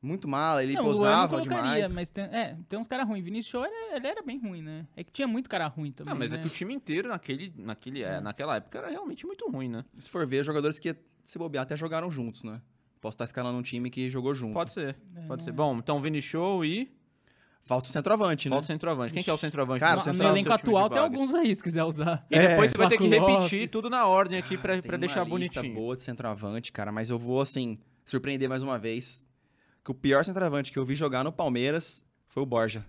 Speaker 3: Muito mala, ele
Speaker 1: não, o Luan
Speaker 3: posava
Speaker 1: não colocaria,
Speaker 3: demais.
Speaker 1: Mas tem, é, tem uns caras ruins. Vinícius Show, era, ele era bem ruim, né? É que tinha muito cara ruim também,
Speaker 2: Ah, mas
Speaker 1: né?
Speaker 2: é que o time inteiro naquele, naquele, é, naquela época era realmente muito ruim, né?
Speaker 3: Se for ver, os jogadores que se bobear até jogaram juntos, né? Posso estar escalando um time que jogou
Speaker 1: É.
Speaker 3: junto.
Speaker 2: Pode ser,
Speaker 1: não
Speaker 2: pode ser. Bom, então Vini Show e
Speaker 3: Falta o centroavante, né?
Speaker 2: volta o centroavante. Quem que é o centroavante?
Speaker 3: Cara,
Speaker 2: do-
Speaker 1: No-
Speaker 3: você
Speaker 2: do
Speaker 1: no
Speaker 2: seu
Speaker 3: fala
Speaker 1: elenco
Speaker 2: time de
Speaker 1: atual tem É,
Speaker 2: Braga?
Speaker 1: alguns aí, se quiser usar.
Speaker 2: E depois você vai ter que
Speaker 1: Flaco
Speaker 2: repetir
Speaker 1: Lopes.
Speaker 2: tudo na ordem
Speaker 1: Ah,
Speaker 2: aqui pra,
Speaker 3: Tem
Speaker 2: pra deixar
Speaker 3: uma lista
Speaker 2: bonitinho.
Speaker 3: boa de centroavante, cara, mas eu vou, assim, surpreender mais uma vez que o pior centroavante que eu vi jogar no Palmeiras foi o Borja.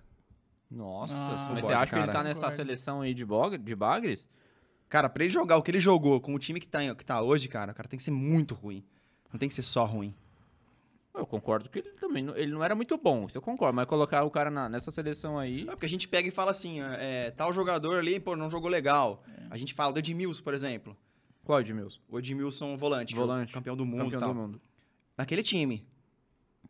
Speaker 2: Nossa,
Speaker 1: Ah,
Speaker 2: mas você
Speaker 3: concordo,
Speaker 2: acha que ele tá
Speaker 1: cara.
Speaker 2: nessa
Speaker 1: Concordo.
Speaker 2: seleção aí de, bog, de bagres?
Speaker 3: Cara, pra ele jogar o que ele jogou com o time que tá, em- que tá hoje, cara, o cara tem que ser muito ruim. Não tem que ser só ruim.
Speaker 2: Eu concordo que ele também não- ele não era muito bom, isso eu concordo, mas colocar o cara na- nessa seleção aí.
Speaker 3: Não, porque a gente pega e fala assim, é, é, tal jogador ali, pô, não jogou legal.
Speaker 2: É.
Speaker 3: A gente fala do Edmilson, por exemplo.
Speaker 2: Qual, é Edmilson?
Speaker 3: O Edmilson volante, que
Speaker 2: Volante.
Speaker 3: jogou- campeão do mundo e
Speaker 2: Campeão
Speaker 1: tá.
Speaker 3: tal.
Speaker 2: do mundo.
Speaker 3: Naquele time.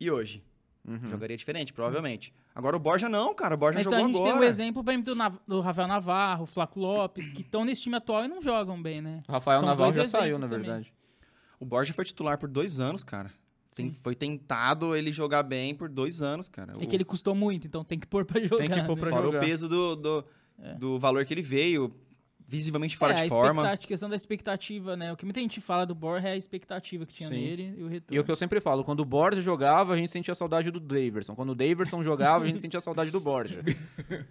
Speaker 3: E hoje?
Speaker 2: Uhum.
Speaker 3: Jogaria diferente, provavelmente. Agora o Borja não, cara. O Borja
Speaker 1: Mas então
Speaker 3: jogou
Speaker 1: a gente
Speaker 2: um
Speaker 3: agora.
Speaker 1: tem o exemplo por exemplo, do, Nav- do Rafael Navarro, Flaco Lopes, que estão nesse time atual e não jogam bem, né?
Speaker 2: Rafael
Speaker 1: São
Speaker 2: Naval
Speaker 1: dois
Speaker 2: já saiu,
Speaker 1: exemplos
Speaker 2: na
Speaker 1: também.
Speaker 2: verdade.
Speaker 3: O Borja foi titular por dois anos, cara. Tem- foi tentado ele jogar bem por dois anos, cara.
Speaker 1: É que ele custou muito, então tem que pôr pra jogar.
Speaker 2: Tem que pôr
Speaker 1: né?
Speaker 2: pra
Speaker 3: Fora
Speaker 2: jogar. É.
Speaker 3: o peso do, do, do valor que ele veio, visivelmente fora
Speaker 1: é, a
Speaker 3: de forma.
Speaker 1: expectati- questão da expectativa, né? O que muita gente fala do Borja é a expectativa que tinha
Speaker 2: Sim.
Speaker 1: nele e o
Speaker 2: E é o
Speaker 1: retorno.
Speaker 2: que eu sempre falo, quando o Borja jogava, a gente sentia saudade do Daverson. Quando o Daverson jogava, a gente sentia saudade do Borja.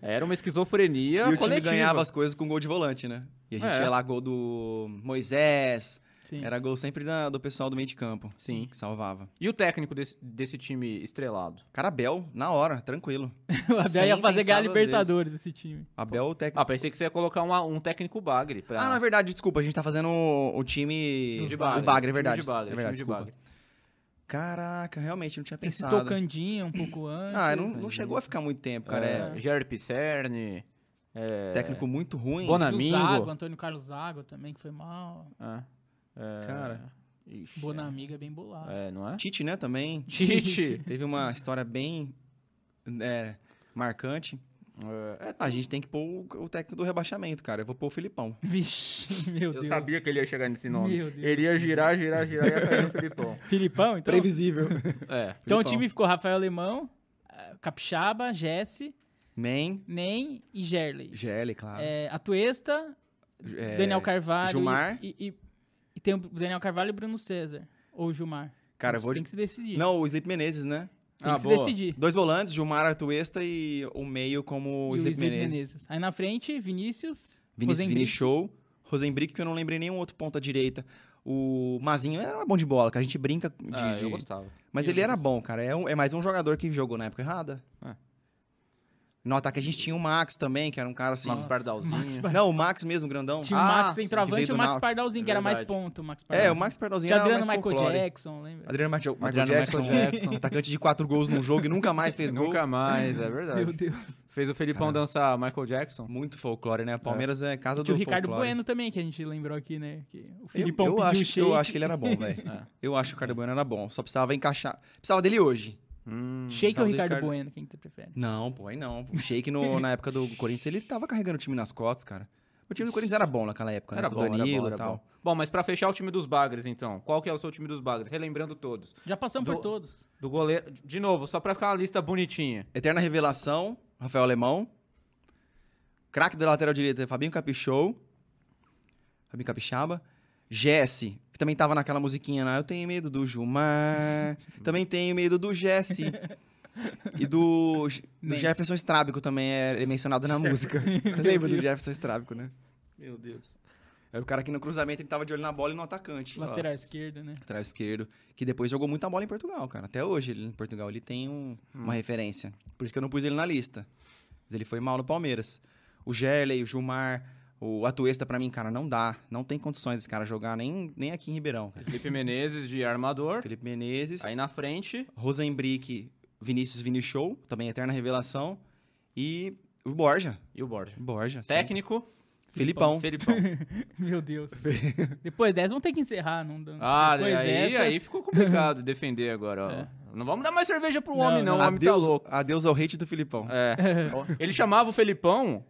Speaker 2: Era uma
Speaker 3: E
Speaker 2: esquizofrenia
Speaker 3: o time
Speaker 2: coletiva.
Speaker 3: ganhava as coisas com gol de volante, né? E a gente
Speaker 2: É.
Speaker 3: ia lá, gol do Moisés.
Speaker 1: Sim.
Speaker 3: Era gol sempre da- do pessoal do meio de campo.
Speaker 2: Sim.
Speaker 3: Que salvava.
Speaker 2: E o técnico desse, desse time estrelado?
Speaker 3: Cara, Abel, na hora, tranquilo.
Speaker 1: o Abel ia
Speaker 3: Sem
Speaker 1: fazer
Speaker 3: pensar
Speaker 1: ganhar
Speaker 3: duas
Speaker 1: Libertadores esse time.
Speaker 3: Abel, o técnico.
Speaker 2: Ah, pensei que você ia colocar uma- um técnico bagre. Pra...
Speaker 3: Ah, na verdade, desculpa, a gente tá fazendo o, o time.
Speaker 2: de
Speaker 3: o
Speaker 2: bagre.
Speaker 3: Bagre, é
Speaker 2: time
Speaker 3: verdade.
Speaker 2: De bagre,
Speaker 3: é verdade,
Speaker 2: time de
Speaker 3: desculpa.
Speaker 2: bagre.
Speaker 3: Caraca, realmente, não tinha
Speaker 1: Você
Speaker 3: pensado.
Speaker 1: citou Candinha um pouco antes.
Speaker 3: Ah, não, não chegou a ficar muito tempo, cara. É,
Speaker 2: É, Jair Pisserni. É...
Speaker 3: técnico muito ruim.
Speaker 2: Bona-
Speaker 1: Gil
Speaker 2: Bonamingo.
Speaker 1: Zago, Antônio Carlos Zago também, que foi mal.
Speaker 2: Ah, é,
Speaker 3: Cara.
Speaker 2: Ixi,
Speaker 1: Bonamiga é bem bolado.
Speaker 2: É, não é?
Speaker 3: Tite, né, também.
Speaker 2: Tite.
Speaker 3: Teve uma história bem é, marcante.
Speaker 2: É, é,
Speaker 1: tá.
Speaker 3: A gente tem que pôr o, o técnico do rebaixamento, cara. Eu vou pôr o Filipão.
Speaker 1: Vixe, meu
Speaker 2: eu
Speaker 1: Deus.
Speaker 2: sabia que ele ia chegar nesse nome.
Speaker 1: Meu Deus.
Speaker 2: Ele ia girar, girar, girar e ia cair no Filipão.
Speaker 1: Filipão, então?
Speaker 3: Previsível.
Speaker 2: É.
Speaker 1: Então o
Speaker 3: Filipão.
Speaker 1: time ficou Rafael Alemão, eh, Capixaba, Jesse,
Speaker 3: Nem.
Speaker 1: Nem e Gerley.
Speaker 3: Gelli, claro.
Speaker 1: É, Atuesta,
Speaker 3: Ah. É,
Speaker 1: Daniel Carvalho. e-
Speaker 3: Gilmar.
Speaker 1: E, e- e tem o Daniel Carvalho e o Bruno César. Ou o Gilmar.
Speaker 3: Cara,
Speaker 1: Isso
Speaker 3: eu vou
Speaker 1: Tem
Speaker 3: de-
Speaker 1: que se decidir.
Speaker 3: Não, o Sleep Menezes, né?
Speaker 1: Tem
Speaker 2: Ah,
Speaker 1: que se
Speaker 2: boa.
Speaker 1: decidir.
Speaker 3: Dois volantes, Gilmar Artuesta e o meio como o
Speaker 1: E o
Speaker 3: Sleep,
Speaker 1: Slip
Speaker 3: Menezes.
Speaker 1: Menezes. Aí na frente, Vinícius.
Speaker 3: Vinícius
Speaker 1: Rosenbrick.
Speaker 3: Vini Show. Rosenbrick, que eu não lembrei nenhum outro ponta direita. O Mazinho era bom de bola, cara. A gente brinca de.
Speaker 2: Ah, eu gostava.
Speaker 3: Mas
Speaker 2: Eu
Speaker 3: ele era
Speaker 2: gosto.
Speaker 3: bom, cara. É, um- é mais um jogador que jogou na época errada.
Speaker 2: É.
Speaker 3: No ataque a gente tinha o Max também, que era um cara assim.
Speaker 2: Max Pardalzinho.
Speaker 1: Max Pardal.
Speaker 3: Não, o Max mesmo, grandão.
Speaker 1: Tinha o
Speaker 2: Ah,
Speaker 1: Max
Speaker 2: sim,
Speaker 3: que
Speaker 1: Centroavante
Speaker 3: veio
Speaker 1: e o
Speaker 3: do
Speaker 1: Max
Speaker 3: Náutico.
Speaker 1: Pardalzinho, que era mais
Speaker 2: Verdade.
Speaker 1: ponto. o Max
Speaker 3: É,
Speaker 1: Pardalzinho.
Speaker 3: o Max Pardalzinho
Speaker 1: Tinha
Speaker 3: era
Speaker 1: Adriano
Speaker 3: mais
Speaker 1: Michael
Speaker 3: folclore.
Speaker 1: Jackson, lembra?
Speaker 3: Adriano Michael, Michael
Speaker 2: Adriano
Speaker 3: Jackson, é.
Speaker 2: Michael Jackson.
Speaker 3: atacante de quatro gols num jogo e nunca mais fez gol.
Speaker 2: Nunca mais, é verdade.
Speaker 1: Meu Deus.
Speaker 2: Fez o Felipão dançar Michael Jackson.
Speaker 3: Muito folclore, né? Palmeiras é, casa do
Speaker 1: Tinha o Ricardo
Speaker 3: folclore.
Speaker 1: Bueno também, que a gente lembrou aqui, né? Que o
Speaker 3: Eu,
Speaker 1: Filipão
Speaker 3: eu,
Speaker 1: pediu o
Speaker 3: acho,
Speaker 1: shake.
Speaker 3: eu acho que ele era bom, velho.
Speaker 2: É.
Speaker 3: Eu acho que o Ricardo Bueno era bom. Só precisava encaixar. Precisava dele hoje.
Speaker 2: Hum,
Speaker 1: Shake ou
Speaker 3: Salve,
Speaker 1: Ricardo
Speaker 3: Ricardo.
Speaker 1: Bueno, quem que você prefere?
Speaker 3: Não, pô, aí não. O Sheik no- na época do Corinthians, ele tava carregando o time nas costas, cara. O time do Corinthians era bom naquela época, né?
Speaker 2: era
Speaker 3: Com
Speaker 2: bom,
Speaker 3: o Danilo
Speaker 2: era bom,
Speaker 3: e
Speaker 2: era
Speaker 3: tal.
Speaker 2: bom. Bom, mas pra fechar o time dos Bagres, então. Qual que é o seu time dos Bagres? Relembrando todos.
Speaker 1: Já passamos
Speaker 2: Do-
Speaker 1: por todos.
Speaker 2: Do goleiro... De novo, só pra ficar uma lista bonitinha.
Speaker 3: Eterna Revelação, Rafael Alemão. Craque da lateral direita, Fabinho Capichou. Fabinho Capixaba. Jesse, que também tava naquela musiquinha lá. Eu tenho medo do Gilmar. também tenho medo do Jesse. E do, do
Speaker 1: Nem.
Speaker 3: Jefferson Strábico também é mencionado na música. Lembra do Jefferson Strábico, né?
Speaker 2: Meu Deus.
Speaker 3: Era o cara que no cruzamento ele tava de olho na bola e no atacante.
Speaker 1: Lateral esquerda, né?
Speaker 3: Lateral esquerdo, que depois jogou muita bola em Portugal, cara. Até hoje, ele, em Portugal, ele tem um-
Speaker 2: Hum.
Speaker 3: uma referência. Por isso que eu não pus ele na lista. Mas ele foi mal no Palmeiras. O Gerley, o Gilmar, o Atuesta, pra mim, cara, não dá. Não tem condições desse cara jogar nem, nem aqui em Ribeirão. cara.
Speaker 2: Felipe Menezes de armador.
Speaker 3: Felipe Menezes,
Speaker 2: Aí na frente,
Speaker 3: Rosenbrick, Vinícius Vinicius, também eterna revelação. E o Borja.
Speaker 2: e o Borja.
Speaker 3: Borja. sim.
Speaker 2: Técnico,
Speaker 3: Felipão.
Speaker 2: Felipão.
Speaker 1: Meu Deus. Depois dessa vão ter que encerrar, não dá.
Speaker 2: Ah,
Speaker 1: Depois
Speaker 2: aí,
Speaker 1: dessa, É.
Speaker 2: aí ficou complicado defender agora, ó. Não vamos dar mais cerveja pro
Speaker 1: Não,
Speaker 2: homem, não.
Speaker 1: não.
Speaker 2: O homem
Speaker 3: Adeus,
Speaker 2: tá louco.
Speaker 3: adeus ao hate do Filipão.
Speaker 2: É. Ele chamava o Felipão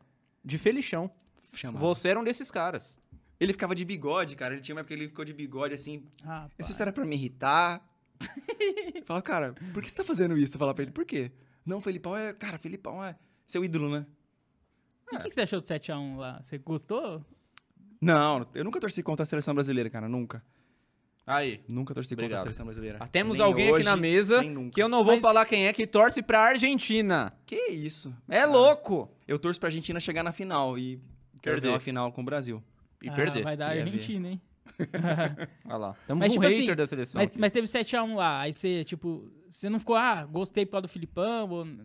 Speaker 2: de Felixão.
Speaker 3: Chamava.
Speaker 2: Você era um desses caras.
Speaker 3: Ele ficava de bigode, cara. Ele tinha uma época que ele ficou de bigode, assim,
Speaker 1: Ah,
Speaker 3: Eu sei se era pra me irritar. Fala, cara, por que você tá fazendo isso? Fala pra ele, por quê? Não, Felipão é. Cara, Felipão é seu ídolo, né?
Speaker 1: E o que, que você achou do 7x1 lá? Você gostou?
Speaker 3: Não, eu nunca torci contra a seleção brasileira, cara. Nunca.
Speaker 2: Aí.
Speaker 3: Nunca torci contra
Speaker 2: Obrigado.
Speaker 3: a seleção brasileira.
Speaker 2: Ah, Temos
Speaker 3: Nem
Speaker 2: alguém
Speaker 3: hoje,
Speaker 2: aqui na mesa
Speaker 3: nem nunca.
Speaker 2: que eu não vou
Speaker 1: Mas-
Speaker 2: falar quem é que torce pra Argentina.
Speaker 3: Que isso?
Speaker 1: Ah.
Speaker 2: É
Speaker 3: cara.
Speaker 2: louco!
Speaker 3: Eu torço pra Argentina chegar na final e quero ver
Speaker 2: Perder.
Speaker 3: uma final com o Brasil.
Speaker 2: E
Speaker 1: Ah,
Speaker 2: perder.
Speaker 1: Vai dar
Speaker 3: Queria ver.
Speaker 1: Argentina, hein?
Speaker 2: Olha lá. Temos
Speaker 1: Mas,
Speaker 2: um
Speaker 1: tipo
Speaker 2: hater
Speaker 1: assim,
Speaker 2: da seleção.
Speaker 1: mas,
Speaker 2: aqui.
Speaker 1: mas teve 7x1 lá. Aí você, tipo, você não ficou, ah, gostei por causa do Filipão, ou n-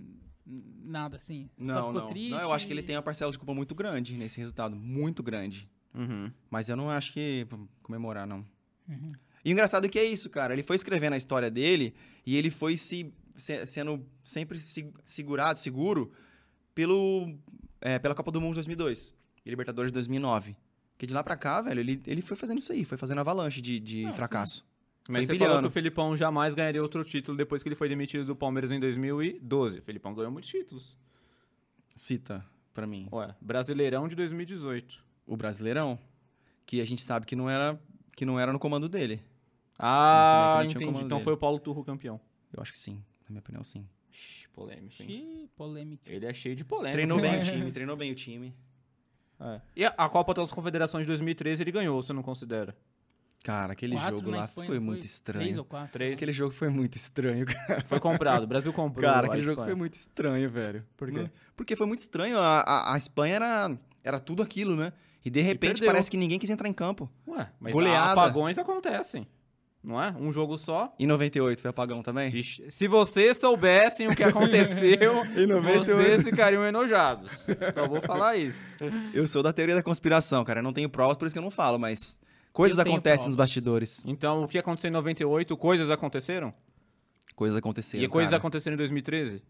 Speaker 1: nada assim. Só
Speaker 3: Não,
Speaker 1: ficou
Speaker 3: não.
Speaker 1: triste.
Speaker 3: Não, eu acho que ele tem uma parcela de culpa muito grande nesse resultado. Muito grande.
Speaker 2: Uhum.
Speaker 3: Mas eu não acho que pra comemorar, não.
Speaker 1: Uhum.
Speaker 3: E o engraçado é que é isso, cara. Ele foi escrevendo a história dele e ele foi se, se- sendo sempre se- segurado, seguro, pelo, é, pela Copa do Mundo de 2002 e Libertadores de 2009. Porque de lá pra cá, velho, ele, ele foi fazendo isso aí, foi fazendo avalanche de, de
Speaker 1: Não,
Speaker 3: fracasso.
Speaker 2: Mas você
Speaker 3: Foi
Speaker 2: falou que
Speaker 3: brilhando.
Speaker 2: o Felipão jamais ganharia outro título depois que ele foi demitido do Palmeiras em 2012. O Felipão ganhou muitos títulos.
Speaker 3: Cita pra mim
Speaker 2: Ué, Brasileirão de 2018.
Speaker 3: o Brasileirão, que a gente sabe que não era, que não era no comando dele.
Speaker 2: Ah,
Speaker 3: também que não tinha
Speaker 2: entendi.
Speaker 3: comando
Speaker 2: Então
Speaker 3: dele.
Speaker 2: foi o Paulo Turro campeão.
Speaker 3: Eu acho que sim, na minha opinião, sim.
Speaker 2: Ixi, polêmico, hein?
Speaker 1: Ih, polêmica.
Speaker 2: Ele é cheio de polêmica.
Speaker 3: Treinou
Speaker 2: né?
Speaker 3: bem o time, treinou bem o time.
Speaker 2: É. E a- a Copa das Confederações de 2013 ele ganhou, você não considera?
Speaker 3: Cara, aquele
Speaker 1: Quatro
Speaker 3: jogo
Speaker 1: na
Speaker 3: lá
Speaker 1: Espanha,
Speaker 3: foi
Speaker 1: não
Speaker 3: muito
Speaker 1: Três
Speaker 3: estranho.
Speaker 1: ou quatro.
Speaker 2: Três.
Speaker 3: Aquele jogo foi muito estranho, cara.
Speaker 2: Foi comprado, o Brasil comprou.
Speaker 3: Cara,
Speaker 2: a
Speaker 3: aquele jogo
Speaker 2: Espanha.
Speaker 3: foi muito estranho, velho.
Speaker 2: Por quê?
Speaker 3: Não- Porque foi muito estranho. A, a, a Espanha era, era tudo aquilo, né? E de repente
Speaker 2: perdeu.
Speaker 3: parece que ninguém quis entrar em campo.
Speaker 2: Ué, mas
Speaker 3: Goleada.
Speaker 2: apagões acontecem, não é? Um jogo só.
Speaker 3: Em 98 foi apagão também?
Speaker 2: Ixi, se vocês soubessem o que aconteceu,
Speaker 3: Em 98.
Speaker 2: vocês ficariam enojados. Só vou falar isso.
Speaker 3: Eu sou da teoria da conspiração, cara. Eu não tenho provas, por isso que eu não falo, mas coisas
Speaker 1: Eu tenho
Speaker 3: acontecem
Speaker 1: provas.
Speaker 3: nos bastidores.
Speaker 2: Então, o que aconteceu em 98, coisas aconteceram?
Speaker 3: Coisas aconteceram.
Speaker 2: e coisas
Speaker 3: cara.
Speaker 2: aconteceram em 2013?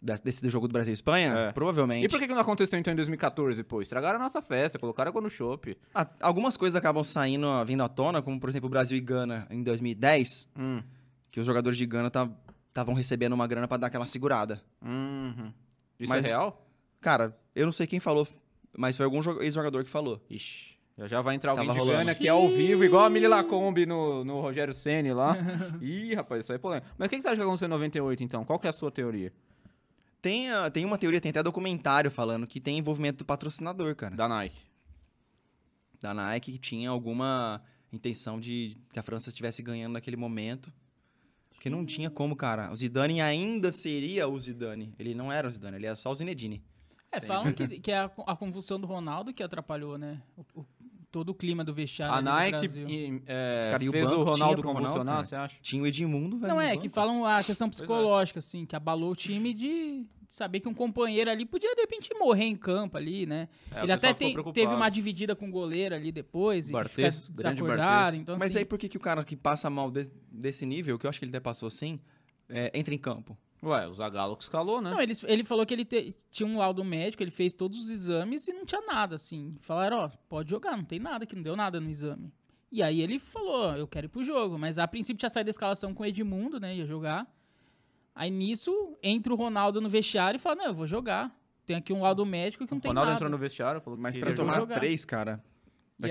Speaker 3: Des- Desse jogo do Brasil e Espanha?
Speaker 2: É.
Speaker 3: Provavelmente.
Speaker 2: E por que que não aconteceu então em 2014, pô? Estragaram a nossa festa, colocaram água no chopp.
Speaker 3: Ah, algumas coisas acabam saindo, ó, vindo à tona, como por exemplo o Brasil e Gana em 2010,
Speaker 2: Hum,
Speaker 3: que os jogadores de Gana estavam recebendo uma grana pra dar aquela segurada.
Speaker 2: uhum. Isso
Speaker 3: Mas-
Speaker 2: é real?
Speaker 3: Cara, eu não sei quem falou, mas foi algum jo- ex-jogador que falou.
Speaker 2: Ixi, já já vai entrar alguém
Speaker 3: Tava
Speaker 2: de
Speaker 3: rolando.
Speaker 2: Gana que é ao vivo, igual a Mili Lacombe no, no Rogério Ceni lá. Ih, rapaz, isso aí é polêmico. Mas o que que você acha que aconteceu em 98, então? Qual que é a sua teoria?
Speaker 3: Tem, a- tem uma teoria, tem até documentário falando que tem envolvimento do patrocinador, cara. Da,
Speaker 2: Da Nike.
Speaker 3: Nike que tinha alguma intenção de que a França estivesse ganhando naquele momento. Porque não tinha como, cara. O Zidane ainda seria o Zidane. Ele não era o Zidane, ele era só o Zinedine.
Speaker 1: É, falam que, que é a, a convulsão do Ronaldo que atrapalhou, né? O- o- todo o clima Ah, do vestiário
Speaker 2: a
Speaker 1: ali do
Speaker 2: Nike
Speaker 1: Brasil.
Speaker 2: e, é,
Speaker 3: Cara, e o
Speaker 2: fez
Speaker 3: banco
Speaker 2: o
Speaker 3: tinha
Speaker 2: Ronaldo
Speaker 3: pro Ronaldo,
Speaker 2: convulsionar,
Speaker 3: cara?
Speaker 2: você acha?
Speaker 3: Tinha o Edmundo, velho.
Speaker 1: Não,
Speaker 3: no
Speaker 1: é,
Speaker 3: banco.
Speaker 1: que falam a questão
Speaker 2: é.
Speaker 1: psicológica, assim, que abalou o time de de saber que um companheiro ali podia, de repente, morrer em campo ali, né?
Speaker 2: É, o
Speaker 1: Ele até
Speaker 2: pessoal ficou
Speaker 1: tem-
Speaker 2: preocupado.
Speaker 1: teve uma dividida com o goleiro ali depois, e
Speaker 2: Barthez,
Speaker 1: fica
Speaker 2: grande
Speaker 1: desacordado,
Speaker 2: Barthez.
Speaker 1: então
Speaker 3: Mas
Speaker 1: assim,
Speaker 3: aí por que, que o cara que passa mal de- desse nível, que eu acho que ele até passou assim, é, entra em campo?
Speaker 2: Ué, o Zagallo que escalou, né?
Speaker 1: Não, ele, ele falou que ele te- tinha um laudo médico, ele fez todos os exames e não tinha nada, assim. Falaram, ó, pode jogar, não tem nada, que não deu nada no exame. E aí ele falou, ó, eu quero ir pro jogo. Mas a princípio tinha saído da escalação com o Edmundo, né, ia jogar. Aí nisso, entra o Ronaldo no vestiário e fala, não, eu vou jogar. Tem aqui um laudo médico que não
Speaker 2: o
Speaker 1: tem
Speaker 2: Ronaldo
Speaker 1: nada.
Speaker 2: entrou no vestiário, falou
Speaker 3: Mas
Speaker 2: que
Speaker 3: pra
Speaker 2: ia jogar.
Speaker 3: tomar
Speaker 1: jogar.
Speaker 3: três, cara, Pra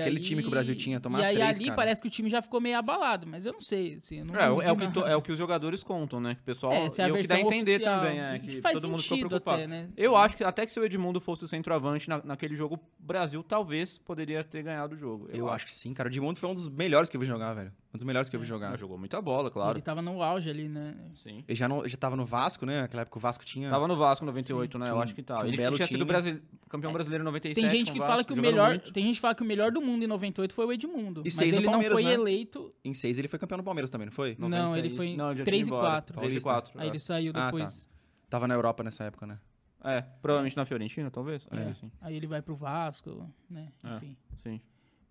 Speaker 1: E
Speaker 3: aquele
Speaker 1: aí-
Speaker 3: time que o Brasil tinha, tomar
Speaker 1: E aí
Speaker 3: três,
Speaker 1: ali
Speaker 3: cara.
Speaker 1: parece que o time já ficou meio abalado, mas eu não sei, assim, eu não
Speaker 2: É, o- é o
Speaker 1: vi
Speaker 2: que
Speaker 1: nada.
Speaker 2: to- é o que os jogadores contam, né? Que o pessoal.
Speaker 1: É, essa é a
Speaker 2: e o que dá a
Speaker 1: versão
Speaker 2: entender
Speaker 1: oficial,
Speaker 2: também, é.
Speaker 1: e que
Speaker 2: Que,
Speaker 1: faz
Speaker 2: todo mundo ficou
Speaker 1: sentido
Speaker 2: preocupado.
Speaker 1: até, né?
Speaker 2: Eu acho que até que se o Edmundo fosse o centroavante na- naquele jogo, o Brasil talvez poderia ter ganhado o jogo.
Speaker 3: Eu acho que sim, cara. O Edmundo foi um dos melhores que eu vi jogar, velho. Um dos melhores que eu vi
Speaker 2: Mas
Speaker 3: jogar.
Speaker 2: Jogou muita bola, claro.
Speaker 1: Ele tava no auge ali, né?
Speaker 2: Sim.
Speaker 3: Ele já, não, já tava no Vasco, né? Naquela época o Vasco tinha.
Speaker 2: Tava no Vasco em 98, né?
Speaker 3: tinha
Speaker 2: Eu
Speaker 3: um-
Speaker 2: acho que
Speaker 3: tinha
Speaker 2: tava.
Speaker 3: um
Speaker 2: Ele
Speaker 3: belo
Speaker 2: tinha sido
Speaker 3: time.
Speaker 2: brasile- campeão brasileiro em 97.
Speaker 1: É. Tem gente
Speaker 2: com
Speaker 1: que
Speaker 2: o Vasco,
Speaker 1: fala que o
Speaker 2: jogando
Speaker 1: melhor,
Speaker 2: muito.
Speaker 1: tem gente que fala que o melhor do mundo em 98 foi o Edmundo, mas
Speaker 3: seis no
Speaker 1: ele não
Speaker 3: Palmeiras,
Speaker 1: foi
Speaker 3: né?
Speaker 1: eleito.
Speaker 3: Em seis ele foi campeão do Palmeiras também, não
Speaker 2: Hum.
Speaker 3: foi?
Speaker 1: Não, ele
Speaker 2: 90
Speaker 1: foi em
Speaker 2: não, ele já tinha
Speaker 1: 3 e
Speaker 2: ido embora.
Speaker 1: 4.
Speaker 2: 3 e é. 4.
Speaker 1: Aí ele saiu
Speaker 3: Ah, tá.
Speaker 1: depois.
Speaker 3: Tava na Europa nessa época, né?
Speaker 2: É, provavelmente na Fiorentina, talvez.
Speaker 3: É.
Speaker 2: Acho que sim.
Speaker 1: Aí ele vai pro Vasco, né?
Speaker 2: É.
Speaker 1: Enfim.
Speaker 2: Sim.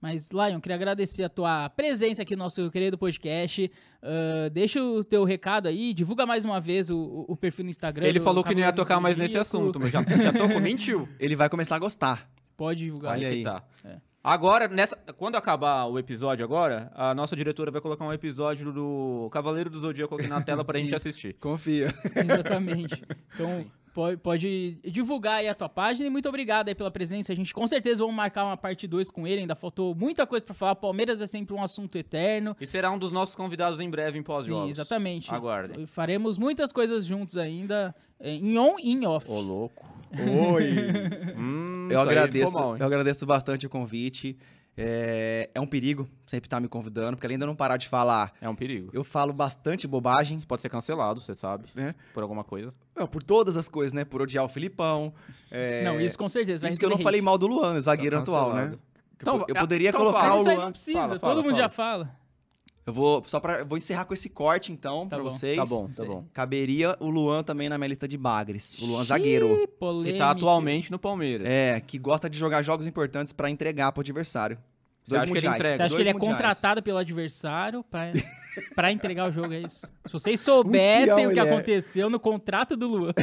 Speaker 1: Mas, Lion, queria agradecer a tua presença aqui no nosso querido podcast. Ah, deixa o teu recado aí, divulga mais uma vez o- o, o perfil no Instagram.
Speaker 2: Ele
Speaker 1: do
Speaker 2: falou que não ia
Speaker 1: Cavaleiro
Speaker 2: tocar mais nesse
Speaker 1: Zodíaco.
Speaker 2: assunto, mas já, já tocou, mentiu.
Speaker 3: Ele vai começar a gostar.
Speaker 1: Pode divulgar.
Speaker 3: Olha aí.
Speaker 2: Tá. Agora, nessa, quando acabar o episódio agora, a nossa diretora vai colocar um episódio do Cavaleiro do Zodíaco aqui na tela pra gente assistir.
Speaker 3: Confia.
Speaker 1: Exatamente. Então, pode, pode divulgar aí a tua página e muito obrigado aí pela presença. A gente com certeza vamos marcar uma parte 2 com ele, ainda faltou muita coisa pra falar. Palmeiras é sempre um assunto eterno.
Speaker 2: E será um dos nossos convidados em breve em pós-jogos.
Speaker 1: Sim, exatamente.
Speaker 2: Aguardem.
Speaker 1: F- Faremos muitas coisas juntos ainda, eh, em on e em off.
Speaker 2: Ô, louco.
Speaker 3: Oi!
Speaker 2: Hum, isso
Speaker 3: Eu
Speaker 2: aí
Speaker 3: agradeço,
Speaker 2: ficou mal, hein?
Speaker 3: eu agradeço bastante o convite. É, é um perigo sempre estar me convidando, porque além de eu não parar de falar,
Speaker 2: É um perigo.
Speaker 3: eu falo bastante bobagem,
Speaker 2: Isso pode ser cancelado, você sabe,
Speaker 3: né?
Speaker 2: por alguma coisa. Tá
Speaker 3: Não, por todas as coisas, né? Por odiar o Filipão. é,
Speaker 1: Não, isso com certeza. vai
Speaker 3: isso que eu não
Speaker 1: receber
Speaker 3: falei mal do Luan, o zagueiro
Speaker 2: Tá
Speaker 3: atual, né?
Speaker 2: cancelado.
Speaker 3: Que eu
Speaker 2: Então,
Speaker 3: po- eu
Speaker 2: ah,
Speaker 3: poderia
Speaker 2: então
Speaker 3: colocar
Speaker 2: fala.
Speaker 1: Mas
Speaker 3: o
Speaker 1: isso aí não
Speaker 3: Luan.
Speaker 1: precisa,
Speaker 2: Fala,
Speaker 1: todo
Speaker 2: fala,
Speaker 1: mundo
Speaker 2: fala.
Speaker 1: já fala.
Speaker 3: Eu vou só para vou encerrar com esse corte então
Speaker 1: Tá
Speaker 3: pra
Speaker 1: bom.
Speaker 3: vocês.
Speaker 2: Tá bom, tá
Speaker 1: Sim.
Speaker 2: bom.
Speaker 3: Caberia o Luan também na minha lista de bagres. O Luan
Speaker 1: Xiii,
Speaker 3: zagueiro.
Speaker 2: Que
Speaker 1: polêmica.
Speaker 2: tá atualmente no Palmeiras.
Speaker 3: É, que gosta de jogar jogos importantes pra entregar pro adversário.
Speaker 2: Você acha que ele entrega?
Speaker 1: Você acha que
Speaker 3: dois
Speaker 1: ele é
Speaker 3: mundiais.
Speaker 1: contratado pelo adversário pra, pra entregar o jogo? É isso. Se vocês
Speaker 3: Um
Speaker 1: soubessem
Speaker 3: espião
Speaker 1: o que
Speaker 3: ele é.
Speaker 1: aconteceu no contrato do Luan.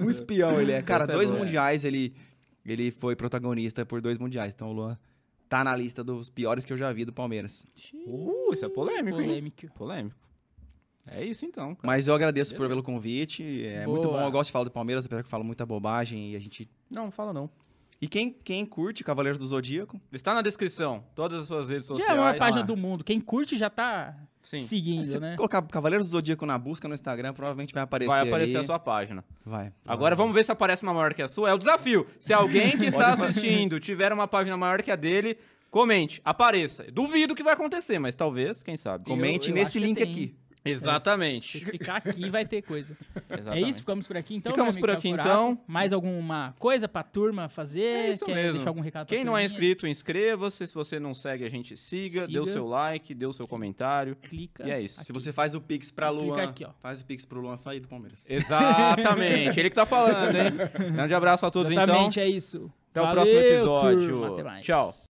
Speaker 3: Um espião ele é. Cara,
Speaker 2: Essa é
Speaker 3: dois
Speaker 2: boa.
Speaker 3: mundiais ele, ele foi protagonista por dois mundiais. Então o Luan tá na lista dos piores que eu já vi do Palmeiras.
Speaker 2: Uh, isso é polêmico, hein?
Speaker 1: Polêmico.
Speaker 2: Polêmico. É isso então, cara.
Speaker 3: Mas eu agradeço por pelo convite. É muito
Speaker 1: Boa.
Speaker 3: bom. Eu gosto de falar do Palmeiras, apesar que eu falo muita bobagem e a gente.
Speaker 2: Não, fala não.
Speaker 3: E quem, quem curte Cavaleiro do Zodíaco,
Speaker 2: Está na descrição, todas as suas redes
Speaker 1: Já
Speaker 2: sociais.
Speaker 1: é a maior página
Speaker 3: lá.
Speaker 1: do mundo. Quem curte já tá
Speaker 2: Sim.
Speaker 1: seguindo,
Speaker 3: se
Speaker 1: né?
Speaker 3: colocar Cavaleiro do Zodíaco na busca no Instagram, provavelmente vai aparecer.
Speaker 2: Vai aparecer
Speaker 3: ali.
Speaker 2: a sua página.
Speaker 3: Vai.
Speaker 1: Ah.
Speaker 2: Agora vamos ver se aparece uma maior que a sua. É o desafio. Se alguém que está assistindo tiver uma página maior que a dele, comente, apareça. Duvido que vai acontecer, mas talvez, quem sabe.
Speaker 1: Com-
Speaker 3: Comente
Speaker 1: Eu- eu
Speaker 3: nesse
Speaker 1: acho que
Speaker 3: link
Speaker 1: tem.
Speaker 3: aqui.
Speaker 1: Se
Speaker 2: Exatamente.
Speaker 1: clicar aqui vai ter coisa.
Speaker 2: Exatamente.
Speaker 1: É isso, ficamos por aqui então.
Speaker 2: Ficamos
Speaker 1: meu amigo
Speaker 2: por
Speaker 1: Thiago
Speaker 2: aqui,
Speaker 1: Furato.
Speaker 2: então.
Speaker 1: Mais alguma coisa pra turma fazer?
Speaker 2: É isso
Speaker 1: Quer
Speaker 2: mesmo.
Speaker 1: deixar algum recado pra
Speaker 2: Quem não é
Speaker 1: turminha?
Speaker 2: inscrito, inscreva-se. Se você não segue, a gente siga, Dê o
Speaker 1: Siga.
Speaker 2: seu like, dê o seu comentário.
Speaker 1: Clica.
Speaker 2: E é isso.
Speaker 3: Se você faz o Pix pra
Speaker 1: Clica
Speaker 3: Luan,
Speaker 1: aqui, ó.
Speaker 3: faz o Pix pro Luan sair do Palmeiras.
Speaker 2: Exatamente. Ele que tá falando, hein? Grande abraço a todos,
Speaker 1: Exatamente,
Speaker 2: então.
Speaker 1: é isso.
Speaker 2: Até o
Speaker 1: Valeu,
Speaker 2: próximo episódio.
Speaker 1: turma, até mais.
Speaker 2: Tchau.